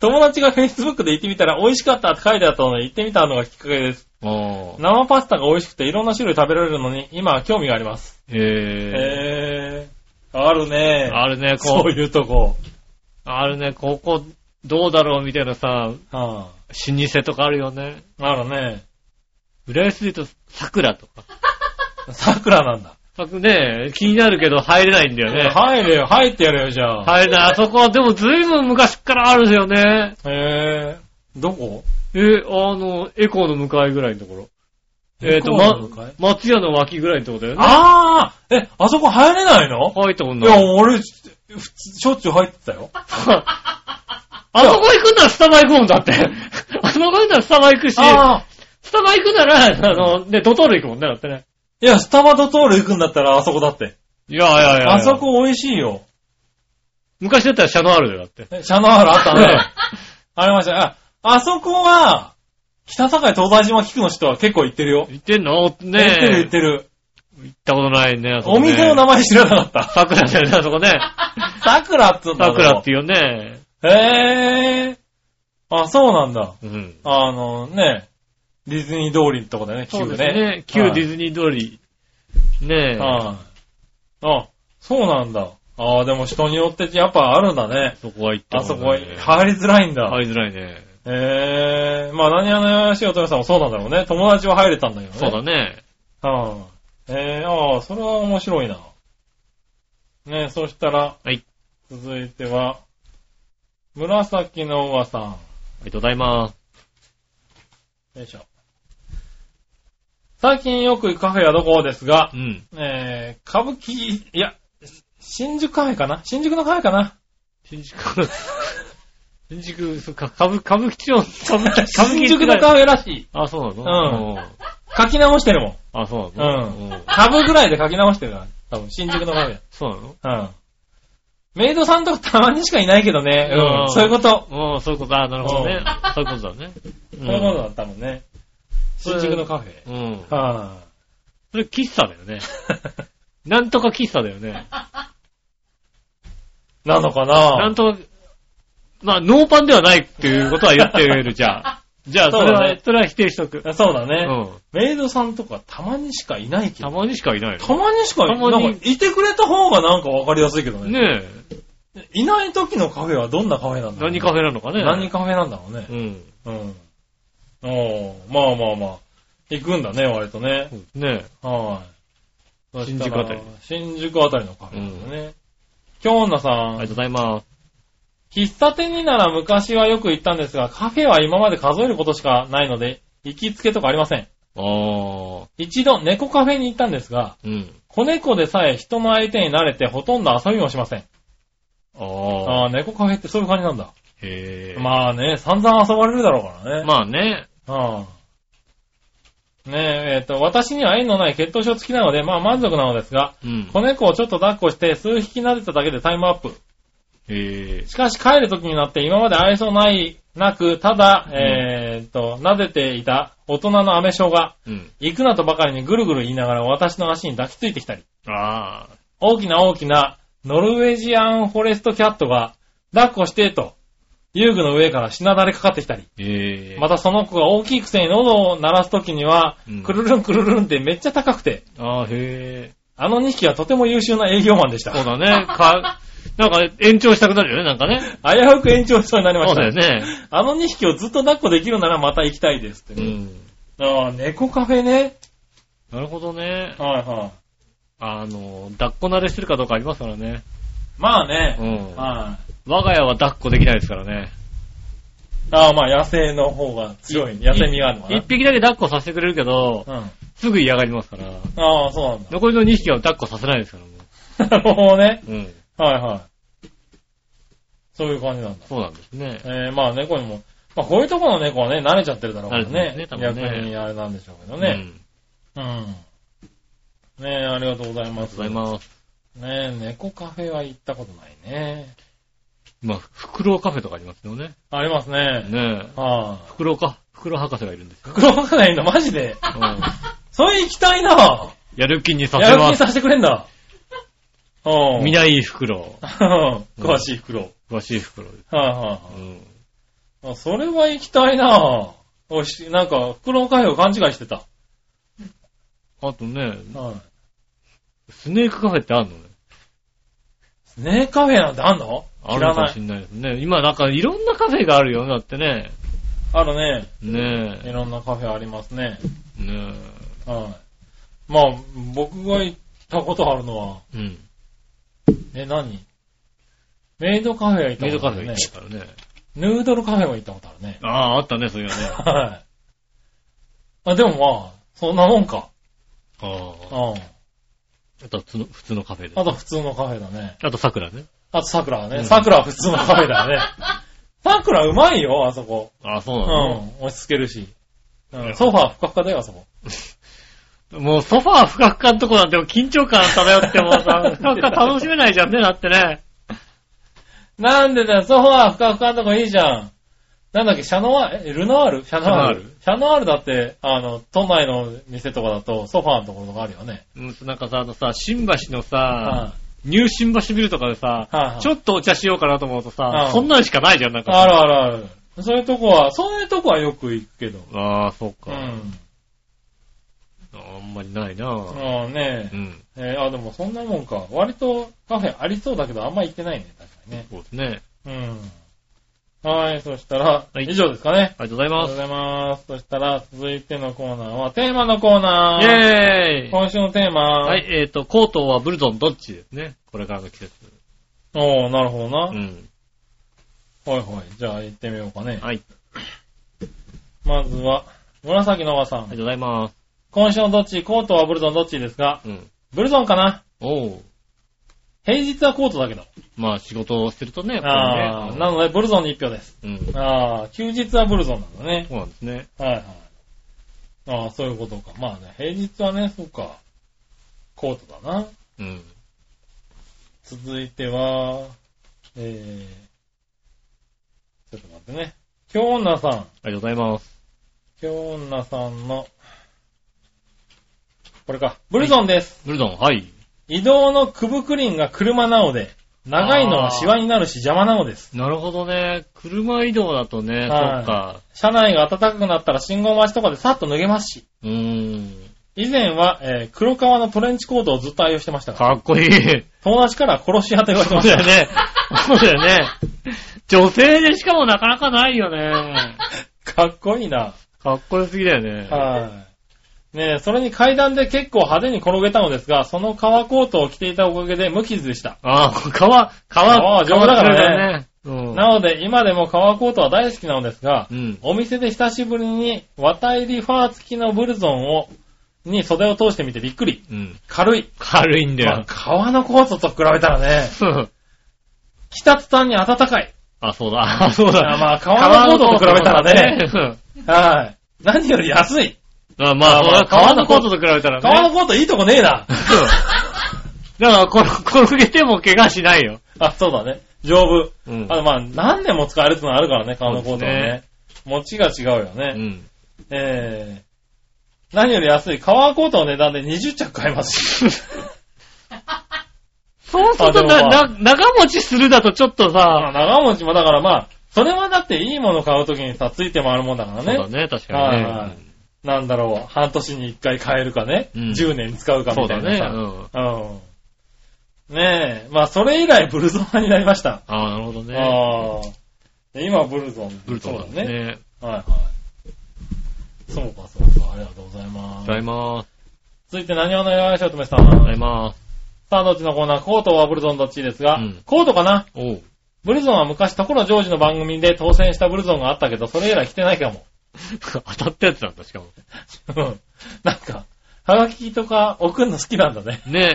Speaker 3: 友達が Facebook で行ってみたら美味しかったって書いてあったので行ってみたのがきっかけです。
Speaker 2: ああ。
Speaker 3: 生パスタが美味しくていろんな種類食べられるのに今は興味があります。
Speaker 2: へえ。
Speaker 3: へー。あるね。
Speaker 2: あるね、こ
Speaker 3: そう
Speaker 2: う。
Speaker 3: いうとこ。
Speaker 2: あるね、ここ、どうだろうみたいなさ、
Speaker 3: は
Speaker 2: 老舗とかあるよね。
Speaker 3: あ、あるね。
Speaker 2: 浦安で言うと、桜とか。
Speaker 3: 桜なんだ。
Speaker 2: 桜ね、気になるけど入れないんだよね。
Speaker 3: 入れよ、入ってやれよ、じゃあ。
Speaker 2: はいな、あそこはでもずいぶん昔からあるんですよね。
Speaker 3: へー。どこ
Speaker 2: え、あの、エコーの向かいぐらいのところ。えっ、と、
Speaker 3: エコーの向かい
Speaker 2: ま、松屋の脇ぐらいのところだよね。
Speaker 3: あーえ、あそこ入れないの
Speaker 2: 入ったもん
Speaker 3: い
Speaker 2: な。
Speaker 3: や、俺、ふしょっちゅう入ってたよ。
Speaker 2: あそこ行くならスタバ行くもんだって。あそこ行くならスタバ行くし、
Speaker 3: あー
Speaker 2: スタバ行くなら、あの、ね、ドトール行くもんね、だってね。
Speaker 3: いや、スタバドトール行くんだったらあそこだって。
Speaker 2: いやいやいや
Speaker 3: あそこ美味しいよ。
Speaker 2: 昔だったらシャノアールだよ、だって。
Speaker 3: えシャノアールあったね。ありました。あ、あそこは、北境東大島菊の人は結構行ってるよ。
Speaker 2: 行ってんのね
Speaker 3: 行ってる行って
Speaker 2: る。
Speaker 3: る。
Speaker 2: 行ったことないね、あそこ、
Speaker 3: お
Speaker 2: ね。
Speaker 3: 店の名前知らなかった。
Speaker 2: 桜だよね、あそこね。
Speaker 3: 桜っつうんだ
Speaker 2: 桜っていうね。
Speaker 3: へえ。あ、そうなんだ。
Speaker 2: うん。
Speaker 3: あのね、ディズニー通りのとこだね、旧
Speaker 2: そうです
Speaker 3: ね。
Speaker 2: ね。旧ディズニー通り。ねえ。
Speaker 3: はい。あ、そうなんだ。ああ、でも人によってやっぱあるんだね。
Speaker 2: そこは行った
Speaker 3: あ
Speaker 2: も
Speaker 3: そ
Speaker 2: ん
Speaker 3: こは
Speaker 2: ね
Speaker 3: 入りづらいんだ。
Speaker 2: 入りづらいね。
Speaker 3: ええまあ何話をとめさんもそうなんだろうね。友達は入れたんだけどね。
Speaker 2: そうだね。
Speaker 3: うん。ええああ、それは面白いな。ねえ、そしたら、
Speaker 2: はい。
Speaker 3: 続いては、紫のおばさん。
Speaker 2: ありがとうございます。
Speaker 3: よいしょ。最近よく行くカフェはどこですが
Speaker 2: う、ん。
Speaker 3: えー、歌舞伎、いや、新宿カフェかな新宿のカフェかな
Speaker 2: 新宿、新宿、そっか、歌舞歌舞伎町、 歌舞 伎歌舞伎
Speaker 3: 新宿のカフェらしい。
Speaker 2: あ、そうな
Speaker 3: う
Speaker 2: の
Speaker 3: ん書き直してるもん。
Speaker 2: あ、そうなの
Speaker 3: うん
Speaker 2: うん。
Speaker 3: タブぐらいで書き直してるから。多分、新宿のカフェ。
Speaker 2: そうなの
Speaker 3: うん。メイドさんとかたまにしかいないけどね。
Speaker 2: う
Speaker 3: うんん。そういうこと。
Speaker 2: うん、そういうこと、あ、なるほどね
Speaker 3: うん。
Speaker 2: そういうことだね。
Speaker 3: そういうことだったもんね。新宿のカフェ。
Speaker 2: うん。うん。
Speaker 3: は
Speaker 2: それ喫茶だよね。なんとか喫茶だよね。
Speaker 3: い。 なのか
Speaker 2: なん
Speaker 3: な
Speaker 2: とか、まあ、ノーパンではないっていうことは言ってるじ ゃあ。じゃあ、それ
Speaker 3: そうだ
Speaker 2: は
Speaker 3: ね、
Speaker 2: それは否定しとく。
Speaker 3: そうだ
Speaker 2: う
Speaker 3: ね。
Speaker 2: ん。
Speaker 3: メイドさんとかたまにしかいないけ
Speaker 2: た
Speaker 3: ど。
Speaker 2: まにしかいない
Speaker 3: たまにしかいない。
Speaker 2: たまに
Speaker 3: なんか、いてくれた方がなんかわかりやすいけど
Speaker 2: の。
Speaker 3: ね。
Speaker 2: ね
Speaker 3: いない時のカフェはどんなカフェなん
Speaker 2: え。
Speaker 3: だろう
Speaker 2: 何カフェなのかね。
Speaker 3: 何カフェなんだろうね
Speaker 2: う。ん。
Speaker 3: うん。おーまあまあまあ。行くんだね、割とね。
Speaker 2: ね
Speaker 3: はい。
Speaker 2: 新宿あたり
Speaker 3: そしたら。新宿あたりのカフェですね。京女さ、
Speaker 2: ありがとうんございます。
Speaker 3: 喫茶店になら昔はよく行ったんですが、カフェは今まで数えることしかないので、行きつけとかありません。
Speaker 2: ああ。
Speaker 3: 一度猫カフェに行ったんですが、
Speaker 2: うん。
Speaker 3: 子猫でさえ人の相手に慣れてほとんど遊びもしません。
Speaker 2: ああ。
Speaker 3: ああー、猫カフェってそういう感じなんだ。
Speaker 2: へえ。ま
Speaker 3: まあね、散々遊ばれるだろうから
Speaker 2: あ、
Speaker 3: ね。
Speaker 2: ね。
Speaker 3: ああ。ねえ、えっ、と、私には縁のない血糖症付きなので、まあ満足なのですが、
Speaker 2: うん。
Speaker 3: 子猫をちょっと抱っこして数匹撫でただけでタイムアップ。
Speaker 2: へえ。
Speaker 3: しかし帰る時になって今まで愛想ない、なく、ただ、
Speaker 2: ん
Speaker 3: えーっと、撫でていた大人のアメショウが、
Speaker 2: うん。
Speaker 3: 行くなとばかりにぐるぐる言いながら私の足に抱きついてきたり、
Speaker 2: ああ。
Speaker 3: 大きな大きなノルウェージアンフォレストキャットが、抱っこしてと、遊具の上からしなだれかかってきたり、
Speaker 2: へえ。
Speaker 3: またその子が大きいくせに喉を鳴らす時には
Speaker 2: うん、
Speaker 3: くるるんくるるんってめっちゃ高くて、
Speaker 2: ああ、へえ。
Speaker 3: あの2匹はとても優秀な営業マンでした。
Speaker 2: そうだね。か、なんか延長したくなるよね、なんかね。
Speaker 3: 危うく延長しそうになりま
Speaker 2: そ
Speaker 3: し
Speaker 2: う
Speaker 3: た。
Speaker 2: だよね。
Speaker 3: あの2匹をずっと抱っこできるならまた行きたいですって
Speaker 2: う
Speaker 3: ね、
Speaker 2: ん。
Speaker 3: ああ、猫カフェね。
Speaker 2: なるほどね。
Speaker 3: はいはい。
Speaker 2: あの、抱っこ慣れしてるかどうかありますからね。
Speaker 3: まあね。
Speaker 2: うん。
Speaker 3: はい。
Speaker 2: 我が家は抱っこできないですからね。
Speaker 3: ああ、まあ野生の方が強い。野生味があるのか
Speaker 2: 一匹だけ抱っこさせてくれるけど、
Speaker 3: な。うん。
Speaker 2: すぐ嫌がりますから。
Speaker 3: ああ、そうなんだ。
Speaker 2: 残りの2匹は抱っこさせないですからも
Speaker 3: なるほどね。
Speaker 2: う。うん。
Speaker 3: はいはい。そういう感じなんだ。
Speaker 2: そうなんですね。
Speaker 3: えー、まあ猫にも、まあこういうとこの猫はね、慣れちゃってるだろうから
Speaker 2: 慣れて
Speaker 3: ね。
Speaker 2: ますね多分
Speaker 3: 逆
Speaker 2: ね
Speaker 3: にあれなんでしょうけどね。うん。ねえ、ありがとうござい
Speaker 2: うん。ありがと
Speaker 3: ま
Speaker 2: う
Speaker 3: す。
Speaker 2: ございます。
Speaker 3: す。ねえ、猫カフェは行ったことないね。
Speaker 2: まあ、フクロウカフェとかありますよね。
Speaker 3: ありますね。
Speaker 2: ねえ。
Speaker 3: は
Speaker 2: フクロウか、フクロウ博士がいるんです
Speaker 3: あ。
Speaker 2: よ。
Speaker 3: 袋がないんだ、マジで。
Speaker 2: うん。
Speaker 3: それ行きたいな
Speaker 2: やる気にさ
Speaker 3: や
Speaker 2: せ
Speaker 3: る気
Speaker 2: ま
Speaker 3: に
Speaker 2: す。
Speaker 3: させてくれんだ。うん。
Speaker 2: 見ないフクロ
Speaker 3: うん 詳しい袋。はい、
Speaker 2: ウ。詳しいフクロウです。
Speaker 3: は
Speaker 2: うん。
Speaker 3: いはい。あそれは行きたいなおし、なんか、袋カフェを勘違いしてた。
Speaker 2: あとね、
Speaker 3: はい。
Speaker 2: スネークカフェってあるのね。
Speaker 3: スネーカフェなんてあんの
Speaker 2: あ
Speaker 3: 知
Speaker 2: るの
Speaker 3: ら
Speaker 2: か
Speaker 3: な
Speaker 2: もし
Speaker 3: い。
Speaker 2: んないですね。今なんかいろんなカフェがあるよね、だってね。
Speaker 3: あるね。
Speaker 2: ね
Speaker 3: いろんなカフェありますね。
Speaker 2: え。ね
Speaker 3: はい。まあ、僕が行ったことあるのは、
Speaker 2: え。うん。
Speaker 3: え、何メイドカフェは行った
Speaker 2: メイド
Speaker 3: こと
Speaker 2: カ
Speaker 3: あ
Speaker 2: フェ
Speaker 3: る
Speaker 2: 行
Speaker 3: ね
Speaker 2: っ。たからね。
Speaker 3: ヌードルカフェは行ったことあるね。
Speaker 2: ああ、あったね、そういうのね。あ
Speaker 3: はい。あ、でもまあ、そんなもんか。う
Speaker 2: あ。
Speaker 3: ん。
Speaker 2: あとは普通の普通のカフェで
Speaker 3: あ。と普通のカフェだね。
Speaker 2: あと桜ね。
Speaker 3: あと桜は
Speaker 2: うん
Speaker 3: ね。桜は普通のカフェだ ね。桜うまいよ、あそこ。
Speaker 2: ああ、そう
Speaker 3: う
Speaker 2: なんの、。
Speaker 3: 落ち着けるし。うん。ソファーふかふかだよ、あそこ。
Speaker 2: もうソファーふかふかのとこなんてもう緊張感漂ってもう さ、ふかふか楽しめないじゃんね、だってね。
Speaker 3: なんでだよ、ソファーふかふかのとこいいじゃん。なんだっけ、シャノワール、え、ルノワールシャノワール。シャノワールだって、あの、都内の店とかだと、ソファーのところとかあるよね。
Speaker 2: うん、なんかさ、あのさ、新橋のさ、
Speaker 3: はい
Speaker 2: 入信橋ビルとかでさ、
Speaker 3: はいはい
Speaker 2: ちょっとお茶しようかなと思うとさ、
Speaker 3: うん
Speaker 2: そんなんしかないじゃん、なんかさ。
Speaker 3: あるあるある。そういうとこは、そういうとこはよく行くけど。
Speaker 2: ああ、そう
Speaker 3: う
Speaker 2: か、
Speaker 3: ん。
Speaker 2: あんまりないな
Speaker 3: う
Speaker 2: ぁ。
Speaker 3: ん、ね
Speaker 2: うん。
Speaker 3: え。えーあ、でもそんなもんか。割とカフェありそうだけど、あんま行ってないね。確かにね。
Speaker 2: そうですね。
Speaker 3: うん。はい、そしたら、
Speaker 2: はい
Speaker 3: 以上ですかね。
Speaker 2: ありがとうござい
Speaker 3: ありが
Speaker 2: ま
Speaker 3: とう
Speaker 2: す。
Speaker 3: ございます。そしたら、続いてのコーナーは、テーマのコーナー。
Speaker 2: イェーイ
Speaker 3: 今週のテーマ。
Speaker 2: はい、。えっ、と、コートはブルゾンどっちですね。これからの季節。
Speaker 3: おー、なるほどな。
Speaker 2: う
Speaker 3: はい
Speaker 2: ん。
Speaker 3: はい。じゃあ、行ってみようかね。
Speaker 2: はい、
Speaker 3: まずは、紫の和さん。
Speaker 2: ありがとうございます。
Speaker 3: 今週のどっちコートはブルゾンどっちですか
Speaker 2: うん。
Speaker 3: ブルゾンかな
Speaker 2: おう。
Speaker 3: 平日はコートだけど。
Speaker 2: まあ、仕事をしてるとね、やっぱ
Speaker 3: ああ、
Speaker 2: りね。
Speaker 3: なので、ブルゾンに一票です。
Speaker 2: うん。
Speaker 3: ああ、休日はブルゾンなんだね。
Speaker 2: そうなんですね。
Speaker 3: はいはい。ああ、そういうことか。まあね、平日はね、そうか。コートだな。
Speaker 2: うん。
Speaker 3: 続いては、えー、ちょっと待ってね。京女さん。
Speaker 2: ありがとうございます。
Speaker 3: 京女さんの、これか。ブルゾンです。
Speaker 2: ブルゾン、はい。
Speaker 3: 移動のクブクリンが車なので、長いのはシワになるし邪魔なのです。
Speaker 2: なるほどね。車移動だとね、そっ
Speaker 3: はい
Speaker 2: か。
Speaker 3: 車内が暖かくなったら信号待ちとかでさっと脱げますし。
Speaker 2: うーん。
Speaker 3: 以前は、えー黒革のトレンチコートをずっと愛用してましたが、
Speaker 2: かっこい い。
Speaker 3: 友達から殺し屋と言われて
Speaker 2: そう
Speaker 3: まし
Speaker 2: だ
Speaker 3: た
Speaker 2: よ。ね。そうだよね。女性でしかもなかなかないよね。
Speaker 3: かっこいいな。
Speaker 2: かっこよすぎだよね。
Speaker 3: はい。ねえ、それに階段で結構派手に転げたのですが、その革コートを着ていたおかげで無傷でした。
Speaker 2: ああ、川、
Speaker 3: あ
Speaker 2: 川、
Speaker 3: あ丈夫だから
Speaker 2: ね。うん。
Speaker 3: なので、今でも革コートは大好きなのですが
Speaker 2: う、ん。
Speaker 3: お店で久しぶりに綿入りファー付きのブルゾンを、に袖を通してみてびっくり。
Speaker 2: うん。
Speaker 3: 軽い。
Speaker 2: 軽いんだ
Speaker 3: まあ
Speaker 2: よ。
Speaker 3: 革のコートと比べたらね、着た途端に暖かい。
Speaker 2: あ、そうだ。あ、そうだ。
Speaker 3: あまあ革のコートと比べたらね
Speaker 2: 革のコートと比べたらね。
Speaker 3: はい。何より安い。
Speaker 2: あまあ、
Speaker 3: まあ
Speaker 2: 川のコートと比べたらね。
Speaker 3: 革のコートいいとこねえな。
Speaker 2: うんだから、これ、 転げても怪我しないよ。
Speaker 3: あ、そうだね。丈夫。
Speaker 2: うん
Speaker 3: あの、まあ、何年も使えるってのはあるからね、革のコートは
Speaker 2: そう
Speaker 3: ね。持ちが違うよ
Speaker 2: う
Speaker 3: ね。
Speaker 2: ん。
Speaker 3: えー、何より安い革コートの値段で20着買えます し。
Speaker 2: そうすると
Speaker 3: あで
Speaker 2: な、
Speaker 3: もま
Speaker 2: な、
Speaker 3: あ
Speaker 2: 長持ちするだとちょっと
Speaker 3: あ
Speaker 2: さ、
Speaker 3: 長持ちもだからまあ、それはだっていいもの買うときにさ、ついて回るもんだから
Speaker 2: そう
Speaker 3: ね。
Speaker 2: だね、確か
Speaker 3: はい
Speaker 2: に
Speaker 3: は
Speaker 2: ね
Speaker 3: い。なんだろう、半年に1回買えるかね、
Speaker 2: うん
Speaker 3: 10年使うか
Speaker 2: そう
Speaker 3: みた
Speaker 2: だ
Speaker 3: いな
Speaker 2: ね。う
Speaker 3: さ。
Speaker 2: ん。
Speaker 3: うんねえ、まあそれ以来ブルゾン派になりました。
Speaker 2: ああ、なるほどね。
Speaker 3: ああ。で今ブルゾン。
Speaker 2: ブルトン
Speaker 3: そう
Speaker 2: で
Speaker 3: だ
Speaker 2: す
Speaker 3: ね。
Speaker 2: ね。
Speaker 3: はいはい。そうか、そうか。ありがとうございま
Speaker 2: ご
Speaker 3: す
Speaker 2: ざ。います。
Speaker 3: 続いて、何をのよしおとめさ
Speaker 2: ござい
Speaker 3: ん。
Speaker 2: ます。
Speaker 3: さあ、どっちのコーナーコートはブルゾンどっちですが、
Speaker 2: うん
Speaker 3: コートかな
Speaker 2: おう。
Speaker 3: ブルゾンは昔、ところジョージの番組で当選したブルゾンがあったけど、それ以来着てないかも。
Speaker 2: 当たったやつなんだ、しかも。
Speaker 3: うんなんか、はがきとか送るの好きなんだね。
Speaker 2: ね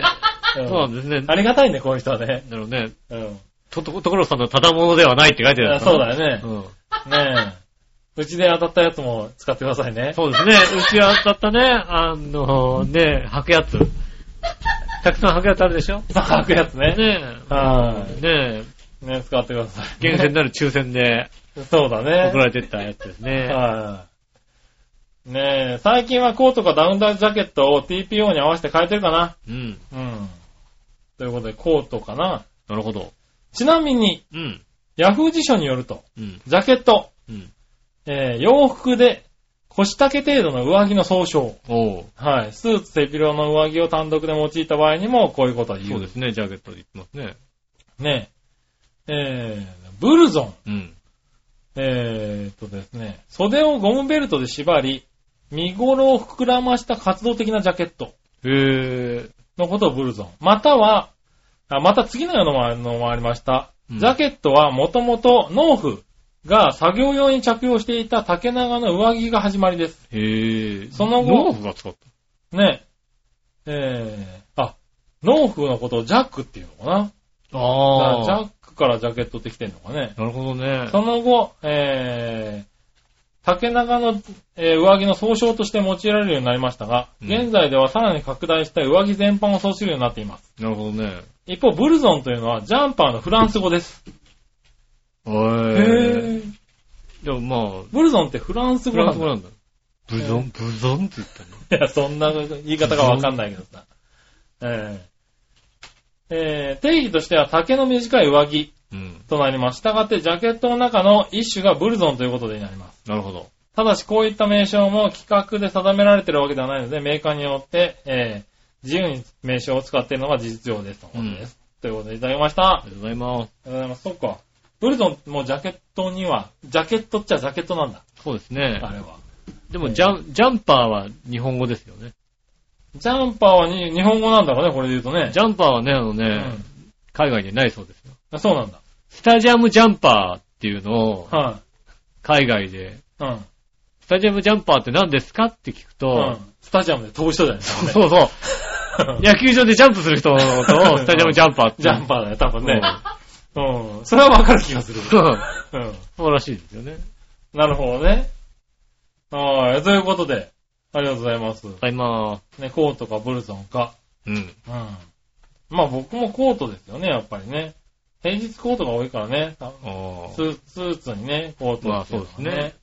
Speaker 3: うん
Speaker 2: そうなんですね。
Speaker 3: ありがたいね、こういう人はね。
Speaker 2: だろうね。
Speaker 3: うん。
Speaker 2: と、と、ところさんのただものではないって書いてあるや
Speaker 3: あ
Speaker 2: つ
Speaker 3: そうだよね。
Speaker 2: ね。
Speaker 3: ねえ。うちで当たったやつも使ってください
Speaker 2: うん。
Speaker 3: ね。
Speaker 2: そうですね。うちは当たったね、あの、ね、履くやつ。たくさん履くやつあるでしょ
Speaker 3: 履くやつね。
Speaker 2: ね
Speaker 3: は
Speaker 2: え。ね
Speaker 3: い。ね、使ってください。
Speaker 2: え、厳選なる抽選で
Speaker 3: そうだね。
Speaker 2: 送られてったやつですね。
Speaker 3: はい。ねえ、最近はコートかダウンダウンジャケットを TPO に合わせて変えてるかな
Speaker 2: うん。
Speaker 3: うん。ということで、コートかな
Speaker 2: なるほど。
Speaker 3: ちなみに、
Speaker 2: うん。
Speaker 3: ヤフー辞書によると、
Speaker 2: うん。
Speaker 3: ジャケット、
Speaker 2: うん。
Speaker 3: えー洋服で腰丈程度の上着の総称。
Speaker 2: おう。
Speaker 3: はい。スーツ、背広の上着を単独で用いた場合にも、こういうことを言う。
Speaker 2: そうですね、ジャケットで言ってますね。
Speaker 3: ねえ。えーブルゾ
Speaker 2: う
Speaker 3: ン。
Speaker 2: ん。
Speaker 3: えー、っとですね。袖をゴムベルトで縛り、身頃を膨らました活動的なジャケット。
Speaker 2: へえ。
Speaker 3: のことをブルゾン。または、あまた次のようなのもあのもありました。
Speaker 2: うん
Speaker 3: ジャケットはもともと農夫が作業用に着用していた竹長の上着が始まりです。
Speaker 2: へえ。
Speaker 3: その後
Speaker 2: 農夫が使っ
Speaker 3: ね。えー、あ、農夫のことをジャックっていうのかな
Speaker 2: た。
Speaker 3: だからジ
Speaker 2: あ
Speaker 3: ャックからジャケットってきてんのかね。
Speaker 2: あ。なるほどね。
Speaker 3: その後、えー、竹長の、えー上着の総称として用いられるようになりましたが、
Speaker 2: うん
Speaker 3: 現在ではさらに拡大した上着全般をそうするようになっています。
Speaker 2: なるほどね。
Speaker 3: 一方、ブルゾンというのはジャンパーのフランス語です。
Speaker 2: へえ。でもまあ、
Speaker 3: ブルゾンってフランス
Speaker 2: フ
Speaker 3: 語
Speaker 2: ラ
Speaker 3: な
Speaker 2: ン
Speaker 3: ん
Speaker 2: ス
Speaker 3: だ
Speaker 2: 語なんだ。ブゾン、ブゾ ンって言ったの。
Speaker 3: いや、そんな言い方がわかんないけどさ。ええー、定義としては丈の短い上着
Speaker 2: うん。
Speaker 3: となります。従ってジャケットの中の一種がブルゾンということになります。
Speaker 2: なるほど。
Speaker 3: ただし、こういった名称も規格で定められているわけではないので、メーカーによって、えー、自由に名称を使っているのが事実上です。ということです。ということでいただきました。
Speaker 2: ありがとうございます。
Speaker 3: ありがとうございます。そっか。ブルゾンもジャケットには、ジャケットっちゃジャケットなんだ。
Speaker 2: そうですね。
Speaker 3: あれは。
Speaker 2: でもジャン、ジャンパーは日本語ですよね。
Speaker 3: ジャンパーはに日本語なんだろうね、これで言うとね。
Speaker 2: ジャンパーはね、あのね、
Speaker 3: うん
Speaker 2: 海外にないそうですよ。
Speaker 3: あそうなんだ。
Speaker 2: スタジアムジャンパーっていうのを、
Speaker 3: は
Speaker 2: 海外で、
Speaker 3: い。うん。
Speaker 2: スタジアムジャンパーって何ですかって聞く
Speaker 3: う
Speaker 2: と、
Speaker 3: ん。スタジアムで飛ぶ人じゃないです
Speaker 2: そうそう、
Speaker 3: か、ね。
Speaker 2: 野球場でジャンプする人のこと をスタジアムジャンパーって。
Speaker 3: ジャンパーだよ、多分ね。うん。それはわかる気がす る。
Speaker 2: そう
Speaker 3: うん。
Speaker 2: そうらしいですよね。
Speaker 3: なるほどね。はい。ということで、ありがとうございます。
Speaker 2: 買いまーす。
Speaker 3: ね、コートかブルゾンか。
Speaker 2: うん。
Speaker 3: うん。まあ僕もコートですよね、やっぱりね。平日コートが多いからね。
Speaker 2: あ
Speaker 3: スースーツにね、コート
Speaker 2: まあ
Speaker 3: っていのは
Speaker 2: そうですね。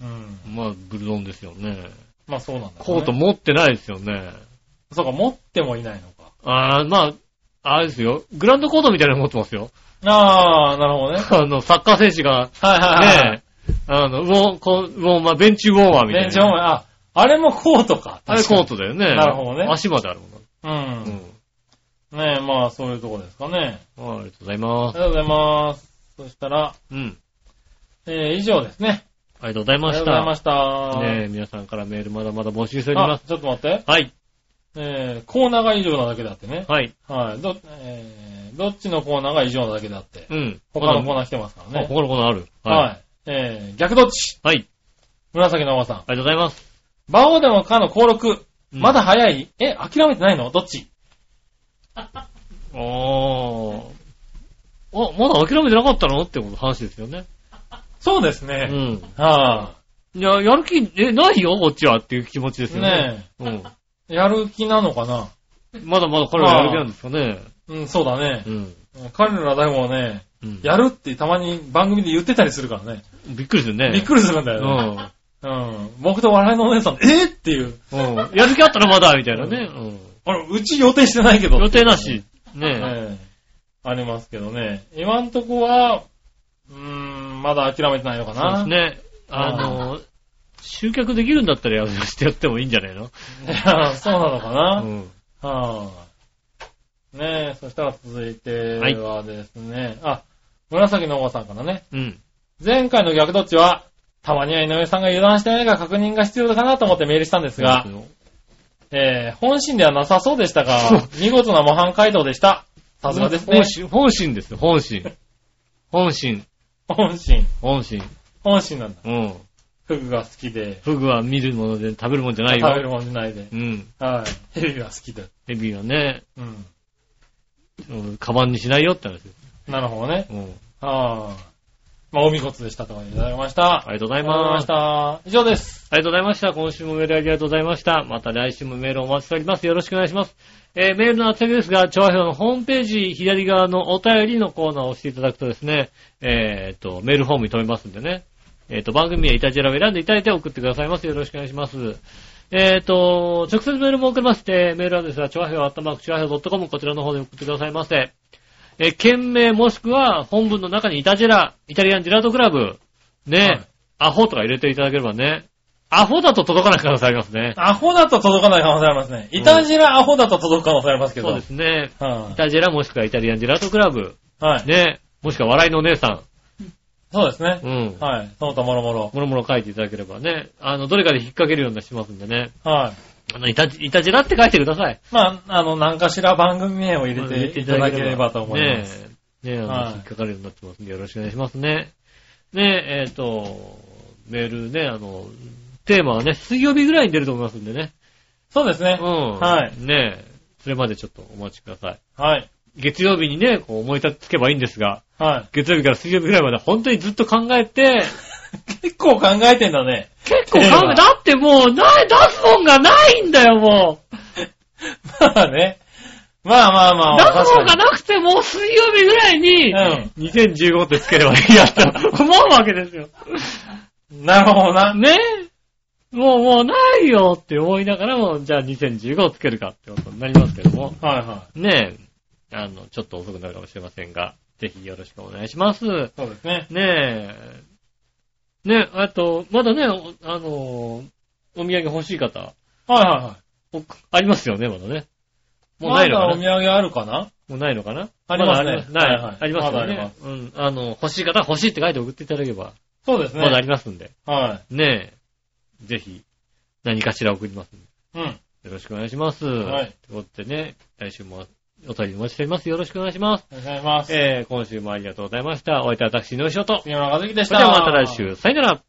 Speaker 3: うん。
Speaker 2: あ。まあ、ブルゾンですよね。
Speaker 3: まあそうなんだ、ね。
Speaker 2: コート。持ってないですよね。
Speaker 3: そうか、持ってもいないのか。
Speaker 2: あー、まあ、あれですよ。グランドコートみたいなの持ってますよ。
Speaker 3: ああ、なるほどね。
Speaker 2: あの、サッカー選手が、
Speaker 3: はいはいはい。
Speaker 2: ねえ、あの、ウォー、こうウォーマー、ベンチウォーマーみたいな。
Speaker 3: ベンチオンあ、あれもコートか。
Speaker 2: あれコートだよね。
Speaker 3: なるほどね
Speaker 2: 足まであるもんな。
Speaker 3: 確か
Speaker 2: う
Speaker 3: に。
Speaker 2: ん。
Speaker 3: うん。ねえ、まあそういうとこですかね。
Speaker 2: ありがとうござい
Speaker 3: あ
Speaker 2: ま
Speaker 3: り
Speaker 2: す。
Speaker 3: がとうございます。そしたら、
Speaker 2: うん。
Speaker 3: えー、以上ですね。
Speaker 2: ありがとうござい
Speaker 3: あ
Speaker 2: ま
Speaker 3: りがと
Speaker 2: し
Speaker 3: うござい
Speaker 2: た
Speaker 3: ま。した。
Speaker 2: ねえ、皆さんからメールまだまだ募集しておりま
Speaker 3: あ
Speaker 2: す。
Speaker 3: ちょっと待って。
Speaker 2: はい。
Speaker 3: えー、コーナーが以上なだけだってね。
Speaker 2: はい。
Speaker 3: はい。ど、えー、どっちのコーナーが以上なだけだって。
Speaker 2: うん。
Speaker 3: 他のコー
Speaker 2: ナ
Speaker 3: ナー来てますから
Speaker 2: あ、
Speaker 3: ね。
Speaker 2: 他のコーナーある。
Speaker 3: はい。えー、逆どっち
Speaker 2: い。はい。
Speaker 3: 紫のおばさん。
Speaker 2: ありがとうございます。
Speaker 3: バオでもかの登録。
Speaker 2: うん
Speaker 3: まだ早い、え、諦めてないのどっち
Speaker 2: おー。あ、まだ諦めてなかったのってこと話ですよね。
Speaker 3: そうです
Speaker 2: う
Speaker 3: ね。
Speaker 2: ん。
Speaker 3: はい
Speaker 2: や、やる気、え、ないよ、こっちはっていう気持ちです
Speaker 3: い。
Speaker 2: よね。
Speaker 3: ねえ。やる気なのかな
Speaker 2: うん。まだまだ彼はやる気なんですかね。
Speaker 3: うん、そうだね
Speaker 2: う。ん。
Speaker 3: 彼らでもね、
Speaker 2: うん。
Speaker 3: やるってたまに番組で言ってたりするからね。
Speaker 2: びっくりするね。
Speaker 3: びっくりするんだ
Speaker 2: う
Speaker 3: よね。
Speaker 2: ん。
Speaker 3: うん。僕と笑いのお姉さん、えっていう。
Speaker 2: うん。やる気あったらまだ、みたいなね。
Speaker 3: あれ、うち予定してないけ
Speaker 2: う
Speaker 3: ど。
Speaker 2: ん。予定なし。ね
Speaker 3: ええありますけどね。今んとこは、うーん、まだ諦めてないのか
Speaker 2: そうで
Speaker 3: な。
Speaker 2: すね。あの、集客できるんだったらやるしてやってもいいんじゃないの
Speaker 3: いや そうなのか
Speaker 2: う
Speaker 3: な。
Speaker 2: ん。
Speaker 3: はい、ねえ、そしたら続いて
Speaker 2: はい
Speaker 3: はですね、あ、紫のおばさんからね。
Speaker 2: うん。
Speaker 3: 前回の逆どっちは、たまには井上さんが油断してないか確認が必要かなと思ってメールしたんですが、えー、本心ではなさそうでしたが、見事な模範解答でした。さすがですね
Speaker 2: 本。心、本心ですよ、本心。本心、
Speaker 3: 本心。
Speaker 2: 本心。
Speaker 3: 本心なんだ。
Speaker 2: うん。
Speaker 3: フグが好きで、
Speaker 2: フグは見るもので食べるもんじゃない
Speaker 3: 食べる
Speaker 2: よ。
Speaker 3: もんじゃないで。
Speaker 2: うん。
Speaker 3: はい。ヘビが好きで。
Speaker 2: エビはね、
Speaker 3: うん。
Speaker 2: うんカバンにしないよって話です。
Speaker 3: なるほどね。
Speaker 2: うん。
Speaker 3: はあ。まあ、おみこつでしたとかいただきました。
Speaker 2: ありがとうござ
Speaker 3: あ
Speaker 2: いま
Speaker 3: りがとうございまし
Speaker 2: す。
Speaker 3: た。以上です。
Speaker 2: ありがとうございました。今週もメールありがとうございました。また来週もメールお待ちしております。よろしくお願いします。えーメールの宛先ですが、調和表のホームページ左側のお便りのコーナーを押していただくとですね、えーっと、メールフォームに飛べますんでね。えーっと、番組やイタジェラを選んでいただいて送ってくださいます。よろしくお願いします。えーっと、直接メールも送れまして、メールアドレスは、調和表、あったまく、調和表 .com、こちらの方で送ってくださいませ。えー、件名もしくは、本文の中にイタジェラ、イタリアンジェラートクラブ、ね、
Speaker 3: はい
Speaker 2: アホとか入れていただければね、アホだと届かない可能性ありますね。
Speaker 3: アホだと届かない可能性ありますね。いたじらアホだと届く可能性ありますけど。
Speaker 2: そうですね。イ
Speaker 3: は
Speaker 2: タジェラもしくはイタリアンジェラートクラブ、
Speaker 3: い。はい。
Speaker 2: ね、もしくは笑いのお姉さ
Speaker 3: そうですね
Speaker 2: ん、う。ん、
Speaker 3: はい。その他もろもろ。
Speaker 2: もろもろ書いていただければね、あの、どれかで引っ掛けるようにしますんでね、
Speaker 3: はい。
Speaker 2: あの、イタジイタジェラって書いてください。
Speaker 3: まあ、あの、何かしら番組名を入れていただければと思います。
Speaker 2: ねえ、ねえ、あの、
Speaker 3: はい
Speaker 2: 引っ掛かるようになってますんで、よろしくお願いしますね。ねえ、えっ、と、メールね、あの、テーマはね、水曜日ぐらいに出ると思いますんでね。
Speaker 3: そうですね
Speaker 2: う。ん。
Speaker 3: はい
Speaker 2: ねえ、それまでちょっとお待ちください。
Speaker 3: はい。
Speaker 2: 月曜日にね、こう思い立つけばいいんですが、
Speaker 3: は
Speaker 2: 月曜日から水曜日ぐらいまで本当にずっと考え て、
Speaker 3: い。結構考えてんだね。
Speaker 2: 結構
Speaker 3: テー
Speaker 2: 考
Speaker 3: マ
Speaker 2: え、だってもう、ない、出すもんがないんだよ、もう。
Speaker 3: まあね。まあまあまあ。
Speaker 2: 出すもんが
Speaker 3: 確
Speaker 2: な
Speaker 3: か
Speaker 2: くて、もう水曜日ぐらいに、
Speaker 3: うん
Speaker 2: 2015ってつければいいやと思うわけですよ。
Speaker 3: になるほどな。
Speaker 2: ねもう、もうないよって思いながらも、じゃあ2015をつけるかってことになりますけども。
Speaker 3: はいは
Speaker 2: ねあの、ちょっと遅くなるかもしれませんが、ぜひよろしくお願いします。ね
Speaker 3: そうですね。
Speaker 2: え。ねあと、まだね、おあの、お土産欲しい方、
Speaker 3: はいはいはい。
Speaker 2: おありますよね、まだね。もうないのか
Speaker 3: ま
Speaker 2: な
Speaker 3: だお土産あるかな
Speaker 2: もうないのかな
Speaker 3: ありますね
Speaker 2: だあ
Speaker 3: はいはい
Speaker 2: ありますよ
Speaker 3: まだありま
Speaker 2: ね。うん。あの、欲しい方は欲しいって書いて送っていただければ、
Speaker 3: そうですね。
Speaker 2: まだありますんで。
Speaker 3: は
Speaker 2: ねえ。ぜひ、何かしら送りますんで。
Speaker 3: い。うん。
Speaker 2: よろしくお願いします。
Speaker 3: はい
Speaker 2: ということでね、来週もお便りお待ちしております。よろしくお願いします。
Speaker 3: お願いします。
Speaker 2: えー、今週もありがとうございました。お相手は私、井上翔と。
Speaker 3: 杉村和樹でし
Speaker 2: それ
Speaker 3: た。
Speaker 2: ではまた来。週。さよなら。